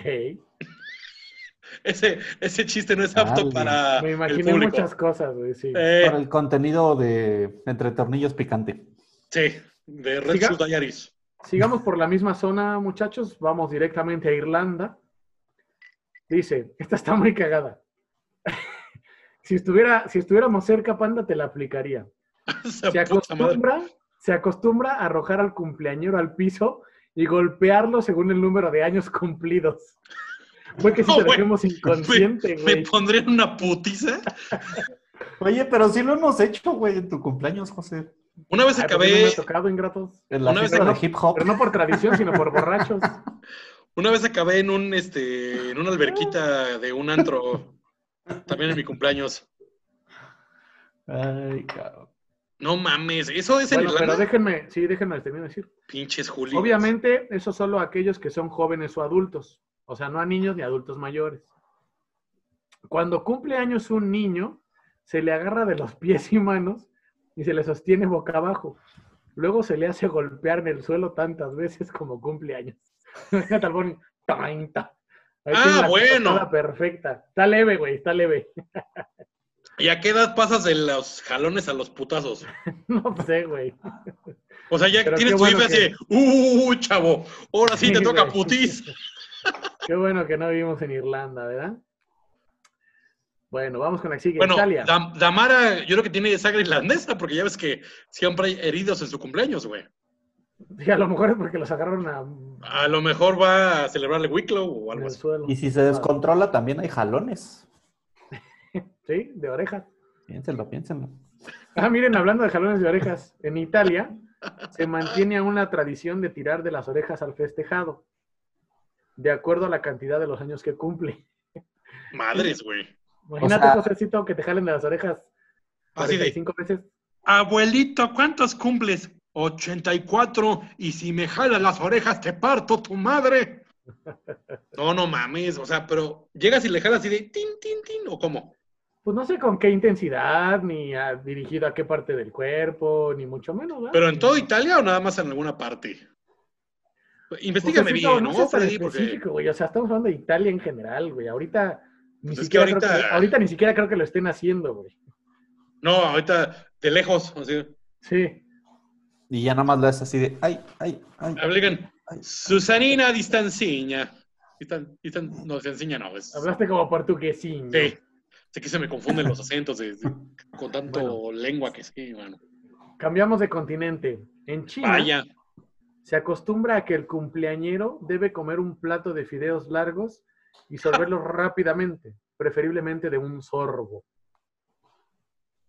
[SPEAKER 2] Ese, ese chiste no es apto
[SPEAKER 4] Dale.
[SPEAKER 2] para
[SPEAKER 3] Me
[SPEAKER 2] Ah, el
[SPEAKER 3] imaginé
[SPEAKER 2] público.
[SPEAKER 3] muchas cosas, güey, sí.
[SPEAKER 2] Eh,
[SPEAKER 4] Para el contenido de Entre Tornillos Picante.
[SPEAKER 2] sí, de Red
[SPEAKER 3] Siga.
[SPEAKER 2] Shoes Diaries.
[SPEAKER 3] Sigamos por la misma zona, muchachos. Vamos directamente a Irlanda. Dice, esta está muy cagada. si, estuviera, si estuviéramos cerca, Panda, te la aplicaría.
[SPEAKER 2] Esa
[SPEAKER 3] se
[SPEAKER 2] puta madre.
[SPEAKER 3] acostumbra, se acostumbra a arrojar al cumpleañero al piso y golpearlo según el número de años cumplidos. Fue que si
[SPEAKER 2] No,
[SPEAKER 3] te
[SPEAKER 2] güey.
[SPEAKER 3] dejemos inconsciente,
[SPEAKER 2] Me
[SPEAKER 3] güey.
[SPEAKER 2] pondría una putiza.
[SPEAKER 4] Oye, pero sí lo hemos hecho, güey, en tu cumpleaños, José.
[SPEAKER 2] Una vez
[SPEAKER 3] Ay, ¿por qué Ah, no me
[SPEAKER 2] acabé,
[SPEAKER 3] ha tocado, ingratos.
[SPEAKER 4] En la
[SPEAKER 2] Una vez
[SPEAKER 4] fiesta
[SPEAKER 2] que
[SPEAKER 4] de hip hop.
[SPEAKER 3] Pero no por tradición, sino por borrachos.
[SPEAKER 2] una vez acabé en un este, en una alberquita de un antro, también en mi cumpleaños.
[SPEAKER 4] Ay, cabrón.
[SPEAKER 2] No mames, eso es en
[SPEAKER 3] Bueno, pero
[SPEAKER 2] Irlanda.
[SPEAKER 3] déjenme, sí, déjenme terminar de decir.
[SPEAKER 2] Pinches Julio.
[SPEAKER 3] Obviamente, eso solo a aquellos que son jóvenes o adultos. O sea, no a niños ni adultos mayores. Cuando cumple años un niño, se le agarra de los pies y manos y se le sostiene boca abajo. Luego se le hace golpear en el suelo tantas veces como cumple años. Imagínate al Bonnie, tain, ta. Ahí
[SPEAKER 2] Ah,
[SPEAKER 3] tiene la
[SPEAKER 2] bueno.
[SPEAKER 3] patada Perfecta. Está leve, güey, está leve.
[SPEAKER 2] ¿Y a qué edad pasas de los jalones a los putazos?
[SPEAKER 3] No sé, güey.
[SPEAKER 2] O sea, ya
[SPEAKER 3] Pero
[SPEAKER 2] tienes
[SPEAKER 3] qué
[SPEAKER 2] tu
[SPEAKER 3] bueno
[SPEAKER 2] jefe así de, "Uh, uh, uh, chavo, ahora sí te
[SPEAKER 3] Sí,
[SPEAKER 2] toca
[SPEAKER 3] güey.
[SPEAKER 2] putiza.
[SPEAKER 3] Qué bueno que no vivimos en Irlanda, ¿verdad? Bueno, vamos con la siguiente.
[SPEAKER 2] Bueno,
[SPEAKER 3] Italia.
[SPEAKER 2] Dam- Damara, yo creo que tiene sangre irlandesa, porque ya ves que siempre hay heridos en su cumpleaños, güey.
[SPEAKER 3] Sí, a lo mejor es porque los agarraron a,
[SPEAKER 2] A lo mejor va a celebrar el Wicklow o
[SPEAKER 3] en
[SPEAKER 2] algo
[SPEAKER 3] el
[SPEAKER 2] así.
[SPEAKER 3] suelo. Ah,
[SPEAKER 4] Y si se descontrola, también hay jalones.
[SPEAKER 3] Sí, de orejas.
[SPEAKER 4] Piénsenlo, piénsenlo.
[SPEAKER 3] Ah, miren, hablando de jalones de orejas, en Italia se mantiene aún la tradición de tirar de las orejas al festejado, de acuerdo a la cantidad de los años que cumple.
[SPEAKER 2] Madres, güey.
[SPEAKER 3] Imagínate,
[SPEAKER 4] O sea-
[SPEAKER 3] Josecito, que te jalen de las orejas
[SPEAKER 2] Así de,
[SPEAKER 3] 45 veces.
[SPEAKER 2] Abuelito, ¿cuántos cumples? 84. Y si me jalas las orejas, te parto tu madre. No, no mames. O sea, pero llegas y le jalas así de tin, tin, tin, o cómo.
[SPEAKER 3] Pues no sé con qué intensidad, ni a- dirigido a qué parte del cuerpo, ni mucho menos, ¿verdad?
[SPEAKER 2] ¿Pero en toda Italia o nada más en alguna parte?
[SPEAKER 3] Pues,
[SPEAKER 2] Investígame
[SPEAKER 3] Josecito,
[SPEAKER 2] Pues bien, ¿no?
[SPEAKER 3] seas tan
[SPEAKER 2] Freddy? Porque
[SPEAKER 3] específico, güey. O sea, estamos hablando de Italia en general, güey. Ahorita
[SPEAKER 2] Pues
[SPEAKER 3] ni
[SPEAKER 2] es que
[SPEAKER 3] siquiera creo que-
[SPEAKER 2] ahorita-
[SPEAKER 3] ahorita ni siquiera creo que lo estén haciendo, güey.
[SPEAKER 2] no, ahorita de lejos. Así,
[SPEAKER 3] Sí.
[SPEAKER 4] Y ya nada más le haces así de, ay, ay, ay.
[SPEAKER 2] aplican.
[SPEAKER 4] ay.
[SPEAKER 2] Susanina distanciña. Distan, distan- no, distanciña no. Es,
[SPEAKER 3] Hablaste como portuguesín. ¿no?
[SPEAKER 2] sí. Sé que se me confunden los acentos de- de- con tanto
[SPEAKER 3] Bueno.
[SPEAKER 2] lengua que sí, bueno.
[SPEAKER 3] Cambiamos de continente. En China
[SPEAKER 2] Vaya.
[SPEAKER 3] se acostumbra a que el cumpleañero debe comer un plato de fideos largos y sorberlos rápidamente, preferiblemente de un sorbo.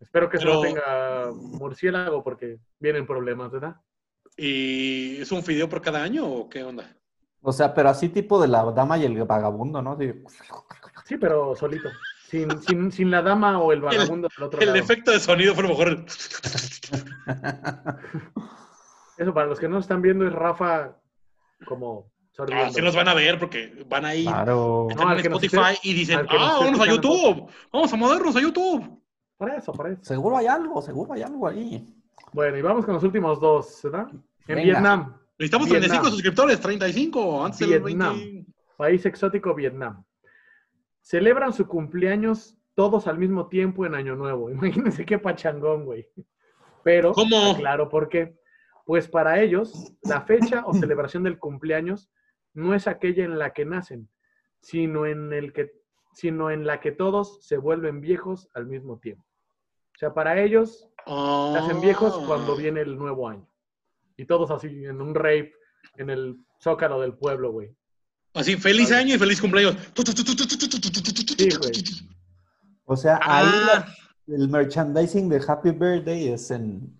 [SPEAKER 3] Espero que eso no
[SPEAKER 2] Pero-
[SPEAKER 3] tenga murciélago porque vienen problemas, ¿verdad?
[SPEAKER 2] ¿Y es un fideo por cada año o qué onda?
[SPEAKER 4] O sea, pero así tipo de la dama y el vagabundo, ¿no? Así de-
[SPEAKER 3] Sí, pero solito. Sin, sin, sin la dama o el vagabundo del otro
[SPEAKER 2] El
[SPEAKER 3] lado.
[SPEAKER 2] efecto de sonido fue a lo mejor. el-
[SPEAKER 3] Eso para los que no están viendo es Rafa como
[SPEAKER 2] No,
[SPEAKER 3] sorbiendo.
[SPEAKER 2] Ah, sí nos van a ver porque van a ir
[SPEAKER 4] Claro.
[SPEAKER 2] están
[SPEAKER 3] No,
[SPEAKER 2] en
[SPEAKER 3] al que nos
[SPEAKER 2] Spotify y dicen,
[SPEAKER 3] al que nos
[SPEAKER 2] ah,
[SPEAKER 3] esté
[SPEAKER 2] vamos a
[SPEAKER 3] escuchando en
[SPEAKER 2] YouTube, vamos a mudarnos a YouTube.
[SPEAKER 3] Por eso, por eso.
[SPEAKER 4] Seguro hay algo, seguro hay algo ahí.
[SPEAKER 3] Bueno, y vamos con los últimos dos, ¿verdad? En
[SPEAKER 4] Venga.
[SPEAKER 3] Vietnam.
[SPEAKER 2] Necesitamos
[SPEAKER 3] Vietnam.
[SPEAKER 2] 35 suscriptores, 35, antes del
[SPEAKER 3] Vietnam.
[SPEAKER 2] 20.
[SPEAKER 3] País exótico Vietnam. Celebran su cumpleaños todos al mismo tiempo en Año Nuevo. Imagínense qué pachangón, güey. Pero,
[SPEAKER 2] ¿Cómo?
[SPEAKER 3] claro, ¿por qué? Pues para ellos, la fecha o celebración del cumpleaños no es aquella en la que nacen, sino en, el que, sino en la que todos se vuelven viejos al mismo tiempo. O sea, para ellos,
[SPEAKER 2] Ah.
[SPEAKER 3] se hacen viejos cuando viene el nuevo año. Y todos así, en un rape, en el zócalo del pueblo, güey.
[SPEAKER 2] Así, feliz año y feliz cumpleaños.
[SPEAKER 3] Sí, güey.
[SPEAKER 4] O sea, ahí
[SPEAKER 2] Ah.
[SPEAKER 4] la- el merchandising de Happy Birthday es en,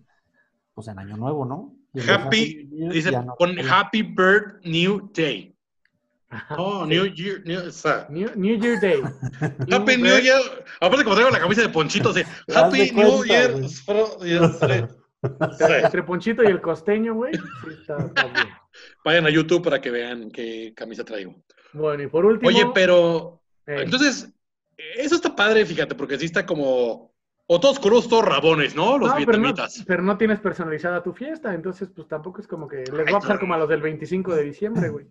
[SPEAKER 4] pues en Año Nuevo, ¿no? Y el de
[SPEAKER 2] Happy,
[SPEAKER 4] New Year
[SPEAKER 2] dice,
[SPEAKER 4] ya no-
[SPEAKER 2] pon Happy Bird New Day.
[SPEAKER 3] Ajá.
[SPEAKER 2] Oh, New Year, New- o sea,
[SPEAKER 3] New, New Year Day.
[SPEAKER 2] Happy New Year. Aparte, como traigo la camisa de Ponchito, así, Happy
[SPEAKER 4] de
[SPEAKER 2] New
[SPEAKER 4] cuenta,
[SPEAKER 2] Year.
[SPEAKER 4] güey.
[SPEAKER 2] Fro- Year- Sí.
[SPEAKER 3] Entre Ponchito y el costeño, güey. Sí, está, está bien.
[SPEAKER 2] Vayan a YouTube para que vean qué camisa traigo.
[SPEAKER 3] Bueno, y por último.
[SPEAKER 2] Oye, pero
[SPEAKER 3] eh,
[SPEAKER 2] Entonces, eso está padre, fíjate, porque sí está como. O todos oscuros, todos rabones, ¿no? Los
[SPEAKER 3] no, pero no,
[SPEAKER 2] vietnamitas.
[SPEAKER 3] pero no tienes personalizada tu fiesta, entonces pues tampoco es como que les va
[SPEAKER 2] Ay,
[SPEAKER 3] a pasar
[SPEAKER 2] claro.
[SPEAKER 3] como a los del 25 de diciembre, güey.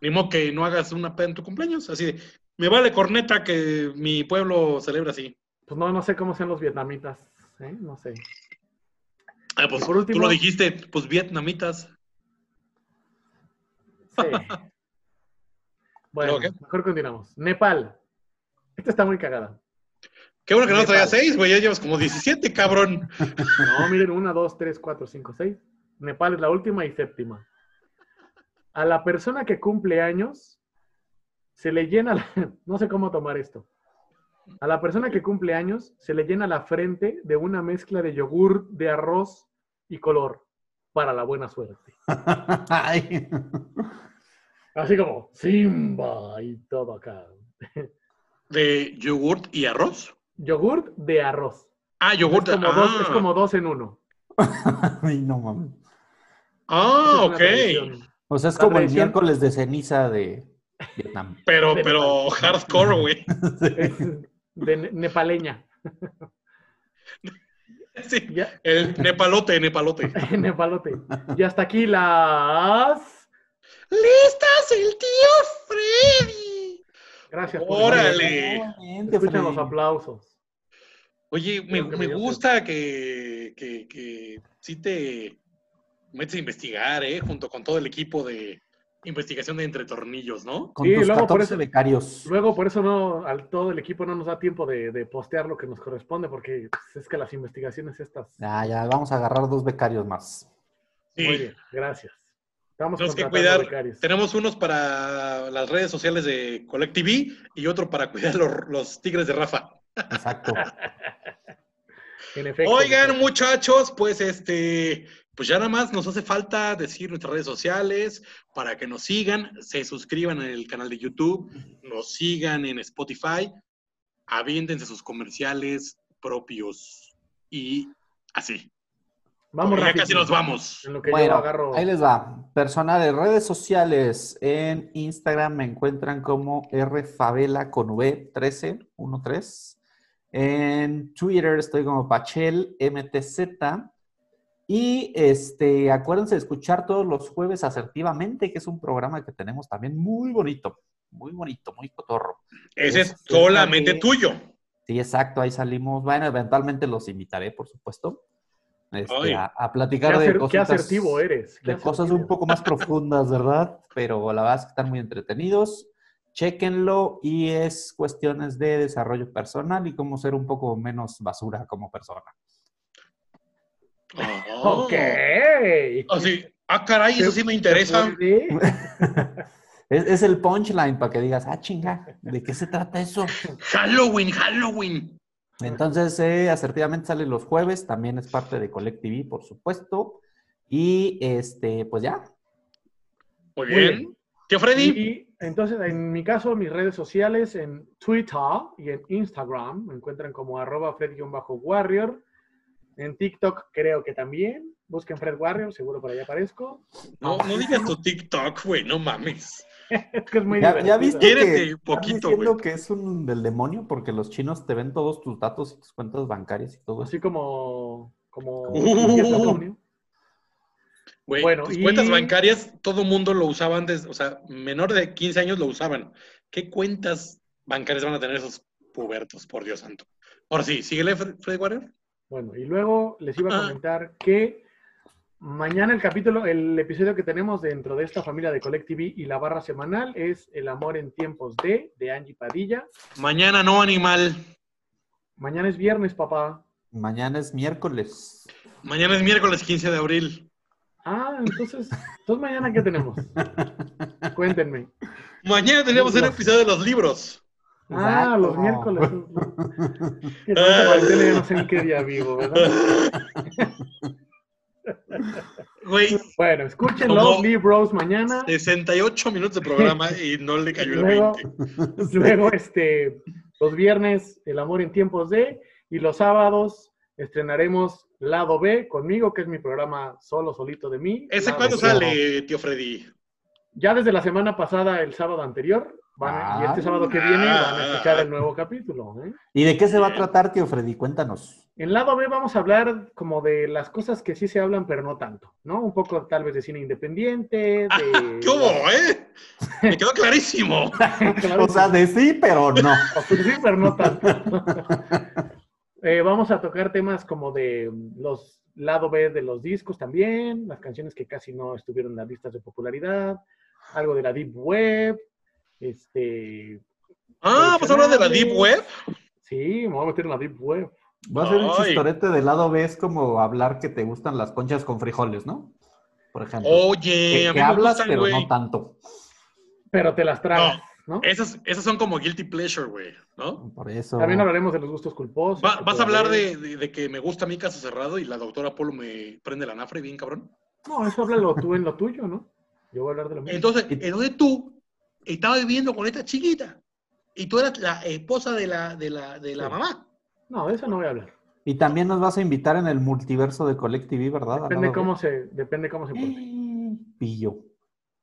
[SPEAKER 2] Ni modo que no hagas una peda en tu cumpleaños. Así de, me vale corneta que mi pueblo celebra así.
[SPEAKER 3] Pues no, no sé cómo sean los vietnamitas, ¿eh? No sé.
[SPEAKER 2] Ah, pues
[SPEAKER 3] Y por último-
[SPEAKER 2] tú lo dijiste, pues vietnamitas.
[SPEAKER 3] Sí. Bueno,
[SPEAKER 2] Pero,
[SPEAKER 3] mejor continuamos. Nepal. Esta está muy cagada.
[SPEAKER 2] Qué bueno que no
[SPEAKER 3] Nepal.
[SPEAKER 2] traía seis, güey. Ya llevas como 17, cabrón.
[SPEAKER 3] No, miren, una, dos, tres, cuatro, cinco, seis. Nepal es la última y séptima. A la persona que cumple años, se le llena, la- no sé cómo tomar esto. A la persona que cumple años, se le llena la frente de una mezcla de yogur, de arroz y color para la buena suerte.
[SPEAKER 4] Ay.
[SPEAKER 3] Así como Simba y todo acá.
[SPEAKER 2] De yogurt y arroz.
[SPEAKER 3] Yogur de arroz.
[SPEAKER 2] Ah,
[SPEAKER 3] Es
[SPEAKER 2] yogurt.
[SPEAKER 3] como,
[SPEAKER 2] ah,
[SPEAKER 3] dos, es como dos en uno.
[SPEAKER 4] Ay, no mames.
[SPEAKER 2] ah
[SPEAKER 3] Esa es una
[SPEAKER 2] ok.
[SPEAKER 3] tradición.
[SPEAKER 4] O sea, es
[SPEAKER 3] La
[SPEAKER 4] como el
[SPEAKER 3] tradición-
[SPEAKER 4] miércoles de ceniza de Vietnam.
[SPEAKER 2] Pero,
[SPEAKER 3] De
[SPEAKER 2] pero hardcore, güey.
[SPEAKER 3] Es de ne- nepaleña.
[SPEAKER 2] Sí.
[SPEAKER 3] Ya,
[SPEAKER 2] El nepalote, nepalote.
[SPEAKER 3] nepalote. Y hasta aquí las.
[SPEAKER 2] ¡Listas el tío Freddy!
[SPEAKER 3] Gracias.
[SPEAKER 2] Órale.
[SPEAKER 3] Escuchan los aplausos.
[SPEAKER 2] Oye, me,
[SPEAKER 3] Creo que
[SPEAKER 2] me
[SPEAKER 3] me dio
[SPEAKER 2] gusta que, que, que sí te metes a investigar, ¿eh? Junto con todo el equipo de investigación de Entre Tornillos, ¿no?
[SPEAKER 4] Con
[SPEAKER 3] Sí,
[SPEAKER 4] tus
[SPEAKER 3] luego por
[SPEAKER 4] 14
[SPEAKER 3] eso-
[SPEAKER 4] becarios.
[SPEAKER 3] Luego, por eso no, al todo el equipo no nos da tiempo de, de postear lo que nos corresponde, porque pues, es que las investigaciones estas.
[SPEAKER 4] Ya, ya, vamos a agarrar dos becarios más.
[SPEAKER 3] Muy
[SPEAKER 2] Sí.
[SPEAKER 3] bien, gracias. Estamos
[SPEAKER 2] Tenemos que
[SPEAKER 3] contratando
[SPEAKER 2] cuidar-
[SPEAKER 3] becarios.
[SPEAKER 2] Tenemos unos para las redes sociales de Collective y otro para cuidar los, los tigres de Rafa.
[SPEAKER 4] Exacto.
[SPEAKER 3] En efecto.
[SPEAKER 2] Oigan, muchachos, pues este, pues ya nada más nos hace falta decir nuestras redes sociales para que nos sigan, se suscriban al canal de YouTube, nos sigan en Spotify, aviéntense sus comerciales propios y así.
[SPEAKER 3] vamos
[SPEAKER 2] ya
[SPEAKER 3] rápido.
[SPEAKER 2] casi nos vamos.
[SPEAKER 3] En lo que yo
[SPEAKER 4] Bueno,
[SPEAKER 3] agarro.
[SPEAKER 4] ahí les va. Personal, en redes sociales, en Instagram me encuentran como rfavela con V1313. En Twitter estoy como Pachel MTZ. Y este, acuérdense de escuchar todos los jueves asertivamente, que es un programa que tenemos también muy bonito, muy bonito, muy cotorro.
[SPEAKER 2] Ese es
[SPEAKER 4] Este,
[SPEAKER 2] solamente
[SPEAKER 4] también.
[SPEAKER 2] tuyo.
[SPEAKER 4] Sí, exacto, ahí salimos. Bueno, eventualmente los invitaré, por supuesto, este,
[SPEAKER 2] Ay.
[SPEAKER 4] a, a platicar
[SPEAKER 3] Qué,
[SPEAKER 4] de
[SPEAKER 3] aser- qué
[SPEAKER 4] cositas-
[SPEAKER 3] asertivo eres. qué
[SPEAKER 4] de cosas
[SPEAKER 3] asertivo.
[SPEAKER 4] un poco más profundas, ¿verdad? Pero la verdad es que están muy entretenidos. Chéquenlo y es cuestiones de desarrollo personal y cómo ser un poco menos basura como persona.
[SPEAKER 2] Oh.
[SPEAKER 3] Ah, Ok.
[SPEAKER 2] Así, ah, caray, eso sí me interesa.
[SPEAKER 3] ¿Sí?
[SPEAKER 4] Es, es el punchline para que digas, ah, chinga, ¿de qué se trata eso?
[SPEAKER 2] Halloween, Halloween.
[SPEAKER 4] Entonces, eh, asertivamente sale los jueves, también es parte de Collective, por supuesto. Y este, pues ya,
[SPEAKER 2] Muy
[SPEAKER 3] Muy
[SPEAKER 2] bien.
[SPEAKER 3] bien.
[SPEAKER 2] Tío Freddy,
[SPEAKER 3] Y entonces, en mi caso, mis redes sociales, en Twitter y en Instagram, me encuentran como arroba Fred-Warrior. En TikTok creo que también. Busquen Fred Warrior, seguro por ahí aparezco.
[SPEAKER 2] no, no digas tu TikTok, güey, no mames.
[SPEAKER 3] Es que es muy
[SPEAKER 4] ya,
[SPEAKER 3] divertido.
[SPEAKER 4] ya viste
[SPEAKER 2] Quiérete
[SPEAKER 4] que están
[SPEAKER 2] poquito,
[SPEAKER 4] diciendo
[SPEAKER 2] güey.
[SPEAKER 4] que es un del demonio porque los chinos te ven todos tus datos y tus cuentas bancarias y todo eso.
[SPEAKER 3] Así como... como
[SPEAKER 2] Uh. Güey,
[SPEAKER 3] Bueno,
[SPEAKER 2] tus
[SPEAKER 3] y-
[SPEAKER 2] cuentas bancarias, todo mundo lo usaba antes, o sea, menor de 15 años lo usaban. ¿Qué cuentas bancarias van a tener esos pubertos, por Dios santo? Ahora sí, síguele, Fre- Freddy Warrior.
[SPEAKER 3] Bueno, y luego les iba a
[SPEAKER 2] Ah.
[SPEAKER 3] comentar que mañana el capítulo, el episodio que tenemos dentro de esta familia de Collective y la barra semanal es El amor en tiempos de, de Angie Padilla.
[SPEAKER 2] Mañana no, animal.
[SPEAKER 3] Mañana es viernes, papá.
[SPEAKER 4] Mañana es miércoles.
[SPEAKER 2] Mañana es miércoles 15 de abril.
[SPEAKER 3] Ah, entonces, entonces mañana qué tenemos? Cuéntenme.
[SPEAKER 2] Mañana tendríamos un episodio de los libros.
[SPEAKER 3] Ah,
[SPEAKER 4] Exacto.
[SPEAKER 3] los miércoles. Que tanta cuarentena ya no sé en qué día vivo, ¿verdad?
[SPEAKER 2] Güey,
[SPEAKER 3] Bueno, escuchen
[SPEAKER 2] Como-
[SPEAKER 3] los libros mañana.
[SPEAKER 2] 68 minutos de programa y no le cayó el
[SPEAKER 3] Luego-
[SPEAKER 2] 20.
[SPEAKER 3] Luego, este, los viernes, El amor en tiempos de, y los sábados estrenaremos Lado B conmigo, que es mi programa solo, solito de mí.
[SPEAKER 2] ¿Ese
[SPEAKER 3] Lado
[SPEAKER 2] cuándo
[SPEAKER 3] B.
[SPEAKER 2] sale, tío Freddy?
[SPEAKER 3] Ya desde la semana pasada, el sábado anterior, van a- y este
[SPEAKER 4] Ah.
[SPEAKER 3] sábado que viene van a escuchar el nuevo capítulo. ¿eh?
[SPEAKER 4] ¿Y de qué se va a tratar, tío Freddy? Cuéntanos.
[SPEAKER 3] En lado B vamos a hablar como de las cosas que sí se hablan, pero no tanto, ¿no? Un poco tal vez de cine independiente, de...
[SPEAKER 2] ¿Qué hubo, eh? Me quedó clarísimo.
[SPEAKER 3] Claro, pues,
[SPEAKER 4] O sea, de sí, pero no.
[SPEAKER 3] sí, pero no tanto. Eh, vamos a tocar temas como de los lado B de los discos también, las canciones que casi no estuvieron en las listas de popularidad, algo de la Deep Web, este...
[SPEAKER 2] Ah, pues hablar de la Deep Web.
[SPEAKER 3] Sí, me voy a meter en la Deep Web.
[SPEAKER 4] Va a ser un
[SPEAKER 2] Ay.
[SPEAKER 4] chistorete de lado B, es como hablar que te gustan las conchas con frijoles, ¿no? Por ejemplo.
[SPEAKER 2] Oye,
[SPEAKER 4] que
[SPEAKER 2] a
[SPEAKER 4] que
[SPEAKER 2] mí me
[SPEAKER 4] hablas,
[SPEAKER 2] gustan,
[SPEAKER 4] pero
[SPEAKER 2] güey.
[SPEAKER 4] no tanto.
[SPEAKER 3] Pero te las tragas, ¿no?
[SPEAKER 2] Esas, esas son como guilty pleasure, güey, ¿no?
[SPEAKER 4] Por eso.
[SPEAKER 3] También hablaremos de los gustos culposos.
[SPEAKER 2] Va-
[SPEAKER 3] que
[SPEAKER 2] ¿Vas
[SPEAKER 3] puede
[SPEAKER 2] a hablar
[SPEAKER 3] haber.
[SPEAKER 2] de, de- de que me gusta mi caso cerrado y la doctora Polo me prende la nafre bien, cabrón?
[SPEAKER 3] No, eso háblalo tú en lo tuyo, ¿no? Yo voy a hablar de lo mío.
[SPEAKER 2] Entonces, entonces tú estabas viviendo con esta chiquita y tú eras la esposa de la, de la, de la
[SPEAKER 4] Sí.
[SPEAKER 2] mamá.
[SPEAKER 3] No, de eso no voy a hablar.
[SPEAKER 4] Y también nos vas a invitar en el multiverso de Collective, ¿verdad? Al
[SPEAKER 3] Depende
[SPEAKER 4] lado B.
[SPEAKER 3] cómo se, depende cómo se pone.
[SPEAKER 4] Eh, Pillo.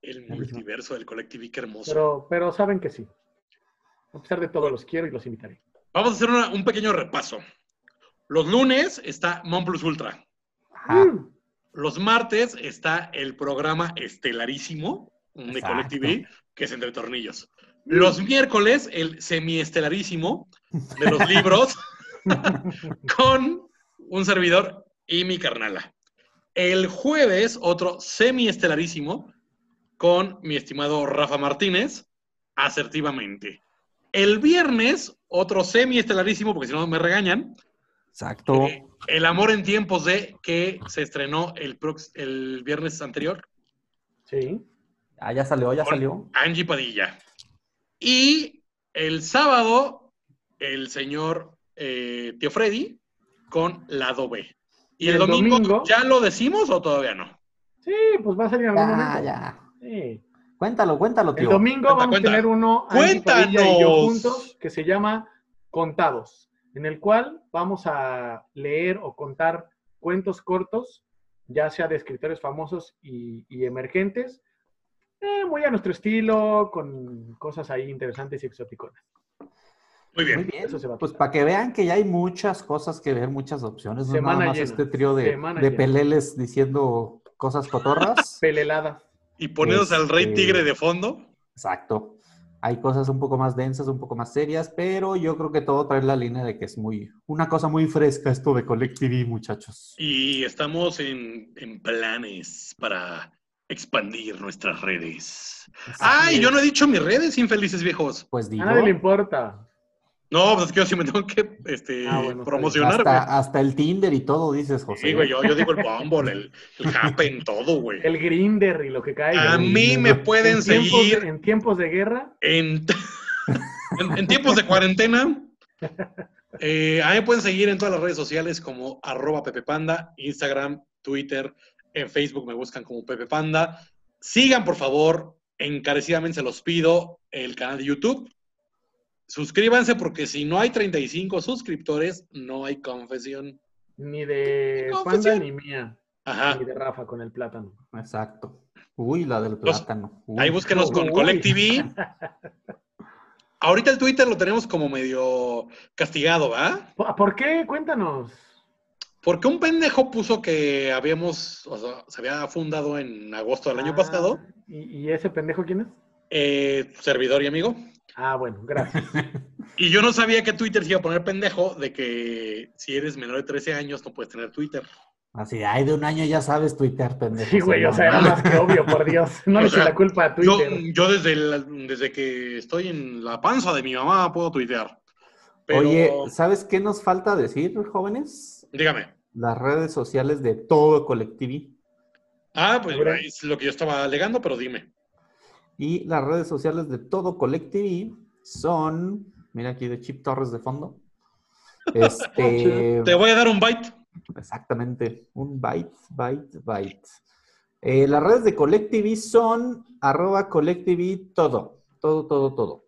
[SPEAKER 2] El multiverso del colectivo, qué hermoso.
[SPEAKER 3] Pero, pero saben que sí. A pesar de todo, los quiero y los invitaré.
[SPEAKER 2] Vamos a hacer una- un pequeño repaso. Los lunes está Mon Plus Ultra.
[SPEAKER 4] Ajá.
[SPEAKER 3] Mm.
[SPEAKER 2] Los martes está el programa estelarísimo de
[SPEAKER 4] Exacto.
[SPEAKER 2] Colectiví, que es Entre Tornillos. Los miércoles, el semiestelarísimo de los libros, con un servidor y mi carnala. El jueves, otro semiestelarísimo con mi estimado Rafa Martínez, asertivamente. El viernes, otro semiestelarísimo, porque si no me regañan,
[SPEAKER 4] Exacto.
[SPEAKER 2] eh, el amor en tiempos de que se estrenó el, prox- el viernes anterior,
[SPEAKER 3] Sí.
[SPEAKER 4] Ah, ya salió, ya
[SPEAKER 2] Con-
[SPEAKER 4] salió.
[SPEAKER 2] Angie Padilla. Y el sábado, el señor eh, Tío Freddy con Lado B. Y el,
[SPEAKER 3] El
[SPEAKER 2] domingo,
[SPEAKER 3] domingo-
[SPEAKER 2] ¿ya lo decimos o todavía no?
[SPEAKER 3] Sí, pues va a salir en algún
[SPEAKER 4] Ya,
[SPEAKER 3] momento.
[SPEAKER 4] ya.
[SPEAKER 3] Sí.
[SPEAKER 4] Cuéntalo, cuéntalo,
[SPEAKER 3] El
[SPEAKER 4] tío.
[SPEAKER 3] domingo
[SPEAKER 2] Cuenta,
[SPEAKER 3] vamos
[SPEAKER 2] cuenta.
[SPEAKER 3] a tener uno Angie Padilla y yo
[SPEAKER 2] ¡Cuéntanos!
[SPEAKER 3] juntos que se llama Contados, en el cual vamos a leer o contar cuentos cortos, ya sea de escritores famosos y, y emergentes, eh, muy a nuestro estilo, con cosas ahí interesantes y exóticas.
[SPEAKER 2] Muy
[SPEAKER 4] Muy
[SPEAKER 2] bien.
[SPEAKER 4] bien.
[SPEAKER 3] Eso se va a
[SPEAKER 4] Pues
[SPEAKER 3] tratar.
[SPEAKER 4] para que vean que ya hay muchas cosas que ver, muchas opciones. No es
[SPEAKER 3] Semana
[SPEAKER 4] nada más
[SPEAKER 3] llena.
[SPEAKER 4] este trío de,
[SPEAKER 3] Semana
[SPEAKER 4] de
[SPEAKER 3] llena.
[SPEAKER 4] peleles diciendo cosas cotorras.
[SPEAKER 3] Pelelada.
[SPEAKER 2] Y poneros al Rey
[SPEAKER 4] Este-
[SPEAKER 2] Tigre de fondo.
[SPEAKER 4] Exacto. Hay cosas un poco más densas, un poco más serias, pero yo creo que todo trae la línea de que es muy, una cosa muy fresca esto de Collective, muchachos.
[SPEAKER 2] Y estamos en, en planes para expandir nuestras redes. ¡Ay! Yo no he dicho mis redes, infelices viejos.
[SPEAKER 4] Pues
[SPEAKER 3] A
[SPEAKER 4] digo,
[SPEAKER 3] nadie le importa.
[SPEAKER 2] No, pues es que yo sí me tengo que este,
[SPEAKER 3] Ah, bueno,
[SPEAKER 2] promocionar, güey.
[SPEAKER 4] hasta, hasta el Tinder y todo, dices, José.
[SPEAKER 2] Sí, güey, yo, yo digo el Bumble, el, el Happen, todo, güey.
[SPEAKER 3] El grinder y lo que caiga.
[SPEAKER 2] A mí me Ah, pueden
[SPEAKER 3] en, tiempos,
[SPEAKER 2] seguir
[SPEAKER 3] en tiempos de guerra,
[SPEAKER 2] en, en- en tiempos de cuarentena. Eh, a mí me pueden seguir en todas las redes sociales como arroba pepepanda, Instagram, Twitter, en Facebook me buscan como Pepe Panda. Sigan, por favor, encarecidamente se los pido, el canal de YouTube. Suscríbanse porque si no hay 35 suscriptores, no hay confesión.
[SPEAKER 3] ni de
[SPEAKER 2] No, pues
[SPEAKER 3] Panda
[SPEAKER 2] sí.
[SPEAKER 3] ni mía,
[SPEAKER 2] Ajá.
[SPEAKER 3] ni de Rafa con el plátano.
[SPEAKER 4] Exacto. Uy, la del
[SPEAKER 2] Los-
[SPEAKER 4] plátano. Uy.
[SPEAKER 2] Ahí búsquenos con
[SPEAKER 3] Uy.
[SPEAKER 2] Collective. Ahorita el Twitter lo tenemos como medio castigado, ¿va?
[SPEAKER 3] ¿Por por qué? Cuéntanos.
[SPEAKER 2] Porque un pendejo puso que habíamos, o sea, se había fundado en agosto del año
[SPEAKER 3] Ah,
[SPEAKER 2] pasado.
[SPEAKER 3] ¿Y, y ese pendejo quién es?
[SPEAKER 2] eh, servidor y amigo.
[SPEAKER 3] Ah, bueno, gracias.
[SPEAKER 2] Y yo no sabía que Twitter se iba a poner pendejo de que si eres menor de 13 años no puedes tener Twitter.
[SPEAKER 4] Así, ay, de un año ya sabes tuitear, pendejo.
[SPEAKER 3] Sí, güey, o sea, era
[SPEAKER 4] Simón.
[SPEAKER 3] más que obvio, por Dios. No
[SPEAKER 2] O
[SPEAKER 3] le eché
[SPEAKER 2] sea,
[SPEAKER 3] la culpa a
[SPEAKER 2] Yo,
[SPEAKER 3] Twitter.
[SPEAKER 2] yo desde, la- desde que estoy en la panza de mi mamá puedo tuitear. Pero,
[SPEAKER 4] Oye, ¿sabes qué nos falta decir, jóvenes?
[SPEAKER 2] dígame.
[SPEAKER 4] Las redes sociales de todo Collective.
[SPEAKER 2] Ah, pues
[SPEAKER 3] Ahora-
[SPEAKER 2] es lo que yo estaba alegando, pero dime.
[SPEAKER 4] Y las redes sociales de todo Collective son, mira aquí de Chip Torres de fondo. Este,
[SPEAKER 2] Ah, Te voy a dar un byte.
[SPEAKER 4] Exactamente, un byte, byte, byte. Eh, las redes de Collective son arroba Collective todo, todo, todo, todo.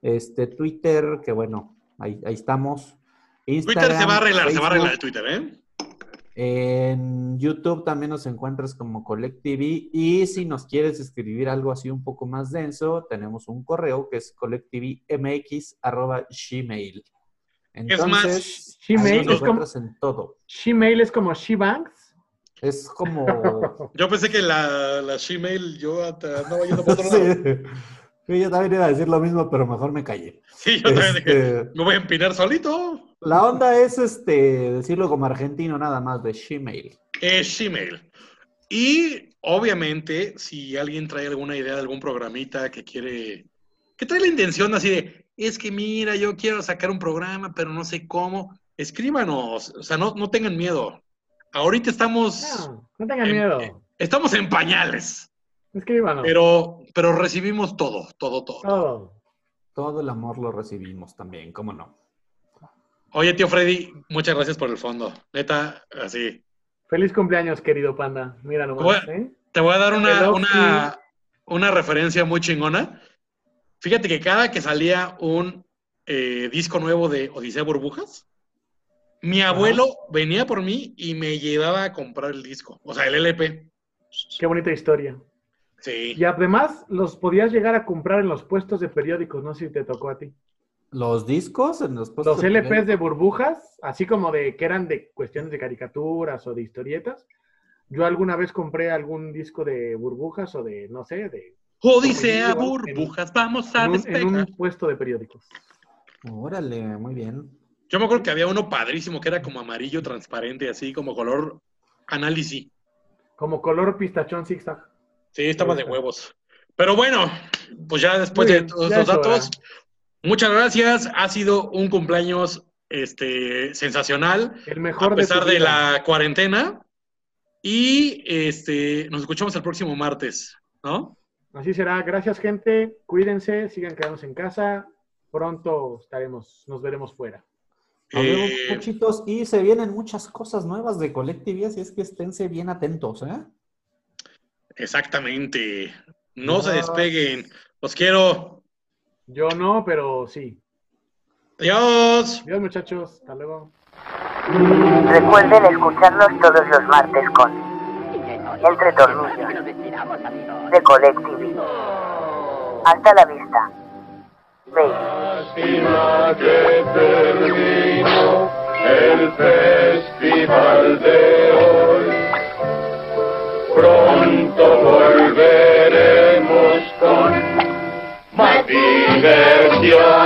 [SPEAKER 4] Este, Twitter, que bueno, ahí, ahí estamos.
[SPEAKER 2] Twitter se va a arreglar, se va a
[SPEAKER 4] Facebook.
[SPEAKER 2] arreglar el Twitter, ¿eh?
[SPEAKER 4] En YouTube también nos encuentras como Collective y si nos quieres escribir algo así un poco más denso, tenemos un correo que es collectivemx@gmail.
[SPEAKER 2] Es más,
[SPEAKER 4] Entonces,
[SPEAKER 3] Gmail
[SPEAKER 4] ahí nos
[SPEAKER 3] es como-
[SPEAKER 4] encuentras en todo.
[SPEAKER 3] She-Mail es como She-Banks.
[SPEAKER 4] Es como
[SPEAKER 2] Yo pensé que la, la Gmail, yo hasta andaba yendo por otro lado.
[SPEAKER 4] Sí. Sí, yo también iba a decir lo mismo, pero mejor me callé.
[SPEAKER 2] Sí, yo también dije,
[SPEAKER 4] Este,
[SPEAKER 2] me voy a empinar solito.
[SPEAKER 4] la onda es este decirlo como argentino nada más de Gmail.
[SPEAKER 2] Es Gmail. Y obviamente, si alguien trae alguna idea de algún programita que quiere, que trae la intención así de, es que mira, yo quiero sacar un programa, pero no sé cómo, escríbanos. O sea, no, no tengan miedo. Ahorita estamos,
[SPEAKER 3] No, no tengan
[SPEAKER 2] Eh,
[SPEAKER 3] miedo.
[SPEAKER 2] estamos en pañales,
[SPEAKER 3] Escríbanos.
[SPEAKER 2] pero, pero recibimos todo, todo, todo.
[SPEAKER 3] Todo.
[SPEAKER 4] Todo el amor lo recibimos también, ¿cómo no?
[SPEAKER 2] Oye, tío Freddy, muchas gracias por el fondo. Neta, así.
[SPEAKER 3] Feliz cumpleaños, querido panda. Mira nomás,
[SPEAKER 2] Bueno.
[SPEAKER 3] ¿eh?
[SPEAKER 2] Te voy a dar una,
[SPEAKER 3] Hello,
[SPEAKER 2] una, una referencia muy chingona. Fíjate que cada que salía un eh, disco nuevo de Odisea Burbujas, mi abuelo venía por mí y me llevaba a comprar el disco, o sea, el LP.
[SPEAKER 3] Qué bonita historia.
[SPEAKER 2] Sí.
[SPEAKER 3] Y además los podías llegar a comprar en los puestos de periódicos, no sé si te tocó a ti.
[SPEAKER 4] Los discos en los puestos
[SPEAKER 3] Los
[SPEAKER 4] de
[SPEAKER 3] LPs
[SPEAKER 4] periódico.
[SPEAKER 3] de burbujas, así como de que eran de cuestiones de caricaturas o de historietas. Yo alguna vez compré algún disco de burbujas o de, no sé, de
[SPEAKER 2] Odisea
[SPEAKER 3] en un-
[SPEAKER 2] Burbujas, vamos a
[SPEAKER 3] en un, en
[SPEAKER 2] despegar.
[SPEAKER 3] un puesto de periódicos.
[SPEAKER 4] Órale, muy bien.
[SPEAKER 2] Yo me acuerdo que había uno padrísimo que era como amarillo transparente, así como color análisis.
[SPEAKER 3] Como color pistachón zigzag.
[SPEAKER 2] Sí, estaba de
[SPEAKER 3] Ahorita.
[SPEAKER 2] huevos. Pero bueno, pues ya después
[SPEAKER 3] Muy
[SPEAKER 2] de
[SPEAKER 3] bien,
[SPEAKER 2] todos
[SPEAKER 3] ya
[SPEAKER 2] los
[SPEAKER 3] es hora.
[SPEAKER 2] datos, muchas gracias. Ha sido un cumpleaños este, sensacional,
[SPEAKER 3] El mejor
[SPEAKER 2] a pesar
[SPEAKER 3] tu
[SPEAKER 2] de,
[SPEAKER 3] vida.
[SPEAKER 2] la cuarentena. Y este, nos escuchamos el próximo martes, ¿no?
[SPEAKER 3] Así será. Gracias, gente. Cuídense, sigan quedándose en casa. Pronto estaremos, nos veremos fuera.
[SPEAKER 4] Nos vemos,
[SPEAKER 2] Eh,
[SPEAKER 4] muchitos, y se vienen muchas cosas nuevas de Collective, así es que esténse bien atentos, ¿eh?
[SPEAKER 2] exactamente. No se
[SPEAKER 4] No.
[SPEAKER 2] despeguen. Los quiero.
[SPEAKER 3] Yo no, pero sí.
[SPEAKER 2] Adiós.
[SPEAKER 3] Adiós, muchachos. Hasta luego.
[SPEAKER 1] Recuerden escucharnos todos los martes con Entre Tornillos de Colectivi. Hasta la vista. Baby.
[SPEAKER 5] Lástima que terminó el festival de hoy. Pronto volveremos con más diversión.